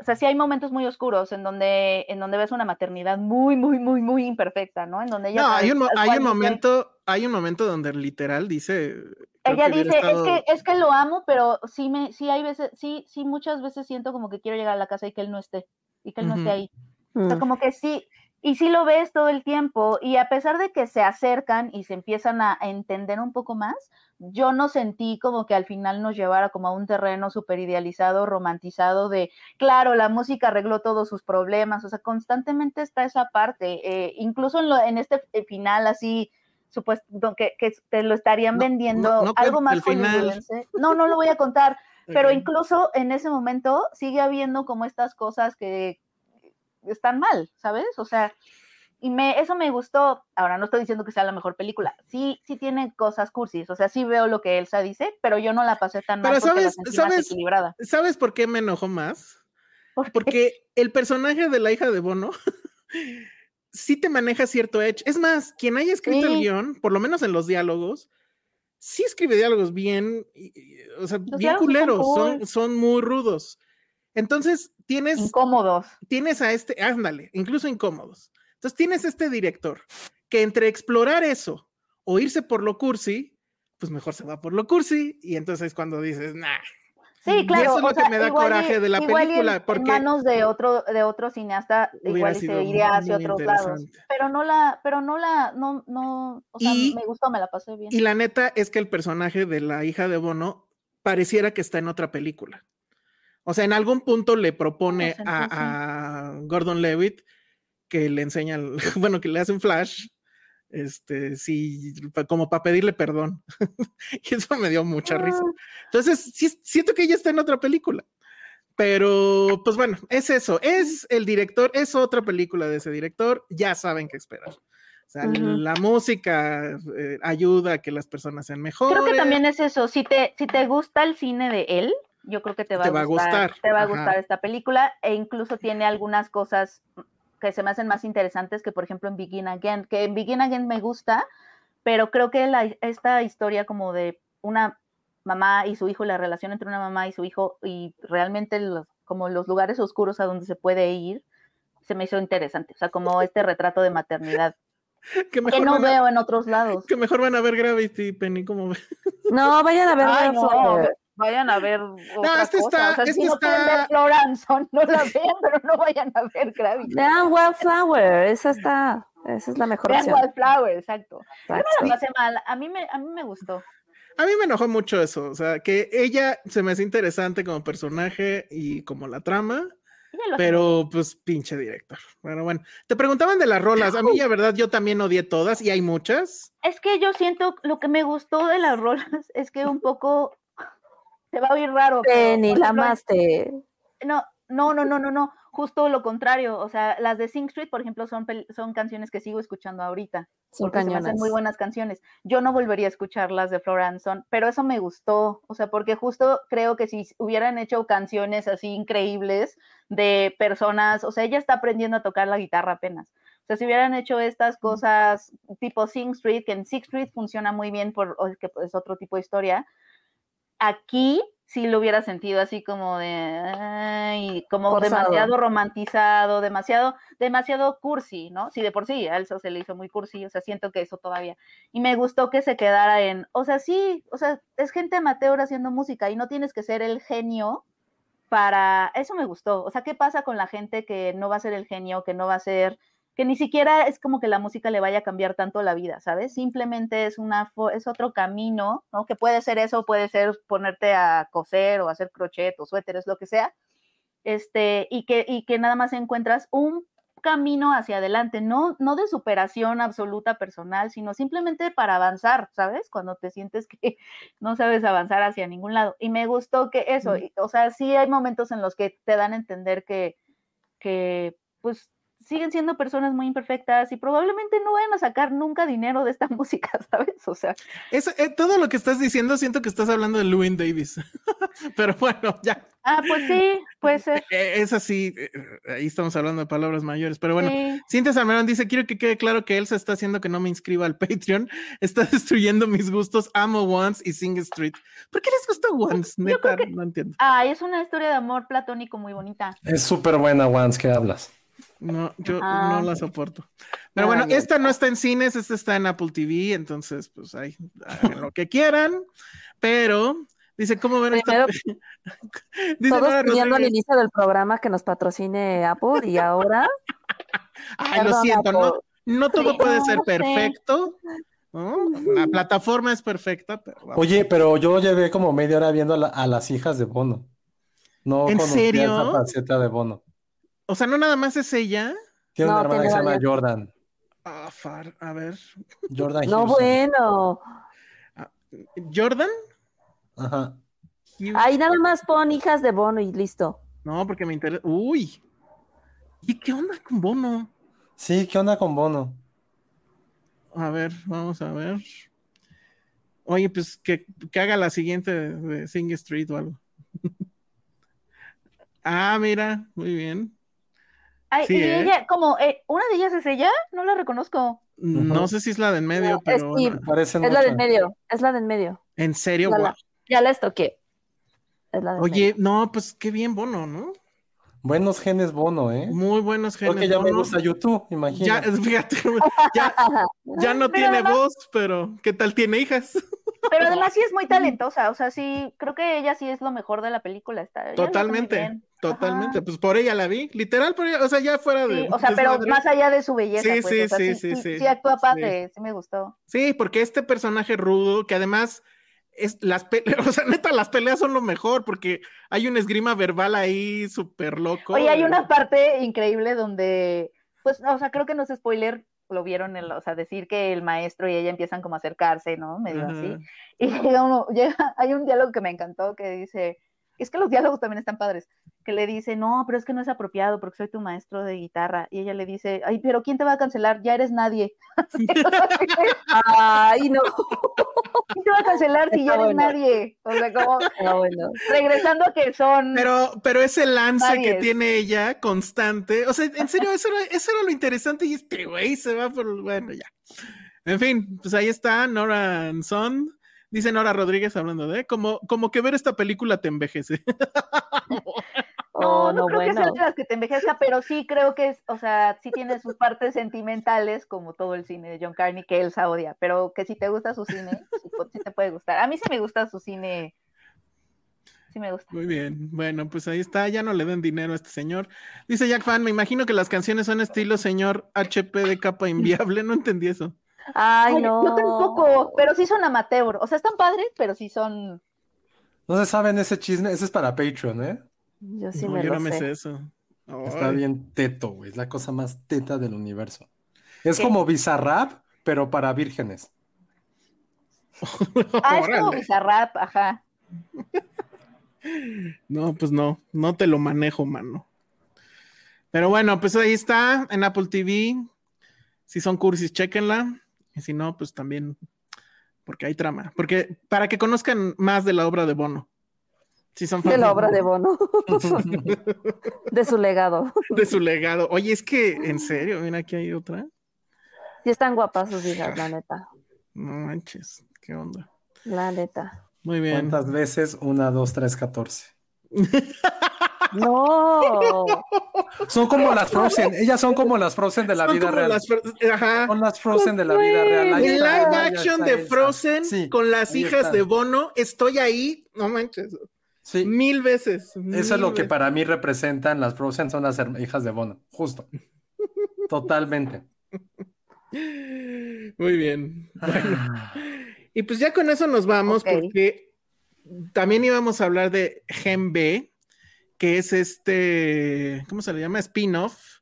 o sea, sí hay momentos muy oscuros en donde, en donde ves una maternidad muy, muy, muy, muy imperfecta, ¿no? En donde ella
No,
tal-
hay un, mo-
tal
hay
cual
un
dice-
momento, hay un momento donde literal dice. creo
Ella
que hubiera
dice,
estado-
es que es que lo amo, pero sí me sí hay veces, sí sí muchas veces siento como que quiero llegar a la casa y que él no esté, y que él no esté
Ujú.
ahí. O sea,
Mm.
como que sí, y sí lo ves todo el tiempo, y a pesar de que se acercan y se empiezan a a entender un poco más, yo no sentí como que al final nos llevara como a un terreno súper idealizado, romantizado de, claro, la música arregló todos sus problemas, o sea, constantemente está esa parte, eh, incluso en, lo- en este eh, final así, supuesto, que, que te lo estarían
No,
vendiendo
no, no
algo
cuentes
más
el final.
hollywoodense. No, no lo voy a contar, pero
Ok.
incluso en ese momento sigue habiendo como estas cosas que están mal, ¿sabes? O sea, Y me, eso me gustó. Ahora no estoy diciendo que sea la mejor película. Sí, sí tiene cosas cursis. O sea, sí veo lo que Elsa dice, pero yo no la pasé tan
Pero
mal porque la
sabes-
sentí más
sabes-
equilibrada.
¿Sabes por qué me enojó más?
¿Por qué?
Porque el personaje de la hija de Bono sí te maneja cierto edge. Es más, quien haya escrito el
Sí.
guión, por lo menos en los diálogos, sí escribe diálogos bien, y- y- o sea, bien
diálogos son
culeros, son,
cool.
son muy rudos. Entonces, tienes,
incómodos.
tienes a este, ándale, incluso incómodos. Entonces, tienes este director que entre explorar eso o irse por lo cursi, pues mejor se va por lo cursi y entonces es cuando dices, nah,
Sí, claro.
Y eso es lo
o sea,
que me da
igual y-
coraje de la
igual y en-
película,
en
porque
manos de otro, de otro cineasta,
hubiera
igual y
sido
se iría
muy
hacia otros lados.
interesante.
Pero no la, pero no la, no, no, o sea,
Y-
me gustó, me la pasé bien.
Y la neta es que el personaje de la hija de Bono pareciera que está en otra película. O sea, en algún punto le propone
Pues
a, a Gordon Levitt que le enseña, el- bueno, que le hace un flash, este, sí, pa- como para pedirle perdón. y eso me dio mucha risa. Entonces, sí- siento que ella está en otra película. Pero, pues bueno, es eso. Es el director, es otra película de ese director. Ya saben qué esperar. O sea,
Ujú.
la música eh, ayuda a que las personas sean mejores.
Creo que también es eso. Si te, si te gusta el cine de él, yo creo que te va,
Te
a,
va a
gustar,
gustar,
Te va a
ajá.
gustar esta película e incluso tiene algunas cosas que se me hacen más interesantes que, por ejemplo, en Begin Again, que en Begin Again me gusta, pero creo que la- esta historia como de una mamá y su hijo, la relación entre una mamá y su hijo y realmente los- como los lugares oscuros a donde se puede ir, se me hizo interesante. O sea, como este retrato de maternidad
que
que
mejor,
no
van a,
veo en otros lados.
que mejor van a ver Gravity, Penny, como ve.
No, vayan a ver.
Ay,
Wonderful.
no, vayan a ver otra
este
cosa.
está-
o sea, si
este
no pueden
está-
ver Flor and Son, no la vean, pero no vayan a ver Gravity.
Vean Wildflower, esa está, esa es la mejor
Vean
opción.
Wildflower, exacto. Yo
Exacto.
no la pasé mal, a mí me, a mí me gustó.
A mí me enojó mucho eso. O sea, que ella se me hace interesante como personaje y como la trama.
Ella lo hace
Pero, pues, pinche director. Bueno, bueno. Te preguntaban de las rolas. A mí, la verdad, yo también odié todas y hay muchas.
Es que yo siento lo que me gustó de las rolas es que un poco se va a oír raro. pero,
Penny,
por
la
ejemplo,
amaste.
No, no, no, no, no, no. Justo lo contrario. O sea, las de Sing Street, por ejemplo, son, pel- son canciones que sigo escuchando ahorita.
Son
porque se me hacen
cañonas.
muy buenas canciones. Yo no volvería a escuchar las de Flora and Son, pero eso me gustó, o sea, porque justo creo que si hubieran hecho canciones así increíbles de personas, o sea, ella está aprendiendo a tocar la guitarra apenas. O sea, si hubieran hecho estas cosas tipo Sing Street, que en Sing Street funciona muy bien, por, o es que es otro tipo de historia, aquí sí lo hubiera sentido así como de, ay, como
Forzado.
demasiado romantizado, demasiado demasiado cursi, ¿no? Si de por sí a Elsa se le hizo muy cursi, o sea, siento que eso todavía. Y me gustó que se quedara en, o sea, sí, o sea, es gente amateur haciendo música y no tienes que ser el genio para, eso me gustó, o sea, ¿qué pasa con la gente que no va a ser el genio, que no va a ser, que ni siquiera es como que la música le vaya a cambiar tanto la vida, ¿sabes? Simplemente es una, fo- es otro camino, ¿no? Que puede ser eso, puede ser ponerte a coser o hacer crochet o suéteres, lo que sea, este, y que, y que nada más encuentras un camino hacia adelante, no, no de superación absoluta personal, sino simplemente para avanzar, ¿sabes? Cuando te sientes que no sabes avanzar hacia ningún lado. Y me gustó que eso, y- o sea, sí hay momentos en los que te dan a entender que, que pues siguen siendo personas muy imperfectas y probablemente no vayan a sacar nunca dinero de esta música, ¿sabes? O sea,
Eso, eh, todo lo que estás diciendo, siento que estás hablando de Lewin Davis. Pero bueno, ya.
ah, pues sí, puede ser.
Eh, Es así. eh, Ahí estamos hablando de palabras mayores. Pero bueno,
sí.
Cintia Salmerón dice, quiero que quede claro que Elsa está haciendo que no me inscriba al Patreon, está destruyendo mis gustos, amo Once y Sing Street. ¿Por qué les gusta Once? Neta, no entiendo.
Ay, es una historia de amor platónico muy bonita.
Es súper buena, Once, que hablas?
No, yo
Ah.
no la soporto. Pero
Ah,
bueno,
ya.
esta no está en cines, esta está en Apple TV, entonces pues ahí hagan lo que quieran, pero dice, ¿cómo ven esta?
Primero,
Dice
Todos
Nora
pidiendo al
Rodríguez,
inicio del programa que nos patrocine Apple y ahora
Ay, lo
perdón,
siento, no,
Apple.
no todo puede
no
ser
sé.
perfecto. ¿no? La plataforma es perfecta, pero vamos.
Oye, pero yo llevé como media hora viendo a, la- a las hijas de Bono. No
¿En
conocía
serio?
esa faceta de Bono.
o sea, no nada más es ella.
Tiene una
No,
hermana que
tiene
se llama
varias.
Jordan.
Ah, far, a ver.
Jordan
no
Houston.
bueno.
¿Jordan?
Ajá.
Hughes.
Ahí nada más pon hijas de Bono y listo.
No, porque me interesa. Uy. ¿Y qué onda con Bono?
Sí, ¿qué onda con Bono?
A ver, vamos a ver. Oye, pues que, que haga la siguiente de Sing Street o algo. ah, mira, muy bien.
Ay,
Sí,
y
¿eh?
ella, como, eh, una de ellas es ella, no la reconozco.
No sé si es la de en medio,
No, es
pero
Steve.
bueno,
Parecen
Es la
mucho.
del medio, es la del medio.
en serio,
La-
guau.
la- Ya la estoqué. Es la del medio.
Oye, no, pues qué bien Bono, ¿no?
Buenos genes Bono, ¿eh?
Muy buenos
Creo
genes.
que ya me
Bono.
gusta YouTube,
Ya,
imagínate.
fíjate, ya, ya no
Pero
tiene
además-
voz, pero ¿qué tal tiene hijas?
Pero además sí es muy talentosa, o sea, sí, creo que ella sí es lo mejor de la película. Está, ella lo hace muy
Totalmente,
bien.
totalmente. Pues por ella la vi, literal, por ella, o sea, ya fuera de.
Sí, o sea, pero
desmadre.
más allá de su belleza.
Sí,
pues,
sí,
o sea,
sí,
sí,
sí, sí.
sí actúa
Sí.
padre, sí me gustó.
Sí, porque este personaje rudo, que además es las peleas, o sea, neta, las peleas son lo mejor, porque hay un esgrima verbal ahí súper loco.
Oye, hay una parte increíble donde, pues, no, o sea, creo que no es spoiler, lo vieron, en la- o sea, decir que el maestro y ella empiezan como a acercarse, ¿no? Medio
Ajá.
así. Y llega uno, llega, hay un diálogo que me encantó que dice, es que los diálogos también están padres, que le dice, no, pero es que no es apropiado porque soy tu maestro de guitarra. Y ella le dice, ay, pero ¿quién te va a cancelar? Ya eres nadie. Así, o sea, ¿Quién
Ay, no.
te va a cancelar si ya
Está
eres
bueno.
nadie? O sea, como
Ah, bueno.
regresando a que son...
Pero, pero ese lance
Nadie
que
es.
tiene ella constante, o sea, en serio, eso era, eso era lo interesante y este güey se va por, bueno, ya. En fin, pues ahí está Nora and Son, dice Nora Rodríguez hablando de, como, como que ver esta película te envejece.
Oh, no,
creo que
bueno.
sea de las que te envejezca, pero sí creo que es, o sea, sí tiene sus partes sentimentales, como todo el cine de John Carney, que Elsa odia, pero que si te gusta su cine, sí, po- sí te puede gustar. A mí sí me gusta su cine. Sí me gusta.
Muy bien, bueno, pues ahí está, ya no le den dinero a este señor. Dice Jack Fan, me imagino que las canciones son estilo señor HP de capa inviable, no entendí eso.
Ay, no.
Yo tampoco, pero sí son amateur. O sea, están padres, pero sí son.
No se saben ese chisme, ese es para Patreon, ¿eh?
Yo sí
No,
me
yo
lo
no me
sé.
sé eso.
Está
Ay.
bien teto, güey. Es la cosa más teta del universo. Es
¿Qué?
como Bizarrap, pero para vírgenes.
Ah, es como
Órale.
bizarrap, ajá.
No, pues no, no te lo manejo, mano. Pero bueno, pues ahí está en Apple TV. Si son cursis, chéquenla. Y si no, pues también, porque hay trama. Porque para que conozcan más de la obra de Bono. Si son
De
fans
la obra de Bono. de su legado.
de su legado. Oye, es que, en serio, mira, aquí hay otra.
Y están guapas sus hijas, la neta.
No manches, qué onda.
La neta.
Muy bien.
¿Cuántas veces? Una, dos, tres, catorce.
No.
Son como las Frozen. Ellas son como las Frozen de la
Son
vida
como
real.
las per- Ajá.
Son las Frozen de la vida
Pues
real. Ahí
El
está,
live
ahí
action
está
de
Elsa.
Frozen
Sí,
con las
ahí
hijas
está.
de Bono. Estoy ahí. No manches.
sí.
Mil veces.
Eso es lo que
pasa.
para mí representan las Frozen, son las her- hijas de Bono, justo. Totalmente.
Muy bien. Y pues ya con eso nos vamos
Ok.
porque también íbamos a hablar de Gen B, que es este, ¿cómo se le llama? Spin-off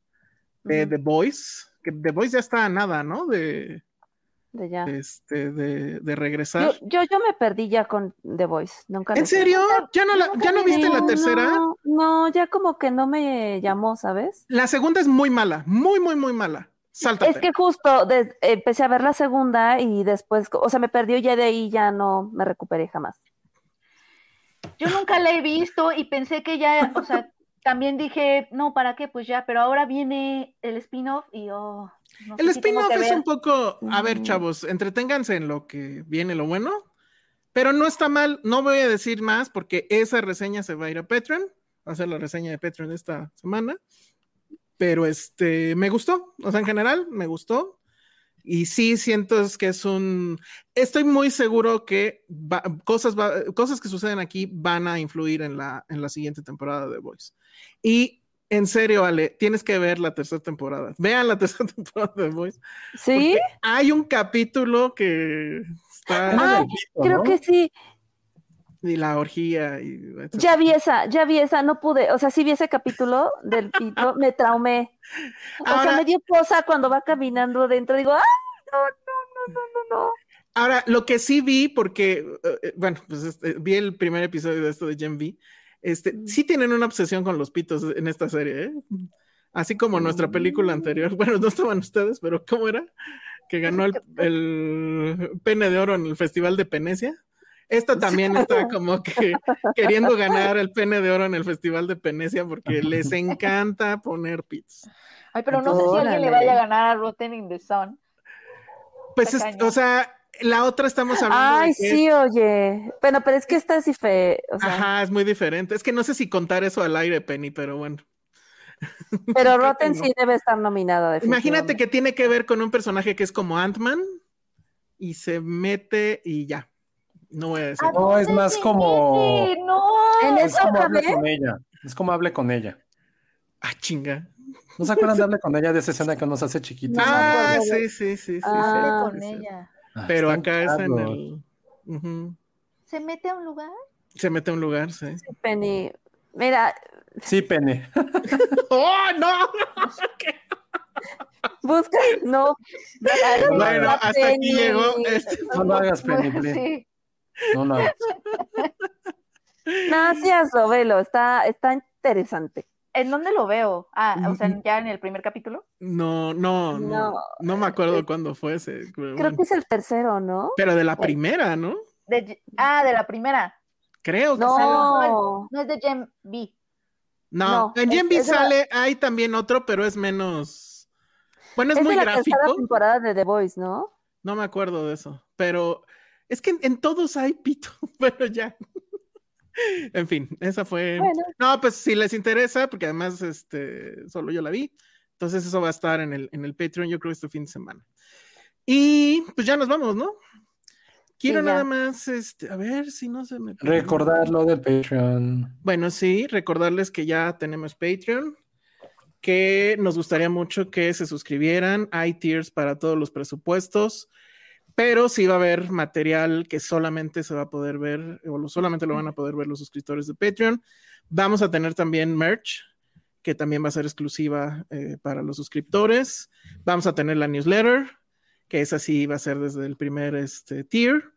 Eh, de
Ujú.
The Voice. Que The Voice ya está a nada, ¿no? De,
De ya.
de este, de, de
Yo,
regresar.
yo, yo me perdí ya con The Voice. Nunca
¿En
le-
serio? ¿Ya no, la- ya no viste la
No,
tercera?
No, no, ya como que no me llamó, ¿sabes?
La segunda es muy mala, muy, muy, muy mala. Sáltate.
Es que justo des- empecé a ver la segunda y después, o sea, me perdió ya de ahí, ya no me recuperé jamás.
Yo nunca la he visto y pensé que ya, o sea, también dije, no, ¿para qué? Pues ya, pero ahora viene el spin-off y oh. no sé
El
si tengo
spin-off
que
es
ver.
un poco, a ver,
Mm.
chavos, entreténganse en lo que viene lo bueno, pero no está mal, no voy a decir más porque esa reseña se va a ir a Patreon, va a ser la reseña de Patreon esta semana, pero este, me gustó, o sea, en general, me gustó, y sí siento es que es un, estoy muy seguro que va- cosas, va- cosas que suceden aquí van a influir en la, en la siguiente temporada de Voice. Y en serio, Ale, tienes que ver la tercera temporada. Vean la tercera temporada de Voice.
¿Sí?
Hay un capítulo que está
Ah, Creo que sí,
y la orgía y etc.
ya vi esa, ya vi esa, no pude, o sea, sí vi ese capítulo del pito, me traumé. O sea,
Ahora-
me dio cosa cuando va caminando dentro, digo, ¡ah! No, no, no, no, no, no.
Ahora, lo que sí vi, porque, eh, eh, bueno, pues este, vi el primer episodio de esto de Gen V, este, sí tienen una obsesión con los pitos en esta serie, ¿eh? Así como nuestra película anterior, bueno, no estaban ustedes, pero ¿cómo era? Que ganó el, el pene de oro en el Festival de Venecia. Esta también está como que queriendo ganar el pene de oro en el Festival de Venecia porque les encanta poner pits.
Ay, pero no sé si alguien le vaya a ganar a Rotten in the Sun.
Pues, es-
Tacaño.
o sea, la otra estamos hablando.
Ay,
de que es-
sí, oye. Bueno, pero es que esta sí fue. O sea,
Ajá, es muy diferente. Es que no sé si contar eso al aire, Penny, pero bueno.
pero Rotten
no.
sí debe estar nominada.
Imagínate que tiene que ver con un personaje que es como Ant-Man y se mete y ya. No voy a
Ah,
decir.
No, es más como-
Sí, no.
En
Es
eso
como hable
acabé.
con ella. Es como hable con ella.
Ah, chinga.
¿No se acuerdan de hable con ella de esa escena que nos hace chiquitos?
Ah,
acuerdo.
sí, sí, sí, sí. sí,
Ah,
sí,
con
sí, sí.
ella.
Ah,
Pero
están
acá es en
caros.
el. Ujú.
¿Se mete a un lugar?
Se mete a un lugar, sí.
Penny. Mira,
Sí, Penny.
¡Oh, no!
busca. No.
Bueno, hasta
Penny.
aquí llegó este.
No lo hagas, Penny, please.
Sí.
No lo hagas.
No, sí, hazlo, velo. Está, está interesante.
¿En dónde lo veo? Ah, o sea, ya en el primer capítulo.
No, no, no.
No.
No me acuerdo cuándo fue ese. Pero,
Creo
bueno.
que es el tercero, ¿no?
Pero de la primera, ¿no?
De- ah, de la primera.
Creo que sí.
No.
No es de Gem B.
No,
No,
en
es-
Genvi
es de la-
sale, hay también otro, pero es menos. Bueno, es,
Es
muy
de la tercera
gráfico.
temporada de The Voice, ¿no?
No me acuerdo de eso. Pero es que en, en todos hay pito, pero ya. en fin, esa fue.
Bueno.
No, pues si les interesa, porque además este, solo yo la vi. Entonces eso va a estar en el, en el Patreon, yo creo, este fin de semana. Y pues ya nos vamos, ¿no? Quiero
ya.
nada más, este, a ver si no se me. perdió.
Recordar lo del Patreon.
Bueno, sí, recordarles que ya tenemos Patreon, que nos gustaría mucho que se suscribieran. Hay tiers para todos los presupuestos, pero sí va a haber material que solamente se va a poder ver, o lo- solamente lo van a poder ver los suscriptores de Patreon. Vamos a tener también merch, que también va a ser exclusiva eh, para los suscriptores. Vamos a tener la newsletter, que esa sí va a ser desde el primer este, tier.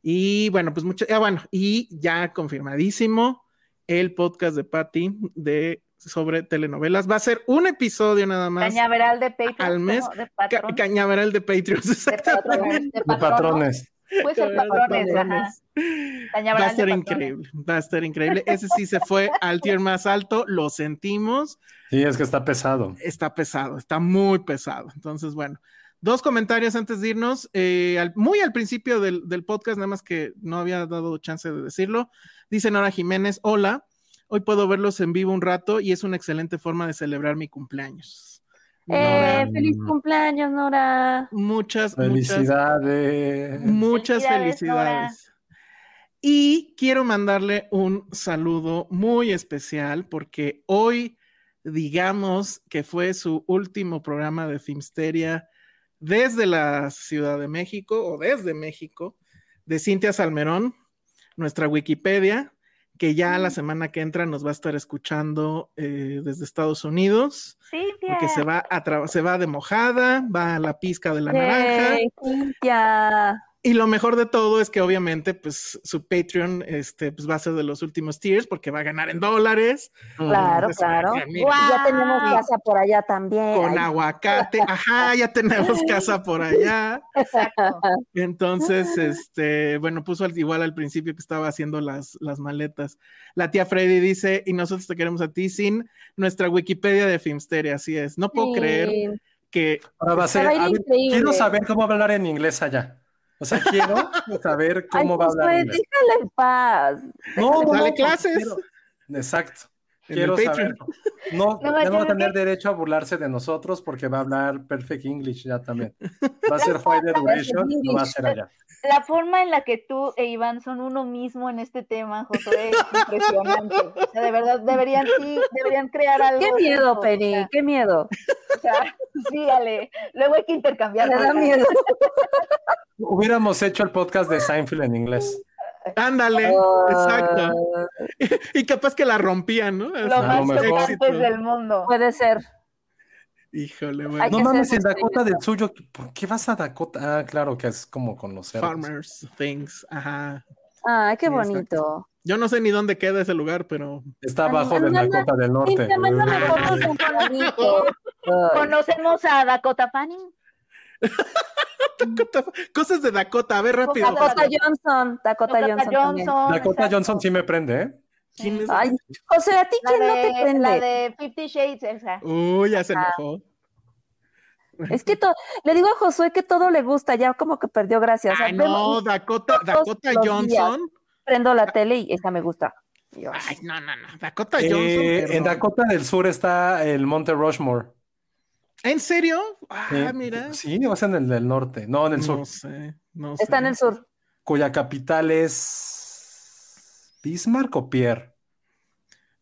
Y bueno, pues mucho, ah, bueno, y ya confirmadísimo el podcast de Patty de, sobre telenovelas. Va a ser un episodio nada más.
Cañaveral de Patreon.
Al mes,
no, de
Ca-
patrón.
cañaveral de Patreon.
de patrones. De
De
patrones.
patrones.
Puede ser patrones, ajá. Cañaveral
Va a ser
de patrones.
increíble, va a estar increíble. Ese sí se fue al tier más alto, lo sentimos.
Sí, es que está pesado.
Está pesado, está muy pesado. Entonces, bueno, dos comentarios antes de irnos. Eh, al- muy al principio del, del podcast, nada más que no había dado chance de decirlo. Dice Nora Jiménez, hola, hoy puedo verlos en vivo un rato y es una excelente forma de celebrar mi cumpleaños. Nora,
Eh, feliz cumpleaños, Nora.
muchas, muchas,
Felicidades.
Muchas
Felicidades, Nora.
felicidades. Y quiero mandarle un saludo muy especial porque hoy, digamos que fue su último programa de Filmsteria desde la Ciudad de México o desde México, de Cintia Salmerón, nuestra Wikipedia, que ya la semana que entra nos va a estar escuchando eh, desde Estados Unidos,
Sí,
porque se va, a tra- se va de mojada, va a la pizca de la naranja.
Yay, Eh, Cintia.
Y lo mejor de todo es que obviamente pues su Patreon este, pues, va a ser de los últimos tiers porque va a ganar en dólares.
Claro,
Entonces,
claro.
mira, mira,
Guau.
Ya tenemos casa por allá también.
Con
Ay,
aguacate. Ajá, ya tenemos casa por allá.
Exacto.
Entonces, este, bueno, puso al- igual al principio que estaba haciendo las, las maletas. La tía Freddy dice, y nosotros te queremos a ti sin nuestra Wikipedia de Filmsteria, así es. No puedo
sí.
creer que
Ahora va a
Se
ser.
va a
a
ir
ver,
increíble.
quiero saber cómo va a hablar en inglés allá. O sea, quiero saber
Ay,
cómo va a
Josué,
hablar inglés.
déjala en paz.
No, no,
dale
no,
clases.
quiero- Exacto.
en
Quiero
el Patreon.
saberlo. No,
No,
ya no va
yo creo
a tener
que-
derecho a burlarse de nosotros porque va a hablar perfect English ya también. Va a ser White
Perfect
Education, lo va a hacer allá.
La forma en la que tú e Iván son uno mismo en este tema, José, es impresionante. O sea, de verdad, deberían, sí, deberían crear algo.
Qué
de eso,
miedo,
o
Penny,
sea,
qué miedo.
O sea, sí, Ale. Luego hay que intercambiar.
Me da miedo.
Hubiéramos hecho el podcast de Seinfeld en inglés.
Ándale, exacto.
Ah,
Y capaz que la rompían, ¿no? ¿eh?
Lo
Así,
A lo
más
mejor.
chocantes del mundo.
Puede ser.
Híjole, bueno.
Hay
No
que
mames,
ser
en Dakota del suyo, ¿por qué vas a Dakota? Ah, claro que es como con los cerdos.
Farmers Things, ajá.
Ay, qué bonito.
Yo no sé ni dónde queda ese lugar, pero.
Está abajo de la costa del norte.
Sí, te mando
Ay,
fotos de Juanito. Ay,
Conocemos a Dakota Fanning.
Dakota- Cosas de Dakota, a ver rápido.
Dakota-
Dakota Johnson, Dakota Johnson. también.
Dakota
exacto.
Johnson sí me prende, ¿eh?
¿Quién es?
Ay, o sea, a ti
La
quién no te
de, la
prende.
de Fifty Shades, Elsa.
Uy, ya se enojó.
Ah, Es que to- le digo a Josué que todo le gusta, ya como que perdió gracia. O sea,
Ay, Ah, no,
vemos-
Dakota,
todos
Dakota
los
Johnson.
prendo la tele y esa me gusta. Y yo,
Ay, no, no, no. Dakota
Eh,
Johnson.
en
perdón.
Dakota del Sur está el Monte Rushmore.
¿En serio? Ah,
Eh,
mira.
Sí, o es en el del norte. No, en el sur.
No sé, no sé.
Está en el sur.
Cuya capital es. ¿Bismarck o Pierre?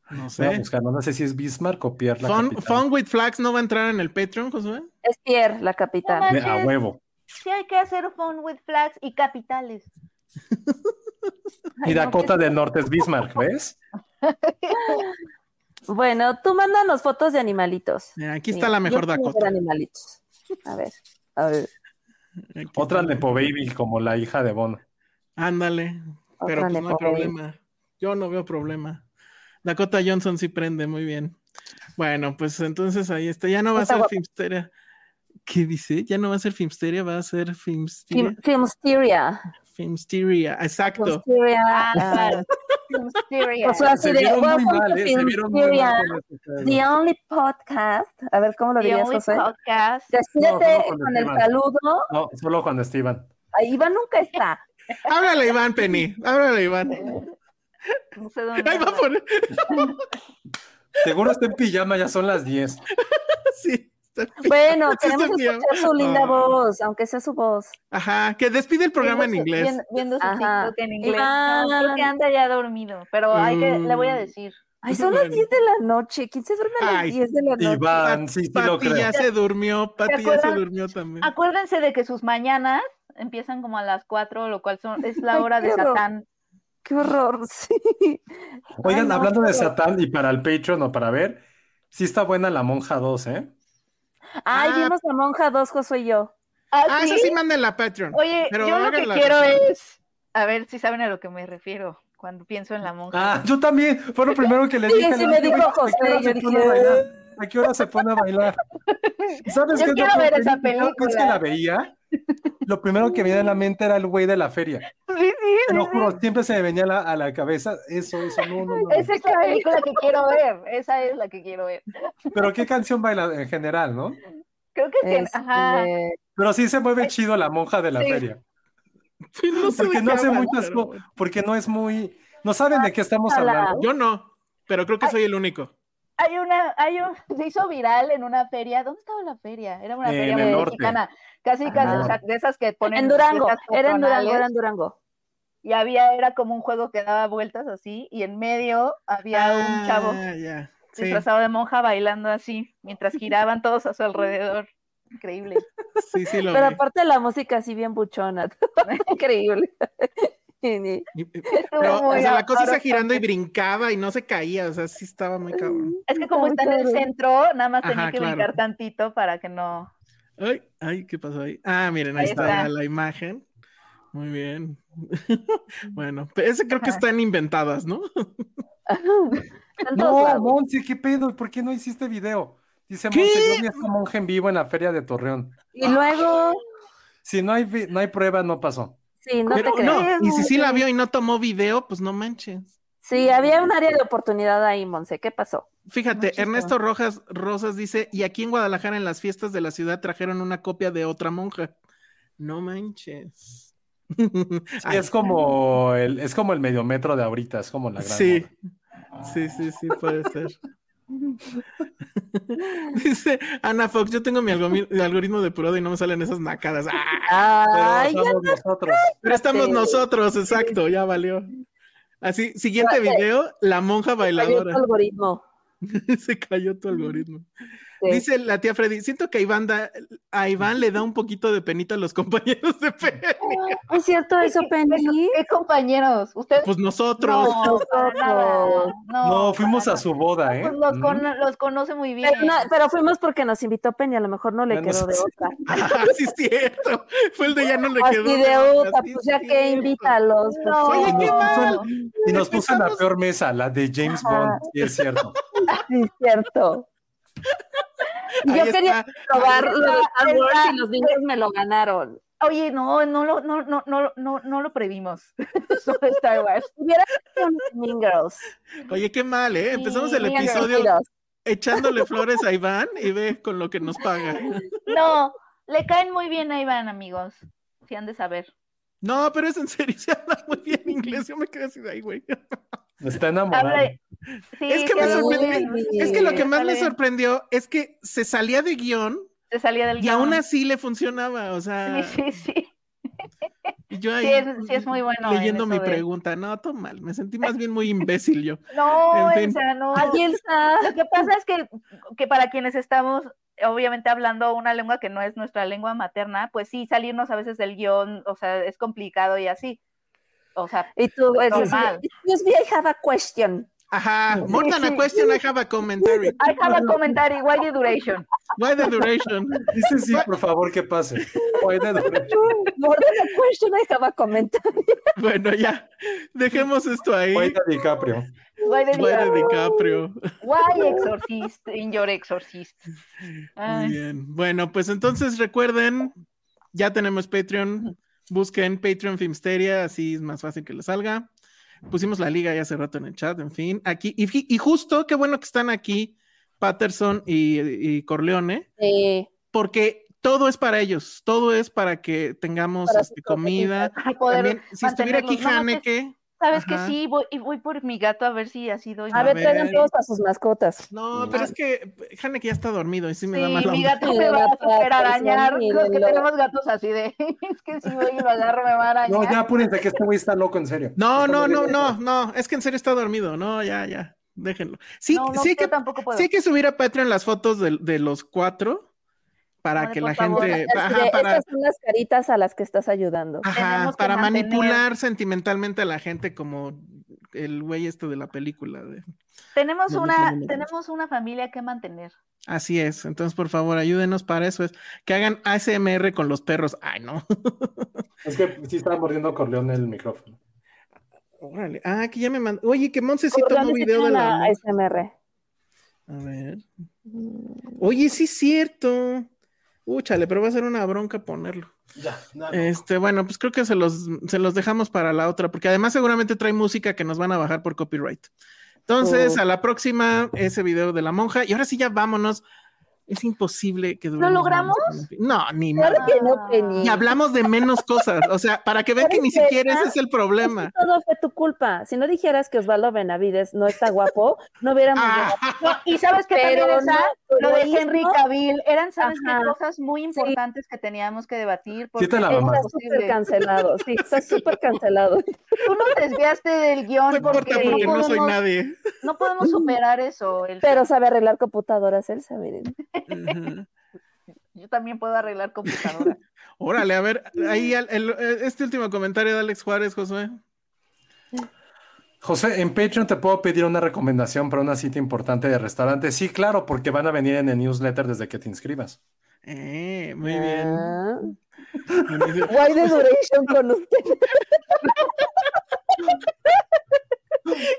No
Voy a
sé.
buscar, no sé si es Bismarck o Pierre. la
Fun,
capital.
Fun with Flags no va a entrar en el Patreon, Josué.
Es Pierre, la
No
capital.
Me- A huevo.
Sí hay que hacer phone with flags y capitales.
Y
Ay, no,
Dakota del Norte es Bismarck, ¿ves?
Bueno, tú mándanos fotos de animalitos.
Mira, Eh, aquí está la
Sí,
mejor
yo quiero
Dakota.
ver animalitos. A ver, a ver,
Aquí
Otra
está.
Nepo Baby, como la hija de Bono.
Ándale. Pero
otra
pues no hay
lepo-
problema. Yo no veo problema. Dakota Johnson sí prende, muy bien. Bueno, pues entonces ahí está. Ya no va a
Está
ser
guapa.
Filmsteria. ¿Qué dice? Ya no va a ser Filmsteria, va a ser Filmsteria.
Film- Filmsteria.
Filmsteria, exacto.
Filmsteria. ah,
Mysterious.
O sea, así
Se
de,
vieron muy
"Welcome to
mal, ¿eh? Se vieron muy
Filmsteria,
mal con este pedo.
The only podcast. A ver, ¿cómo lo
The
dirías,
Only
José?
Podcast.
Despídete
No, no, con el
con el
tema.
saludo.
No, solo cuando Esteban.
Ay, Iván nunca está.
Háblale, Iván Penny. Háblale, Iván.
No sé dónde
Ahí va a
anda.
poner.
Seguro está en pijama, ya son las 10.
Sí. está bien.
Bueno,
Sí,
queremos
está bien.
escuchar su linda
Ah.
voz, aunque sea su voz.
Ajá, que despide el programa en
Viendo su-
inglés.
Viendo, viendo su
Ajá.
TikTok en inglés.
Iván.
No, creo que anda ya dormido, pero hay que, le voy a
Mm.
decir.
Ay, son las
Bueno.
10 de la noche. ¿Quién se duerme a las
Ay,
10 de la noche?
Iván, sí, sí lo
Pati
creo.
ya se durmió, Pati ya se
acuerdas?
durmió también.
Acuérdense de que sus mañanas empiezan como a las 4, lo cual son, es
Ay,
la hora de
qué horror.
Satán.
Qué horror, sí.
Oigan,
Ay, no,
hablando de
qué horror.
Satán y para el Patreon o para ver, sí está buena La Monja 2, ¿eh?
Ay,
Ah.
vimos a Monja 2, Josué y yo.
¿Ah,
Ah,
sí?
esa sí mándenla a Patreon.
Oye,
pero
yo lo que
háganla
quiero
así.
es, a ver si saben a lo que me refiero cuando pienso en la monja.
Ah, yo también. Fue lo primero que le
Sí,
dije.
sí
¿no?
me dijo
Oye, ¿a qué
José,
hora se
yo
pone a
dije,
bailar? ¿A qué hora se pone a bailar? ¿Sabes qué
Yo
es lo
quiero ver esa
primero que-
película.
que la veía, lo primero que me venía a la mente era el güey de la feria.
Ah.
Sí, sí,
Te lo
sí, sí.
juro, siempre se me venía a la, a la cabeza eso, eso, no, no, no.
Esa es la película que quiero ver. Esa es la que quiero ver.
Pero qué canción baila en general, ¿no?
Creo que es que, ajá.
Este,
Pero sí se mueve chido la monja de la
Sí.
feria.
Sí, no sé
Porque
de
no
qué
hace
hablan,
muchas
pero
cosas. Porque no es muy. No saben de qué estamos
Hola.
hablando.
Yo no, pero creo que soy el único.
Hay una, hay un, se hizo viral en una feria. ¿Dónde estaba la feria? Era una
En
feria
el
muy
norte.
mexicana. Casi,
Ajá.
casi, o sea, de esas que ponen.
En Durango,
fiestas
era en Durango,
patronales.
era en Durango.
Y había, era como un juego que daba vueltas así, y en medio había un chavo
Ah, ya. Sí.
disfrazado de monja bailando así, mientras giraban todos a su alrededor. Increíble.
Sí, sí lo
Pero
vi.
aparte la música así bien buchona, increíble.
Estuvo
Pero, o
muy
sea, la cosa está
ahora-
girando y brincaba y no se caía, o sea, sí estaba muy cabrón.
Es que como está en el centro, nada más tenía
Ajá,
que
claro.
brincar tantito para que no.
Ay, ay, ¿qué pasó ahí? Ah, miren, ahí,
Ahí
está,
está.
la imagen. Muy bien. bueno, pero ese creo que
Ajá.
están inventadas, ¿no?
No, Monse, ¿qué pedo? ¿Por qué no hiciste video? Dice
¿Qué?
Monse, yo vi a esta monja en vivo en la feria de Torreón.
Y luego,
Si no hay, vi- no hay prueba, no pasó.
sí, no
Pero
te creo.
no, y si sí la vio y no tomó video, pues no manches.
Sí, había un área de oportunidad ahí, Monse. ¿Qué pasó?
Fíjate,
Manches,
Ernesto Rojas Rosas dice, y aquí en Guadalajara en las fiestas de la ciudad trajeron una copia de otra monja. No manches.
Sí,
Ay,
es como el, es como el medio metro de ahorita, es como la gran.
Sí.
moda.
Sí, sí, sí, puede ser. Dice Ana Fox, yo tengo mi algomi- algoritmo depurado y no me salen esas nacadas. ¡Ah!
Pero
Ay, ya
somos nosotros.
Pero estamos nosotros, exacto, ya valió. Así, siguiente video, la monja
cayó tu
bailadora.
algoritmo.
Se cayó tu algoritmo.
Sí.
Dice la tía Freddy, siento que a Iván, da- a Iván le da un poquito de penita a los compañeros de Penny.
¿Es cierto eso,
eh,
Penny?
¿Qué compañeros? Ustedes
Pues nosotros.
no, para nada. No,
No, fuimos
para
a su boda,
nada.
¿eh?
Pues los,
Mm.
Ujú.
con- los conoce muy bien.
Pero, na- pero fuimos porque nos invitó Penny, a lo mejor no le
Bueno,
quedó de
sí.
otra.
Ah, sí, es cierto. Fue el de ya no le
Así
quedó.
de otra,
Así
pues
es
ya que
cierto.
invítalos. por
No,
favor.
Oye, qué mal.
Y nos puso en la
Empezamos-
peor mesa, la de James
Ajá.
Bond, sí es cierto.
Sí, es cierto. Y
Ahí
Yo quería
está.
probar lo de Star
Ahí
Wars
está.
y los niños me lo ganaron.
Oye, no, no lo, no, no, no, no, no lo previmos. Sobre Star Wars.
Hubiera sido unos Mean Girls.
Oye, qué mal, ¿eh? Empezamos el
Sí, mira,
episodio
Mira,
echándole flores a Iván y ve con lo que nos paga.
No, le caen muy bien a Iván, amigos. Si han de saber.
No, pero es en serio, se habla muy bien inglés. Yo me quedé así de ahí, güey.
Está
Habla
enamorado.
de- Sí,
Es que
sí,
me
habla muy
sorprendí.
bien.
Es que lo que más
Sale
me
bien.
sorprendió es que se salía de guión
Se salía del
y aún
guión.
así le funcionaba. O sea,
Sí, sí, sí.
y yo ahí
Sí, es, sí es muy bueno. en
leyendo
eso
mi
de-
pregunta. No, todo mal. Me sentí más bien muy imbécil yo.
No,
En fin.
o sea, no.
Allí está.
Lo que pasa es que, que para quienes estamos, obviamente, hablando una lengua que no es nuestra lengua materna, pues sí, salirnos a veces del guión, o sea, es complicado y así. O sea,
Y tú, es así,
Normal.
excuse me, I have a question.
Ajá, more than
sí.
a question, I have a commentary.
I have a commentary, why the duration?
Why the duration?
Dice sí, por favor, que pase. Oye, de derecho.
More than a question, I have a commentary.
Bueno, ya, dejemos esto ahí.
Oye, de DiCaprio.
Why the
Why the
duration?
DiCaprio.
Why exorcist in your exorcist? Ah.
Muy
Ay,
bien. Bueno, pues entonces recuerden, ya tenemos Patreon. Busquen Patreon Filmsteria, así es más fácil que les salga. Pusimos la liga ya hace rato en el chat, en fin. Aquí, y, fi- y justo, qué bueno que están aquí Patterson y, y Corleone,
Sí.
porque todo es para ellos, todo es para que tengamos
Para
este,
sus
comida.
ay, poder-
También, si estuviera aquí
mantenerlos. No, no,
Haneke,
Sabes que
Ajá.
sí, voy, y voy por mi gato a ver si así doy.
A
más.
ver,
ver.
traigan todos a sus mascotas.
no, pero es que Haneke ya está dormido y sí me da mal
Sí, mi gato
onda.
me va a
Gato,
super arañar.
sí,
Los que
lo-
tenemos gatos así de. Es que si voy y lo agarro, me va a arañar.
No, ya apúrense, que este güey está loco, en serio.
No,
Está
no,
muy
no,
bien.
no, no, es que en serio está dormido, no, ya, ya, déjenlo. Sí,
No, no,
sí, hay
yo
que,
tampoco puedo.
sí hay que subir a Patreon las fotos de, de los cuatro para
Vale,
que
por
la
favor. este,
gente,
Así
ajá,
de,
para,
Estas son las caritas a las que estás ayudando.
ajá,
Tenemos que
para
mantener.
manipular sentimentalmente a la gente como el güey este de la película. de-
Tenemos
No, no
una,
tenemos.
tenemos una familia que mantener.
Así es, entonces por favor ayúdenos para eso, es que hagan ASMR con los perros. Ay, no.
Es que sí estaba mordiendo Corleón el micrófono.
Órale. Ah, que ya me mandó. Oye, que Monse sí
Corleones
tomó video de
echan
la...
a ASMR.
A ver. Oye, sí es cierto. Úchale, pero va a ser una bronca ponerlo.
Ya, nada.
Este, bueno, pues creo que se los, se los dejamos para la otra, porque además seguramente trae música que nos van a bajar por copyright. Entonces,
Oh.
a la próxima, ese video de la monja. Y ahora sí, ya vámonos. Es imposible que duremos
logramos?
más tiempo. No, ni
Claro
más.
que
Ah.
no, Penny.
Y hablamos de menos cosas. O sea, para que vean que ni
¿Sabes qué?
siquiera ese es el problema.
Es que todo fue tu culpa. Si no dijeras que Osvaldo Benavides no está guapo, no hubiéramos
Ah,
No, y sabes que
Pero
también esa,
no,
lo de
egoísmo.
Henry Cavill, eran, sabes
Ajá.
qué? cosas muy importantes que teníamos que debatir.
Sí te la
era
mamaste.
Está
imposible.
súper cancelado, sí, está súper cancelado.
Tú nos desviaste del guión
no
porque,
importa porque no soy
podemos,
nadie.
no podemos superar eso. el-
Pero sabe arreglar computadoras, él sabe. miren.
Ajá.
Yo también puedo arreglar computadora.
Órale, a ver, ahí al- el- este último comentario de Alex Juárez, Josué.
José, en Patreon te puedo pedir una recomendación para una cita importante de restaurante. Sí, claro, porque van a venir en el newsletter desde que te inscribas.
Eh, muy bien.
Ah.
Buenísimo.
Why the duration con usted?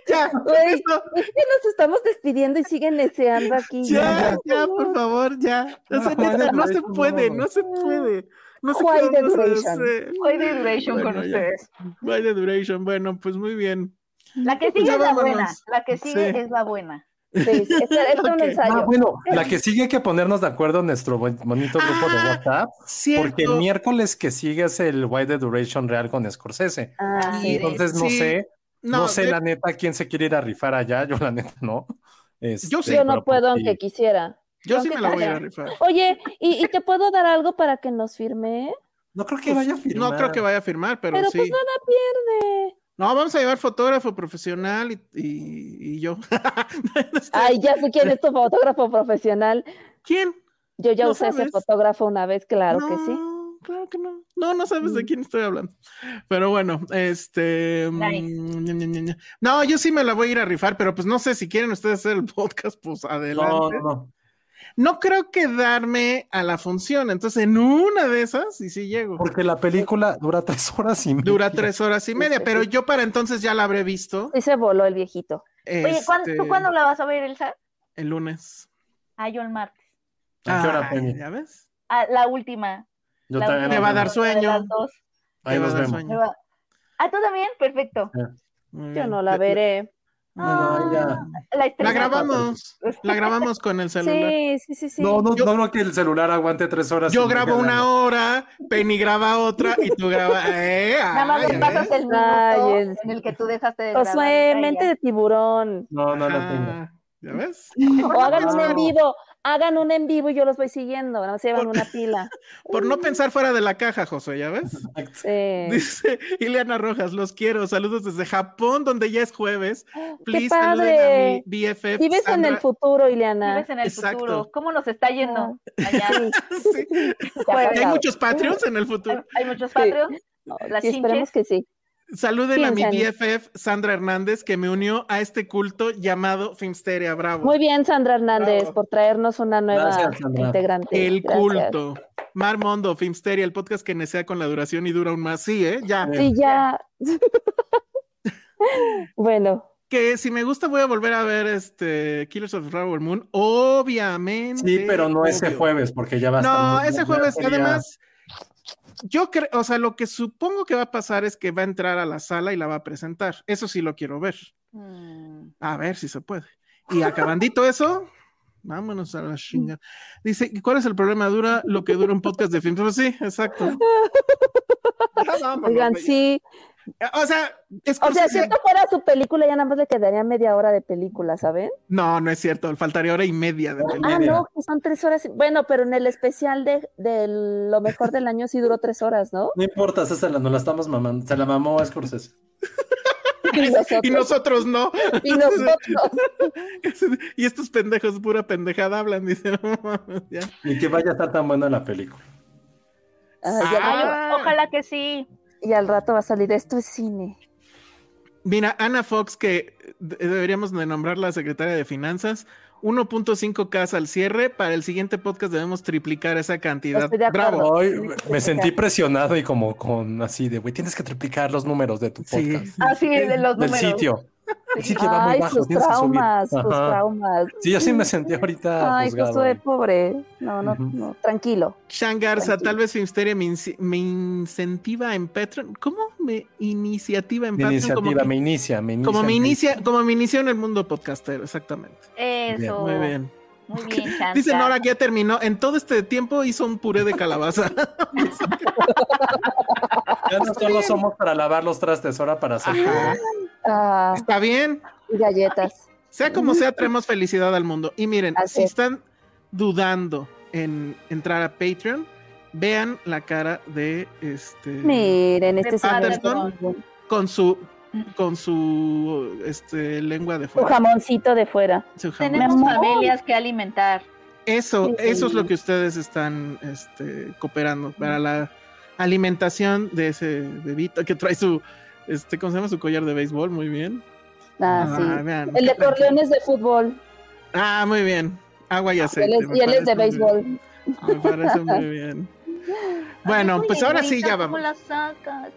ya,
Güey,
esto-
es que nos estamos despidiendo y siguen deseando aquí.
ya, ya, por favor, ya. O sea,
No,
neta, no
no,
se
no.
puede, no se puede. No se
Why
puede.
the
no se
duration?
hace.
Hoy de duration
Bueno,
con
ya.
ustedes.
Why the duration? Bueno, pues muy bien.
La que
Pues
sigue
ya
es la
vámonos.
buena. La que sigue
Sí.
es la buena.
Sí, sí, este, este es un
Ok.
Ah,
ensayo.
bueno, la que sigue hay que ponernos de acuerdo en nuestro bon- bonito grupo de
Ah,
WhatsApp, porque el
Cierto.
miércoles que sigue es el Why the Duration Real con Scorsese.
Ah,
Sí,
sí.
Entonces, no
sí.
sé, no, sé
de-
la neta quién se quiere ir a rifar allá, yo la neta no. Este,
Yo sí.
Yo
pero
no
pues
puedo
sí.
aunque quisiera.
yo sí me la voy a
Aunque-
rifar.
Oye, ¿y, y te puedo dar algo para que nos firme?
No creo que vaya a firmar.
pues, No creo que vaya a firmar, pero,
Pero,
sí.
pues nada pierde.
No, vamos a llevar fotógrafo profesional y, y- y yo.
Ay, ya sé quién es tu fotógrafo profesional.
¿Quién?
Yo ya
No
usé ese
sabes.
fotógrafo una vez, claro
no,
que sí. Mm.
Claro que no. No, no sabes de quién estoy hablando. Pero bueno, este. mm,
Nice.
ña, ña, ña, ña. No, yo sí me la voy a ir a rifar, pero pues no sé si quieren ustedes hacer el podcast, pues adelante.
No, no, no.
No creo quedarme a la función. Entonces, en una de esas, y sí llego.
Porque la película dura tres horas y media.
Dura tres horas y media, pero yo para entonces ya la habré visto.
Sí se voló el viejito.
Oye, ¿cuán-
este,
¿tú cuándo la vas a ver, Elsa?
El lunes.
Ah, yo el martes.
¿A qué hora,
Ay,
Penny?
¿Ya ves?
Ah, la última.
Yo
la
también.
última
Te va a dar
temporada de
sueño.
las dos.
Ahí
Te va
nos
a dar
vemos.
Me
sueño.
va- Ah, ¿tú también? Perfecto.
Muy
Yo
bien.
no la veré. Ah.
No, no, ya.
La,
La
estreno.
grabamos. La grabamos con el celular.
Sí, sí, sí, sí.
No, no,
Yo-
no creo que el celular aguante tres horas. y
Yo
media
grabo
de-
una hora, Penny graba otra y tú grabas. Eh,
Nada más
ay,
le
eh.
pasas el minuto
Ay, el-
en el que tú dejaste de grabar.
Josué,
Ay,
mente
ya.
de tiburón.
No, no la tengo.
Ah, ¿Ya ves?
O hagan un
no.
en vivo. Hagan un en vivo y yo los voy siguiendo. Nada más se llevan
Por-
una pila.
Por no pensar fuera de la caja, José, ¿ya ves?
Sí.
Dice Ileana Rojas, los quiero. Saludos desde Japón, donde ya es jueves. Please saluden a mi
Ah, padre!
BFF.
Vives en
Sandra.
el futuro, Ileana.
Vives en el
Exacto.
futuro. ¿Cómo nos está
Ah.
yendo allá?
Sí.
Ya
Hay
pagado.
muchos Patreons en el futuro.
Hay muchos
Sí.
Patreons.
No,
las
sí, esperemos que sí.
Saluden a mi
Piensan.
BFF, Sandra Hernández, que me unió a este culto llamado Filmsteria. Bravo.
Muy bien, Sandra Hernández,
Bravo.
por traernos una nueva
Gracias, Sandra.
integrante.
El
Gracias.
culto. Mar Mondo, Filmsteria, el podcast que nesea con la duración y dura un más. Sí, ¿eh? Ya.
Sí, ya. bueno,
Que si me gusta voy a volver a ver este Killers of the Flower Moon, obviamente.
Sí, pero no ese
obvio.
jueves, porque ya va a estar
No,
muy-
ese
ya
jueves,
sería-
además, yo creo, o sea, lo que supongo que va a pasar es que va a entrar a la sala y la va a presentar. Eso sí lo quiero ver.
Mm.
A ver si se puede. Y acabandito eso, vámonos a la chinga. Dice, ¿y ¿cuál es el problema? Dura lo que dura un podcast de film. Pues sí, exacto. Ya vámonos,
oigan,
güey.
sí.
O sea,
O sea,
Scorsese-
si esto fuera su película, ya nada más le quedaría media hora de película, ¿saben?
No, no es cierto. Faltaría hora y media de película.
Ah,
Media.
no, que son tres horas. Bueno, pero en el especial de, de lo mejor del año sí duró tres horas, ¿no?
No importa, César, nos la estamos mamando. Se la mamó a Scorsese.
Y nosotros.
Y nosotros no.
y nosotros.
Y estos pendejos, pura pendejada, hablan. Dice, "No mames, ya".
Y que vaya a estar tan buena la película.
Ah, y,
Ay,
al rato,
Ah.
ojalá que sí.
y al rato va a salir, esto es cine.
Mira, Ana Fox, que de- deberíamos de nombrar la secretaria de Finanzas, 1.5K al cierre. Para el siguiente podcast debemos triplicar esa cantidad.
Estoy de acuerdo.
Bravo.
Hoy me sentí presionado y como con así de, güey, tienes que triplicar los números de tu
Sí,
podcast,
sí.
Así de los
del
números.
sitio. El sitio va muy
Ay,
bajo,
sus
tienes que subir.
traumas, sus
Ajá.
traumas.
Sí, yo sí me sentí ahorita
Ay,
juzgado. ¿eh?
Josué, pobre. No, no,
Ujú.
no, tranquilo.
Shan Garza,
Tranquilo.
tal vez Filmsteria me, inci- me incentiva en Patreon. ¿Cómo me iniciativa en
Mi
Patreon?
iniciativa,
como,
me inicia, me
que-
inicia.
como me inicia, como me inició en el mundo podcastero, exactamente.
Eso.
Oh,
Muy bien.
Muy bien, Santa.
Dice Nora que ya terminó. En todo este tiempo hizo un puré de calabaza.
Ya no solo somos para lavar los trastes, ahora para hacer.
Ajá.
Ah,
Está bien.
y galletas.
Sea como sea, traemos felicidad al mundo. Y miren,
Así
si
es.
están dudando en entrar a Patreon, vean la cara de este
Miren, este es un
Patterson.
jamón-
con su con su este lengua de
un
fuego.
jamoncito de fuera.
Su jamón.
Tenemos
Mamá.
familias que alimentar.
Eso,
Sí.
eso es lo que ustedes están este, cooperando para la alimentación de ese bebito que trae su este, ¿cómo se llama? su collar de béisbol, muy bien.
Ah, sí.
vean,
El
qué
de
tranquilo.
Corleones de fútbol.
Ah, muy bien. Agua y
Y él
aceite.
es,
me
y él es de
parece muy bien.
béisbol.
Me parece muy bien. Bueno,
Ay,
pues
oye,
ahora
güey,
sí ya
¿cómo
vamos.
la sacas?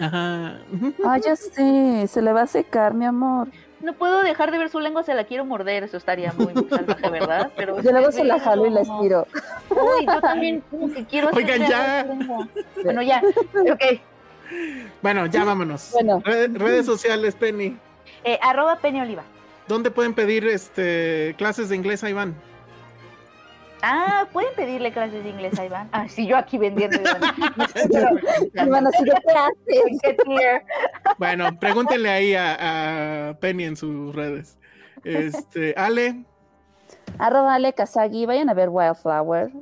Ajá.
Ah, ya sé, se le va a secar, mi amor.
No puedo dejar de ver su lengua, se la quiero morder. Eso estaría muy salvaje, ¿verdad? Pero
Yo luego se la jalo y la estiro.
Uy, yo también como que quiero hacer
Oigan,
algo
ya.
de lengua. Bueno, ya. Ok.
Bueno, ya vámonos.
Bueno.
Red- redes sociales, Penny.
Eh, arroba Penny Oliva.
¿Dónde pueden pedir este clases de inglés a Iván?
Ah, pueden pedirle clases de inglés a Iván. Ah, sí, yo aquí vendiendo. Iván.
Y van así, ¿qué te haces?
Qué tier.
Bueno, pregúntenle ahí a, a Penny en sus redes. Este, Ale.
Arroba Ale Kazagi, vayan a ver Wildflower.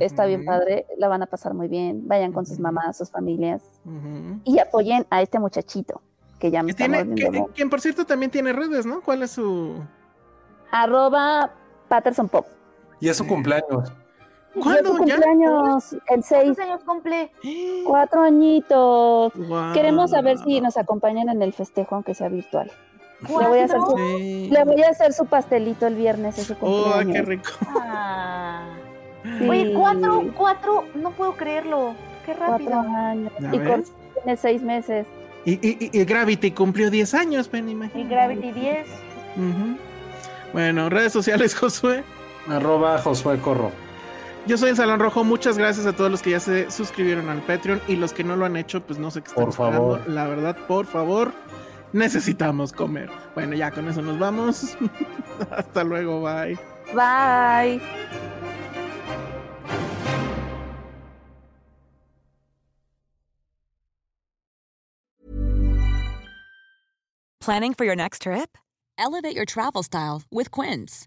Está bien
Ujú,
padre, la van a pasar muy bien. Vayan con sus
Ujú.
mamás, sus familias.
ujú.
Y apoyen a este muchachito que ya me
Que
está
tiene- que-
volviendo loca.
quien por cierto también tiene redes, ¿no? ¿Cuál es su
Arroba Patterson Pop.
Y es su cumpleaños.
¿Cuándo?
Yo tu
¿Ya?
cumpleaños, el 6,
¿Cuántos años cumple?
cuatro añitos.
Guau.
Queremos saber
Ah.
si nos acompañan en el festejo, aunque sea virtual. Le voy a hacer su,
Sí.
le voy a hacer su pastelito el viernes, ese
Oh, qué
cumpleaños.
rico.
Ah.
Sí,
Oye, cuatro, cuatro, no puedo creerlo. Qué rápido.
cuatro años.
¿Ya
Y
ves?
Corti tiene seis meses.
Y, y- y- y Gravity cumplió 10 años, Penny,
Y
imagínate.
Gravity 10.
Ujú. Bueno, redes sociales, Josué.
Arroba Josué Corro.
Yo soy el Salón Rojo. Muchas gracias a todos los que ya se suscribieron al Patreon y los que no lo han hecho, pues no sé qué están
Por favor.
esperando. La verdad, por favor, necesitamos comer. Bueno, ya con eso nos vamos. Hasta luego, bye.
Bye.
Planning for your next trip? Elevate your travel style with Quince.